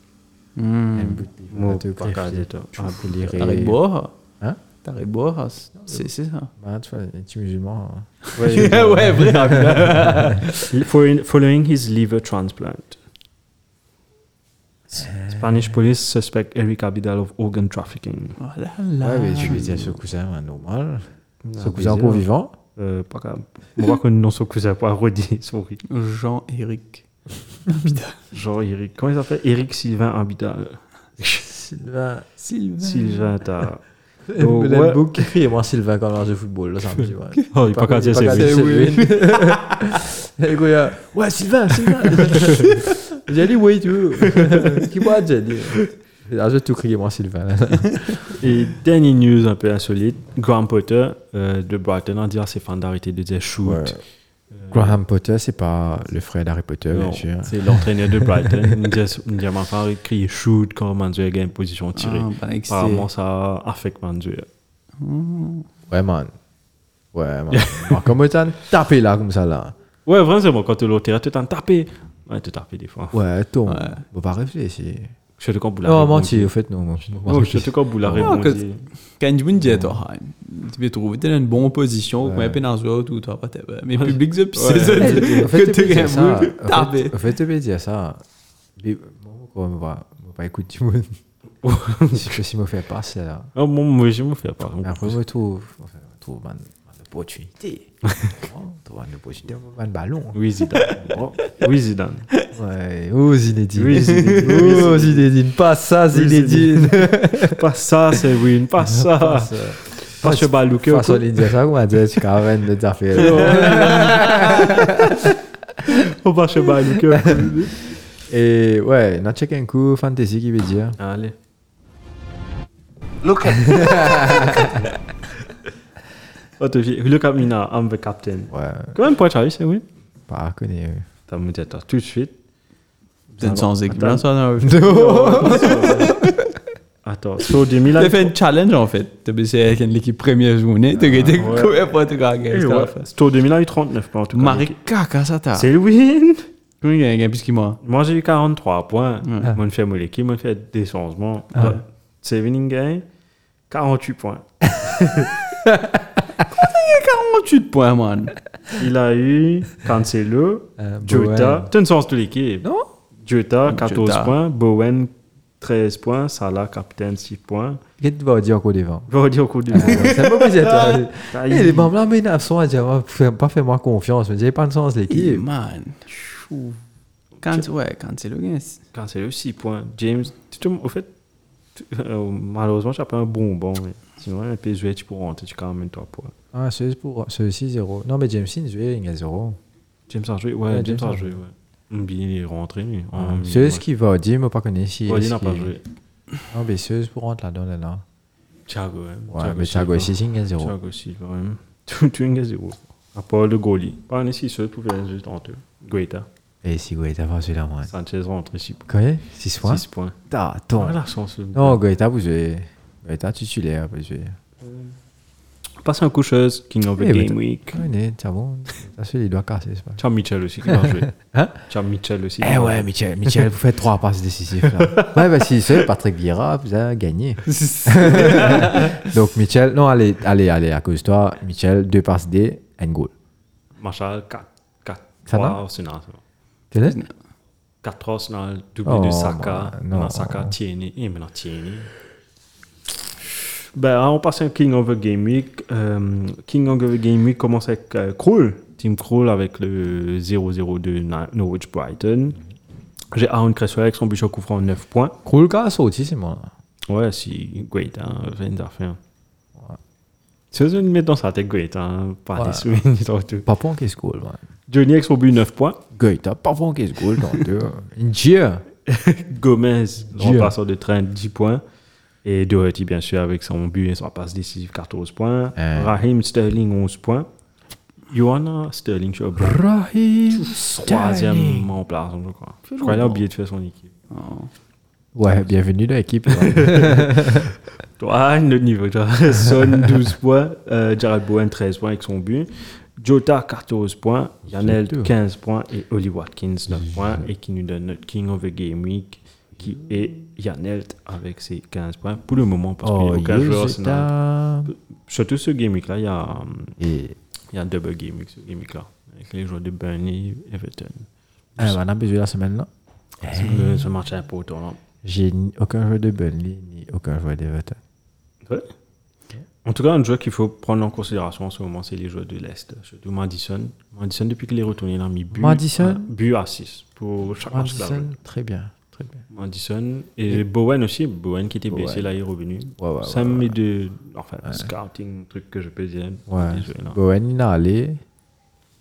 Hmm.
Une boute liver
Moi,
te
pas
greffe,
carré,
tu-
toi.
tu fous les
T'arrêtes boire.
Hein
T'arrêtes boire, c'est c'est ça.
Bah, tu vois, tu es musulman. hein.
ouais, vrai.
Following, following his liver transplant. Spanish police suspect Eric Abidal of organ trafficking.
Oh là là.
Ouais, mais tu veux dire ce cousin, ouais, normal. Ce
Ah,
cousin
bizarre.
encore vivant.
Euh, pas grave. On voit que non, son cousin, pas Roddy, sorry.
Jean-Éric.
Genre Eric. Comment il s'appelle Eric Sylvain Abidal.
Sylvain.
Sylvain.
Sylvain, t'as. Oh,
Oh,
ouais.
Book, criez-moi Sylvain quand on lance de football. Là, ça me dit, ouais.
Oh, il pas qu'à dire c'est lui.
Et quoi, il y a, ouais, Sylvain, Sylvain. j'ai dit, oui, tu veux. Qui moi, j'ai dit. Là, je vais tout crier, moi, Sylvain. là.
Et dernière news un peu insolite Graham Potter euh, de Brighton a dit à ses fans d'arrêter de dire shoot.
Ouais. Graham Potter, c'est pas le frère d'Harry Potter,
Non,
bien sûr.
C'est l'entraîneur de Brighton. Il me dit- il me dit à ma femme, il crie shoot quand Manzué gagne position tirée.
Ah, bah, excellent.
Apparemment, ça affecte Manzué.
Ouais, man. Ouais, man. man. Comment t'as tapé là, comme ça, là
Ouais, vraiment, c'est bon. Quand tu l'as au terrain, tu t'en tapé. Ouais, tu tapé des fois.
Ouais, tombe.
Ouais.
Faut pas réfléchir.
Je te compte pour la
Non,
répondre.
menti, au fait, non.
Oh, je te compte pour la
Ah,
réponse.
que- Quand tu me dis, toi, hein, tu vas trouver t'es dans une bonne position, comme un pénalty ou toi, euh, pas t'es pas. Mais le public, ça, puis c'est ça.
Euh, En fait,
Que
tu peux
t'es
dire ça.
un boule,
En
tapé.
fait- en fait, tu peux dire ça. Mais bon, on va pas- on va pas écouter du monde. Si je si me fait passer là.
Ah, bon, moi, je me fais pas.
Mais Après, je me trouve, enfin, je trouve man- man opportunité. Bon, je trouve une opportunité, un ballon.
Oui, Zidane. Oh, Oui, Zidane.
Ouais, oh Zinedine.
Oui, Zinedine.
Oh Zinedine, pas ça Zinedine.
Pas ça, c'est win. Pas ça. Pas ce balouqueur.
Façon de dire ça, comment dire, tu carènes de ta fille.
Oh, Pas ce balouqueur.
Et ouais, on a checké un coup, fantasy qui veut dire.
Allez.
Look at
Oh, te dis, Look at me now, I'm the captain.
Ouais,
Quand même, pour être arrivé, c'est win.
pas connu.
T'as me dit, attends, tout de suite.
T'es sans équipe, là,
Attends.
ça, non.
Attends, sur 2000
T'as fait un challenge, en fait. T'as baissé avec l'équipe première journée,
Ah,
t'as gagné
ouais.
combien de fois t'as gagné,
Eh,
c'est la fin.
Sto 2000 a eu 39 points en tout cas.
Marika, quand ça t'a.
C'est le win.
Oui, il y a un gars plus que moi.
Moi j'ai eu 43 points. Moi je fais mon équipe, moi je fais des changements. C'est winning game, 48 points.
48 points, man.
Il a eu Cancelo,
Euh, Bowen.
Jota. Tu as une sens de l'équipe.
Non
Jota, 14
Jota.
points. Bowen, 13 points. Salah, capitaine, 6 points.
Qu'est-ce que tu vas dire qu'on est vent
Je vais dire au cours du match.
C'est pas obligé, toi.
Ah,
Eh, les membres là, mais ils sont à dire, Ah, fais- pas fait moi confiance, mais j'ai pas de sens,
Eh,
l'équipe.
man. Quand, ouais, quand c'est le gain. c'est-
Quand c'est le 6 points, James, tu te- au fait, tu- euh, malheureusement, tu as pris un bonbon. mais Sinon, un PSV, tu pourras rentrer, tu quand même toi points.
Ah, c'est pour ceux-ci, zéro. Non, mais Jameson, il a zéro.
James a joué, ouais,
Ouais,
James
James
a
a
joué, ouais. Mbi, il est rentré, lui. Oh,
Ceux qui va dire, mais pas connaît si.
Rodin
est-ce
Ah, n'a pas
qu'il-
joué.
Non, mais ceux pour rentrer là-dedans, là.
Thiago, ouais.
Ouais, mais Thiago
Silva.
ici, il a zéro.
Thiago Silva, ouais. Tu tu es un zéro. À part le goalie. Pas un ici, ceux pour faire juste entre eux. Guaita.
Et si, ouais, t'as pas celui-là, moi.
Sanchez rentré 6 points.
Quoi 6 points
6 points.
T'as,
Ah,
ton.
l'accent, ce-
Non, Goïta, vous jouez. Goïta, hein, titulaire, vous jouez.
Passe un coucheuse, King of the
Eh, mais
Game
t'as-
Week.
Connais, t'as bon. T'as celui, il doit casser, c'est pas.
Ciao Mitchell aussi, qui va jouer.
Hein
Ciao Mitchell aussi.
Eh ouais, Michel, Michel, vous faites trois passes décisives. Là. Ouais, bah si c'est Patrick Vieira, vous avez gagné. Donc Michel, non, allez, allez, allez, à cause de toi, Michel, deux passes D, un goal.
Marshall, 4. 4.
Ça va
3 Arsenal.
T'es là
4 Arsenal, doublé
Oh,
de Saka.
man, non.
Non, Saka, Tierney. Et maintenant Tierney. Ben, on passe à King of the Game Week. Euh, King of the Game Week commence avec euh, Krul. Team Krul avec le 0-0 de Na- Norwich Brighton. J'ai Aaron Cresswell avec son but au coup franc 9 points.
Krulka a sorti, c'est moi.
Ouais, si, great, hein, c'est une affaire. Si vous mettez dans sa tête, great, hein, pas des
Ouais.
souvenirs dans tout.
Pas bon qu'est-ce goal, man.
Johnny avec son but 9 points.
Goïta, pas bon qu'est-ce goal, dans deux. Dieu
Gomez,
Dieu.
remplaçant de train, 10 points. Et Doherty, bien sûr, avec son but et sa passe décisive, 14 points.
Euh.
Raheem Sterling, 11 points. Johanna Sterling, je crois,
Rahim Sterling.
troisième remplaçant, je crois. Je crois qu'il a oublié de faire son équipe.
Ouais, bienvenue dans l'équipe. ouais.
Toi, le niveau. toi. Son, 12 points. Euh, Jared Bowen, 13 points avec son but. Jota, 14 points. Yanel,
Jota.
15 points. Et Oli Watkins, 9 points. Et qui nous donne notre King of the Game Week, qui est Yanel avec ses 15 points. Pour le moment, parce qu'il n'y
Oh,
a aucun joueur Arsenal.
Yosita.
Surtout ce gimmick là, il y a, hum,
Et
il y a un double gimmick, ce gimmick là, avec les joueurs de Burnley, Everton.
eh, on a besoin la semaine là.
C'est le- Ce match est important là.
J'ai ni aucun joueur de Burnley, ni aucun joueur d'Everton.
Ouais. En tout cas, un joueur qu'il faut prendre en considération en ce moment, c'est les joueurs de l'Est, surtout Madison. Madison, depuis qu'il est retourné, il a mis but,
Madison
un but à 6 pour chaque match. qu'il a joué.
Madison, Ah, très bien, très bien.
Madison et, Bowen aussi, Bowen qui était blessé là, il est revenu.
Ouais, ouais,
Ça
ouais,
me met de. Enfin, scouting, truc que je peux dire.
Ouais.
des joueurs, là. Mhm.
Bowen, il est allé.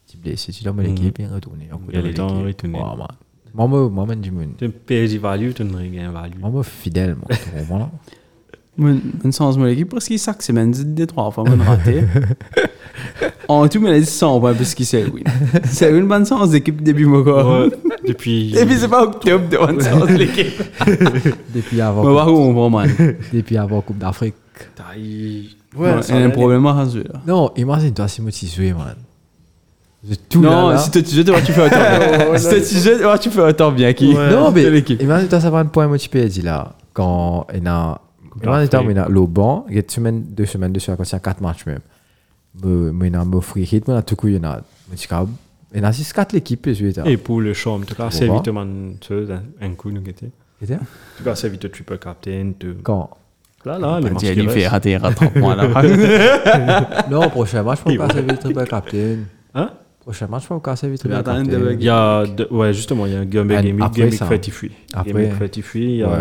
Tu blessé, tu l'as mis l'équipe, il est retourné.
Il est allé en retourner.
Ouais, Oh, man. Moi, moi, moi, man, du monde.
Tu me perds value, tu ne regains value.
Moi, moi, fidèle, moi, tout le monde, là.
Mon mon sens, mon équipe, parce qu'il sac, c'est même des trois fois, mon raté. En tout, mais les 100 points, parce qu'il sait, oui. C'est une bonne sens d'équipe début, mon gars.
Ouais, depuis.
Et puis, c'est pas octobre de bonne sens de l'équipe.
Depuis
Mais par
avant,
contre, on va, man.
depuis avant Coupe d'Afrique.
Putain, il-
Ouais,
Non,
il y a un problème à résoudre. là.
Non, imagine-toi si moi, tu jouais, man. De tout
Non,
là, là.
si toi tu jettes, ouais, tu fais autant. Si toi tu jettes, ouais, tu fais autant bien qui. Ah,
Non,
C'est
mais
l'équipe.
imagine-toi, ça va un point, moi, tu peux dire, là. Quand il y a. Imagine-toi,
d'Afrique.
il y a le banc, il y a une semaine, deux semaines, deux semaines, quand il y a quatre matchs même. Mais mais il y a un free hit, mais il y a tout coup, il y en a. mais tu vois, Il y en a six, quatre l'équipe, je vais dire.
Et pour le show, en tout cas, c'est
Au revoir.
vite man, tu sais, un- un coup, nous guetter.
Et t'es là?
En tout cas, c'est vite triple captain. tout.
Quand
Là, là, les
Il
matchs
dit,
qui
il fait
restent.
rater, rattrape-moi là.
Non, prochain match, je
Et
ne pas servir triple captain.
Hein
Prochain match, je ne pas servir
Mais
triple
attends, une
captain.
double-
Il y a. deux- Ouais, justement, il y a un Game
Ah,
Game Week,
après
Game Week
ça. hein.
33.
Après.
Game Week 33, il y a.
Ouais.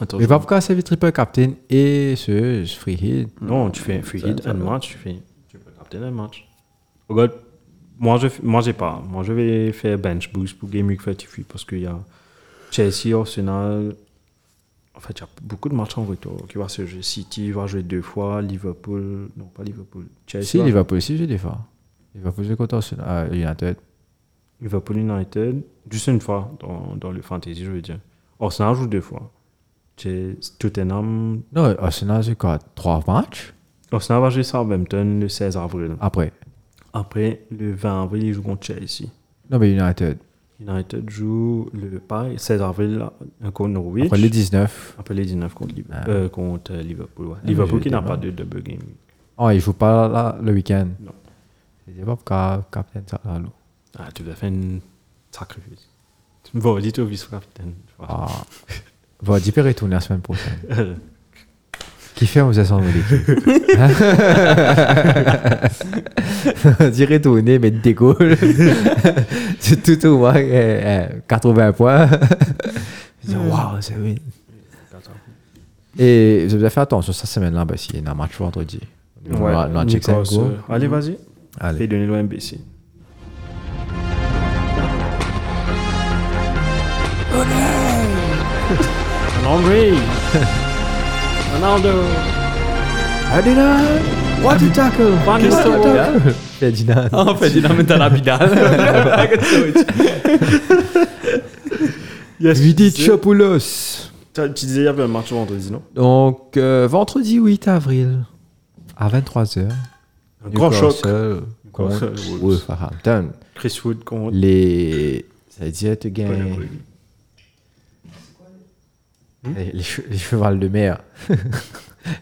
Attends,
Mais
je-
pas pourquoi servir triple captain et ce ce free hit.
Non, tu fais un free hit, un match, tu fais triple captain, un match. Regarde, moi, je moi, j'ai pas. Moi, je vais faire bench boost pour Game Week 33 parce qu'il y a Chelsea, Arsenal. En fait, il y a beaucoup de matchs en retour qui va se jouer. City va jouer deux fois, Liverpool. Non, pas Liverpool. Chelsea.
Si,
va-
Liverpool aussi, j'ai des fois. Liverpool, j'ai contre Arsenal- ah, United.
Liverpool United, juste une fois dans, dans le fantasy, je veux dire. Arsenal joue deux fois. J'ai- Tottenham.
Non, Arsenal, j'ai quoi Trois matchs
Arsenal va jouer Southampton le 16 avril.
après.
Après, le 20 avril, ils jouent contre Chelsea.
Non, mais United.
United joue le pareil, 16 avril là, contre Norwich.
Après le Ah. 19.
Après les 19 contre, Liv- euh, contre Liverpool. ouais. Liverpool
j'ai
qui n'a
des
pas
mains.
de double game.
Oh, il joue pas là, le week-end.
Non.
Je sais pas pourquoi captain ça là. l'eau.
Ah, tu vas faire une sacrifice. Tu me vas dire au vice-capitaine. tu vois.
Ah. Bon, Dipper est tourné la semaine prochaine. Qui fait on faisait sans l'équipe On dirait tourner, mais de Gaulle. C'est tout au moins euh, euh, 80 points. Je dis, Waouh, c'est vrai. Et je vais faire attention cette semaine-là, parce qu'il y a un match vendredi. On va- on va check ça,
Newcastle.
go.
euh, Allez, vas-y.
Allez.
Fais donner le MBC. Henry Ronaldo
Adina What you tackle
Van Nistelrooy
Ferdinand.
Ah,
En fait, il en met à la bidale.
Yes,
Vidit
tu disais-
Chopoulos.
Tu tu disais il y avait un match vendredi, non
Donc, euh, vendredi 8 avril, à 23h.
Un grand choc.
Newcastle contre
Newcastle Wolves.
Wolverhampton.
Chris Wood contre
Les. Ça veut dire, tu gagnes.
Bonne évolution. Hmm?
Les, les che- les chevals de mer.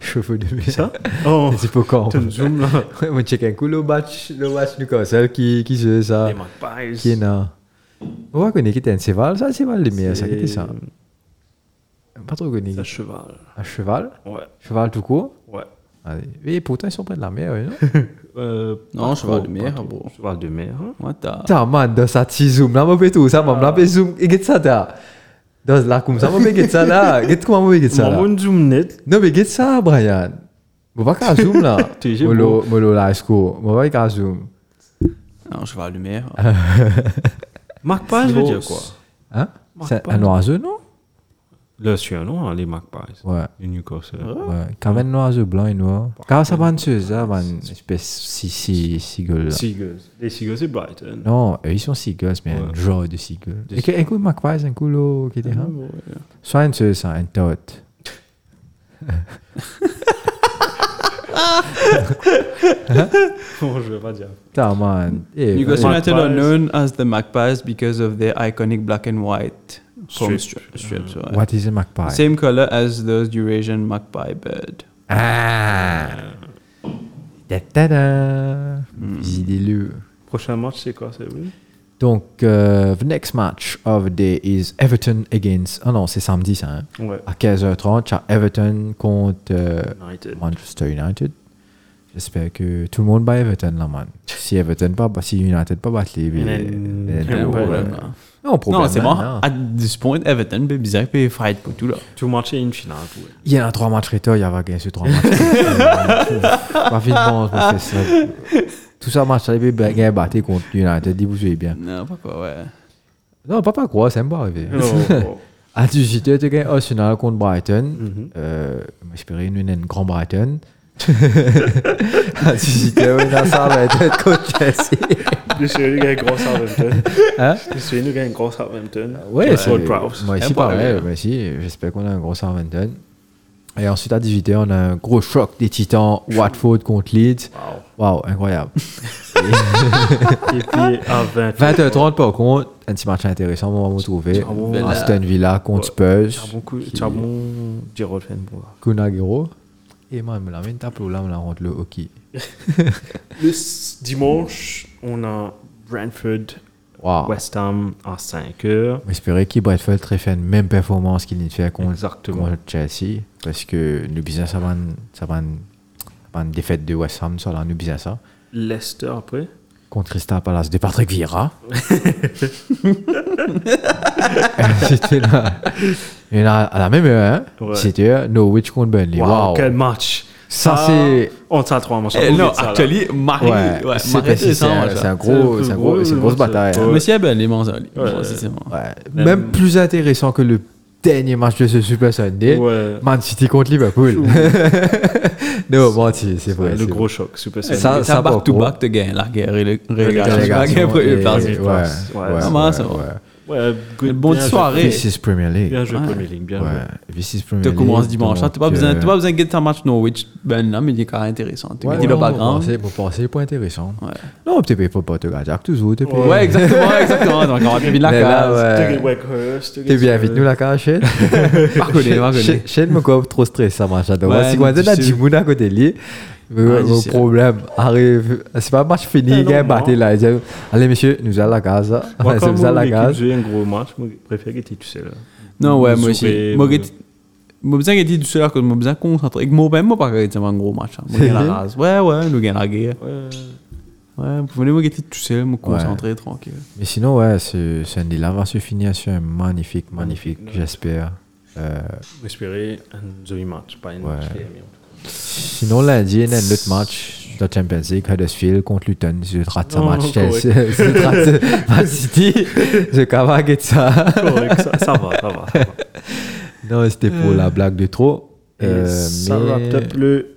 Chevaux de mer.
ça Oh,
Les hippocamps.
putain, zoom là.
Ouais, Moi, check un coup le match, le match Newcastle qui, qui se fait ça.
Les Magpies.
Qui est là. On va connaître qui était un cheval, ça, un cheval de mer, ça, qui était ça. Pas trop connu.
C'est un cheval.
Un Ah, cheval,
Ouais,
cheval tout court.
ouais.
Allez. Et pourtant, ils sont près de la mer, oui, non
Euh,
Non,
pas
cheval
trop,
de
pas
mer,
trop.
bon.
Cheval de mer. hein.
What the?
Putain, man, dans ça, tu zoom, là, moi, tout, ça, moi, là, zoom, et get ça, là. Dans là, comme ça, moi, get ça, là. Get comment, moi, get ça,
Maman,
là.
on zoom net.
Non, mais get ça, Brian. Moi, pas qu'à zoom, là.
T'es gêné,
Molo, molo, là, est-ce que, moi, pas qu'à zoom.
Non, cheval de mer.
Magpies veut dire quoi
Hein?
Marc
C'est
Paul.
un oiseau, non?
Le surnom, hein, les Magpies.
Ouais.
Les Newcastle.
Ouais. Quand même, un oiseau blanc et noir. Quand ça, man, c'est ça, man, espèce, si, si, si, gueule, là.
Seagulls. Les Seagulls, c'est Brighton.
Non, eux, ils sont seagulls, mais un
Ouais.
genre de seagulls. Et que- un coup, McPies, un coup, l'eau, qui était, hein? Soit un seul, ça, un tot.
Bon, je vais pas dire.
Putain, man. Eh,
Newcastle
man.
United are
Magpies.
known as the Magpies because of their iconic black and white
Strip. Mm.
strip. Strips, right?
What is a magpie?
Same color as the Eurasian magpie bird.
Ah! Ta ta ta! Visitez-le.
Prochain match, c'est quoi C'est oui
Donc, euh, the next match of the day is Everton against. Ah non, c'est samedi ça. hein.
Ouais.
À 15h30, tu as Everton contre euh,
United.
Manchester United. J'espère que tout le monde bat Everton là, man. Si Everton pas, bat- si United pas bat eh, les.
Il y a-
il
il y
y
a
a
un
un
problème,
problème.
hein.
Non, problème.
Non, c'est
man,
bon.
hein.
At this point, Everton, baby Zach, puis fight pour tout là.
Tout match est une finale. tout, ouais.
Il y en a trois matchs retard, il y avait gagné ces trois matchs. Pas finalement, je me fais ça. Tout ça, match, il avait gagné battu contre United, dis vous jouez bien.
Non, pas quoi, ouais.
Non, pas pas quoi, c'est pas arrivé.
Oh,
Non.
À 18h, tu gagnes Arsenal contre
Mm-hmm.
Brighton. Euh, J'espérais une une grand Brighton. à 18h, oui, dans ça va être contre Chelsea.
Je suis venu gagner gros Southampton.
Hein
Je suis venu gagner gros Southampton.
Ouais, c'est
Paul Prowse.
Moi ici,
Un point,
pareil.
ouais.
Moi ici, j'espère qu'on a un gros 120 Et ensuite, à 18h, on a un gros choc des titans. Watford contre Leeds. Waouh, incroyable.
Et puis à 20
20h30, par contre, un petit match intéressant, on va vous trouver.
Bravo.
Aston Villa contre
Tu as
Spurs.
bon coup- tu as bon Giroud Fenbois.
Kunagiro. Et moi, me la mène tape là, me la rentre le hockey.
Le s- dimanche, on a Brentford,
Waouh.
West Ham à 5h.
J'espérais qu'il Bradford très fait une même performance qu'il n'y fait contre,
Exactement.
contre Chelsea. Parce que nous business, ça va en- ça va en- ça va en défaite de West Ham, ça, là, nous business, ça.
Leicester après.
contre Crystal Palace de Patrick Vieira. C'était là. Et là, à la même heure, hein,
Ouais.
c'était Norwich contre Burnley. Wow.
quel match! Ah.
Ça, c'est.
On t'a trois matchs.
Eh,
on
non,
oublie ça, là.
actually, Marie, ouais,
Ouais,
Marie,
c'est parce que
c'est
c'est un, c'est un
C'est
gros,
le
c'est un
plus
gros,
gros,
c'est une grosse
c'est-
bataille. hein.
Ouais.
Monsieur Abel, les Manzali.
Ouais.
Ouais. Même plus intéressant que le dernier match de ce Super Sunday.
hein. Ouais.
Man City contre Liverpool. non, bon, c'est c'est vrai.
le
c'est
gros choc, Super
Ça,
Sunday.
Ça,
ça,
ça,
par
back to
contre.
back, te gagne la guerre et le
vrai.
relégation. La guerre pour
Et-
le
ouais,
parti.
ouais,
Ouais,
ouais,
ça va, ça
ouais,
va.
ouais.
Ouais, good-
Bonne
bien joué.
soirée.
This is Premier League.
Bien joué,
Ouais.
Premier League. Bien joué.
Ouais, this is Premier
Tu
League,
commences dimanche, hein. t'as pas
donc,
besoin,
euh,
t'as pas besoin de guetter un match Norwich, ben là, mais il est quand même intéressant. Tu
Ouais,
guettes le
non,
background.
Pour penser, pour penser, pas intéressant.
Ouais.
Non, tu peux pas pas te garder toujours. Tu peux.
Ouais, exactement, exactement. Donc, on va bien la
Mais là,
case.
ouais.
Take it back, Hurst, take
T'es
it
bien
back,
vite nous la hein. cachette.
Par contre, par contre.
Shane me coupe trop stress ça marche. Donc,
Ouais,
si on a
difficile.
la Jimoun à côté de lui,
Ouais,
le le
difficile.
problème arrive. C'est pas un match fini,
Ah,
Eh,
il y a un
non,
battu là. Il dit, Allez, monsieur, nous allons à la case.
Moi,
Ouais,
quand
C'est nous allons à la
euh, l'équipe
case.
jouait un gros match, moi, je préfère que tu sois là.
Non, ouais, moi aussi.
Sourire,
Moi,
euh.
j'ai moi, besoin d'être tout seul, que moi, besoin concentré. Et que moi, même, moi, pas que c'est un gros match. hein. Moi, j'ai la rase. Ouais, ouais, nous gagnons la guerre. Ouais, vous voulez, moi, j'étais tout seul, me concentrer, tranquille.
Mais sinon, ouais, ce Sunday-là va se finir sur un magnifique, magnifique, j'espère. Euh,
Espérer un joli match, pas un
Ouais.
match fermé, en tout
sinon, lundi, il y a un autre match de Champions League, Huddersfield contre Luton. Je rate ce
Non,
match,
correct.
Chelsea. Je rate ce Man City. Je cavague ça.
cas. Correct, ça, ça va, ça va. ça va.
Non, c'était pour la blague de trop.
Euh. Et
Euh,
ça
mais-
wrap up le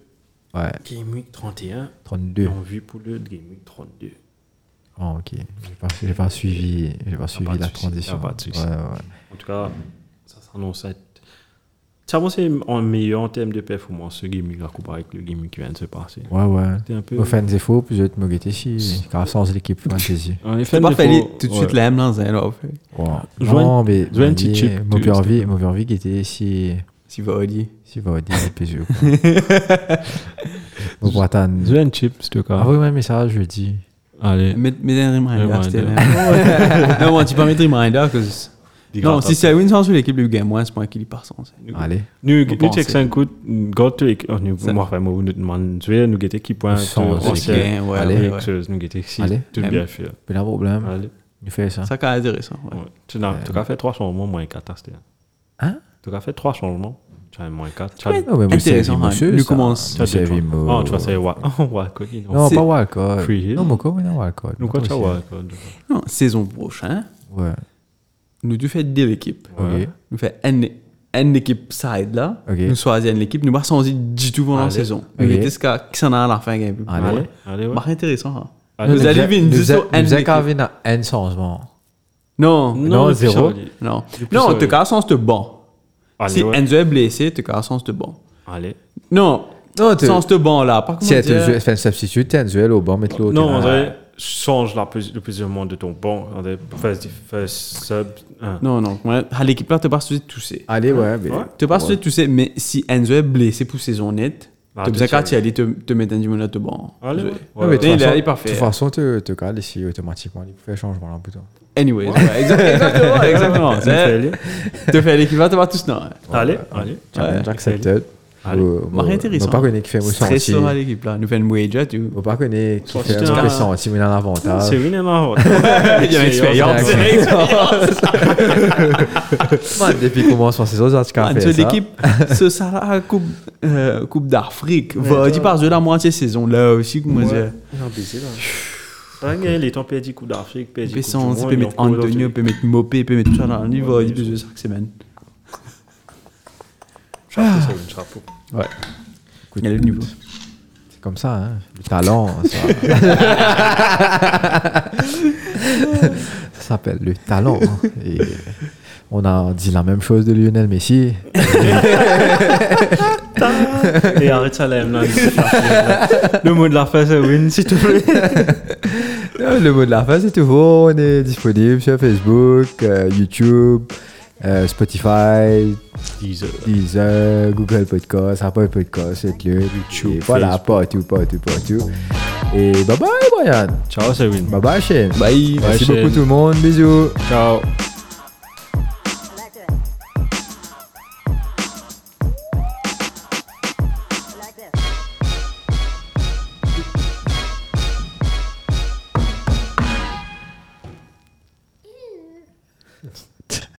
Ouais,
Game Week 31.
32.
En vue pour le Game Week 32.
Ah, ok. J'ai pas, j'ai pas suivi, j'ai pas suivi
pas de
la
souci,
transition.
y a pas de souci.
Ouais, ouais.
En tout cas, ça s'annonce être. Ça va, c'est en meilleur en termes de performance, ce Game Week-là, comparé avec le Game Week qui vient de se passer.
Ouais, ouais.
C'était un peu.
Au fin des faux, plus être mogueté si, car sans l'équipe fantasy.
En effet,
C'est pas
des
fallu
fois,
tout de
ouais.
suite l'aime dans un euh, là, fait.
Ouais.
Joanne-
Non, mais
Joanne Tchitchip, tu-
Mauvais envie, mauvais envie qui était si,
Si va dire.
si va au dire les PSU. Vous pourrez attendre.
Zouen Chip, c'est le
Ah
cas.
Envoyez-moi un message jeudi.
Allez.
Mets mets un reminder,
Reminder.
c'était là. Non, moi, tu peux mettre un reminder, parce que. Non, si c'est Winston sur l'équipe, lui gagne moins, c'est moi qui lui part sans.
Allez.
Nous,
Faut
nous
penser.
check 5 coups, gote, oh, nous,
Ça-
moi, enfin, moi, nous demandons, tu veux, nous guetter qui pointe,
Sans
euh,
aucun,
ancien,
ouais,
allez,
ouais,
quelque chose, nous guetter si,
Allez.
tout
Même.
bien fait.
Pas de problème.
Allez.
Nous faisons ça.
Ça, c'est intéressant. ouais.
Ouais. Tu n'as, tu as fait 3 changements, moins 4, c'était.
Hein?
Tu as fait 3 changements, tu as moins 4, tu as,
Ouais.
Non, mais vous
Intéressant,
savez,
hein.
monsieur,
Nous
ça.
commence.
tu as
Vous
deux
savez, moi.
Oh, tu vas savoir, oh, ouais, quoi, qu'il en
Non,
C'est-
pas Wildcard.
Free Hill.
Non, mais quoi, mais non, Wildcard.
Nous, quoi, tu as,
Aussi.
ouais, quoi, déjà.
Non, saison prochaine,
Ouais.
nous, tu fais deux équipes.
Ok.
Nous fait une, une équipe side là,
Ok.
nous choisissons une équipe, nous marchons du tout pendant la
Allez.
saison. Nous
Ok.
mettons jusqu'à qui s'en a à la fin game.
Allez.
Allez, ouais.
Marre intéressant. hein.
Allez.
Nous allons venir
Nous
juste sur une
avons
équipe.
qu'à venir à un changement.
Non, non,
Non,
le plus
zéro.
solide.
non.
plus
Non,
solide.
t'as qu'à sens de bon.
Allez,
Si
ouais.
Enzo est blessé, t'as qu'à sens de bon.
Allez.
Non,
Non, tu-
sens de bon là. Par
Si
contre, euh,
elle te fait un substitut, t'es un duel au banc, mettre l'autre.
Non, on
là.
dirait, change la posi- le positionnement de ton banc. On dirait, fais, fais sub. un.
non, non, ouais, à l'équipe là, t'as pas sujet de tousser.
Allez, Ah, ouais, mais.
T'as pas sujet de tousser, mais si Enzo est blessé pour saison nette,
Ah,
t'as
t'es
besoin qu'à
sérieux.
t'y aller te- te mettre un du de bon.
Allez, ouais.
Non, mais de
Il
toute
est-
façon-
il est parfait.
De toute façon, tu te cales ici automatiquement. Il fait un changement là, plutôt.
Anyway, ouais, exa- exactement, exactement. C'est-
Allez,
T'as fait l'équipe là, t'as pas tous non. hein.
allez, allez.
Challenge accepted.
Allez.
Marie intéressant.
On pas connaît qui fait mon
Stress
senti.
sera l'équipe là. Nous fait une wage, tu.
On pas connaît qui
Sorti
fait
un-
mon senti, mais il a un avantage.
C'est une énorme.
Il y a l'expérience.
Ah, c'est Man, Depuis qu'on commence en saison, ça, tu
Ah,
as
tu
fait
sais,
ça.
l'équipe, ce sera coupe, euh, coupe d'Afrique. Va, dis par de la moitié saison là aussi, comment dire.
Les temps perdus, coup d'Afrique,
Il
perdus.
peut sans- il peut mettre Antonio, il peut mettre Mopé, il peut mettre tout ça là. Il va, il peut jouer chaque semaine.
Chapeau,
Ouais.
Il y a le niveau.
C'est comme ça, hein. Le talent, ça. ça s'appelle le talent. hein. Et on a dit la même chose de Lionel Messi.
chapeau. Et arrête ça, là, là. Le mot de la fin, c'est win, s'il te plaît.
Euh, Le mot de la fin, c'est tout bon. On est disponible sur Facebook, euh, YouTube, euh, Spotify, Deezer, Google Podcast, Apple Podcast, c'est le YouTube. Et voilà, partout, partout, partout. Et bye bye, Brian.
Ciao, c'est win.
Bye bye, Shane.
Bye.
Merci
Shane.
beaucoup, tout le monde. Bisous.
Ciao.
Black Death. Black Death.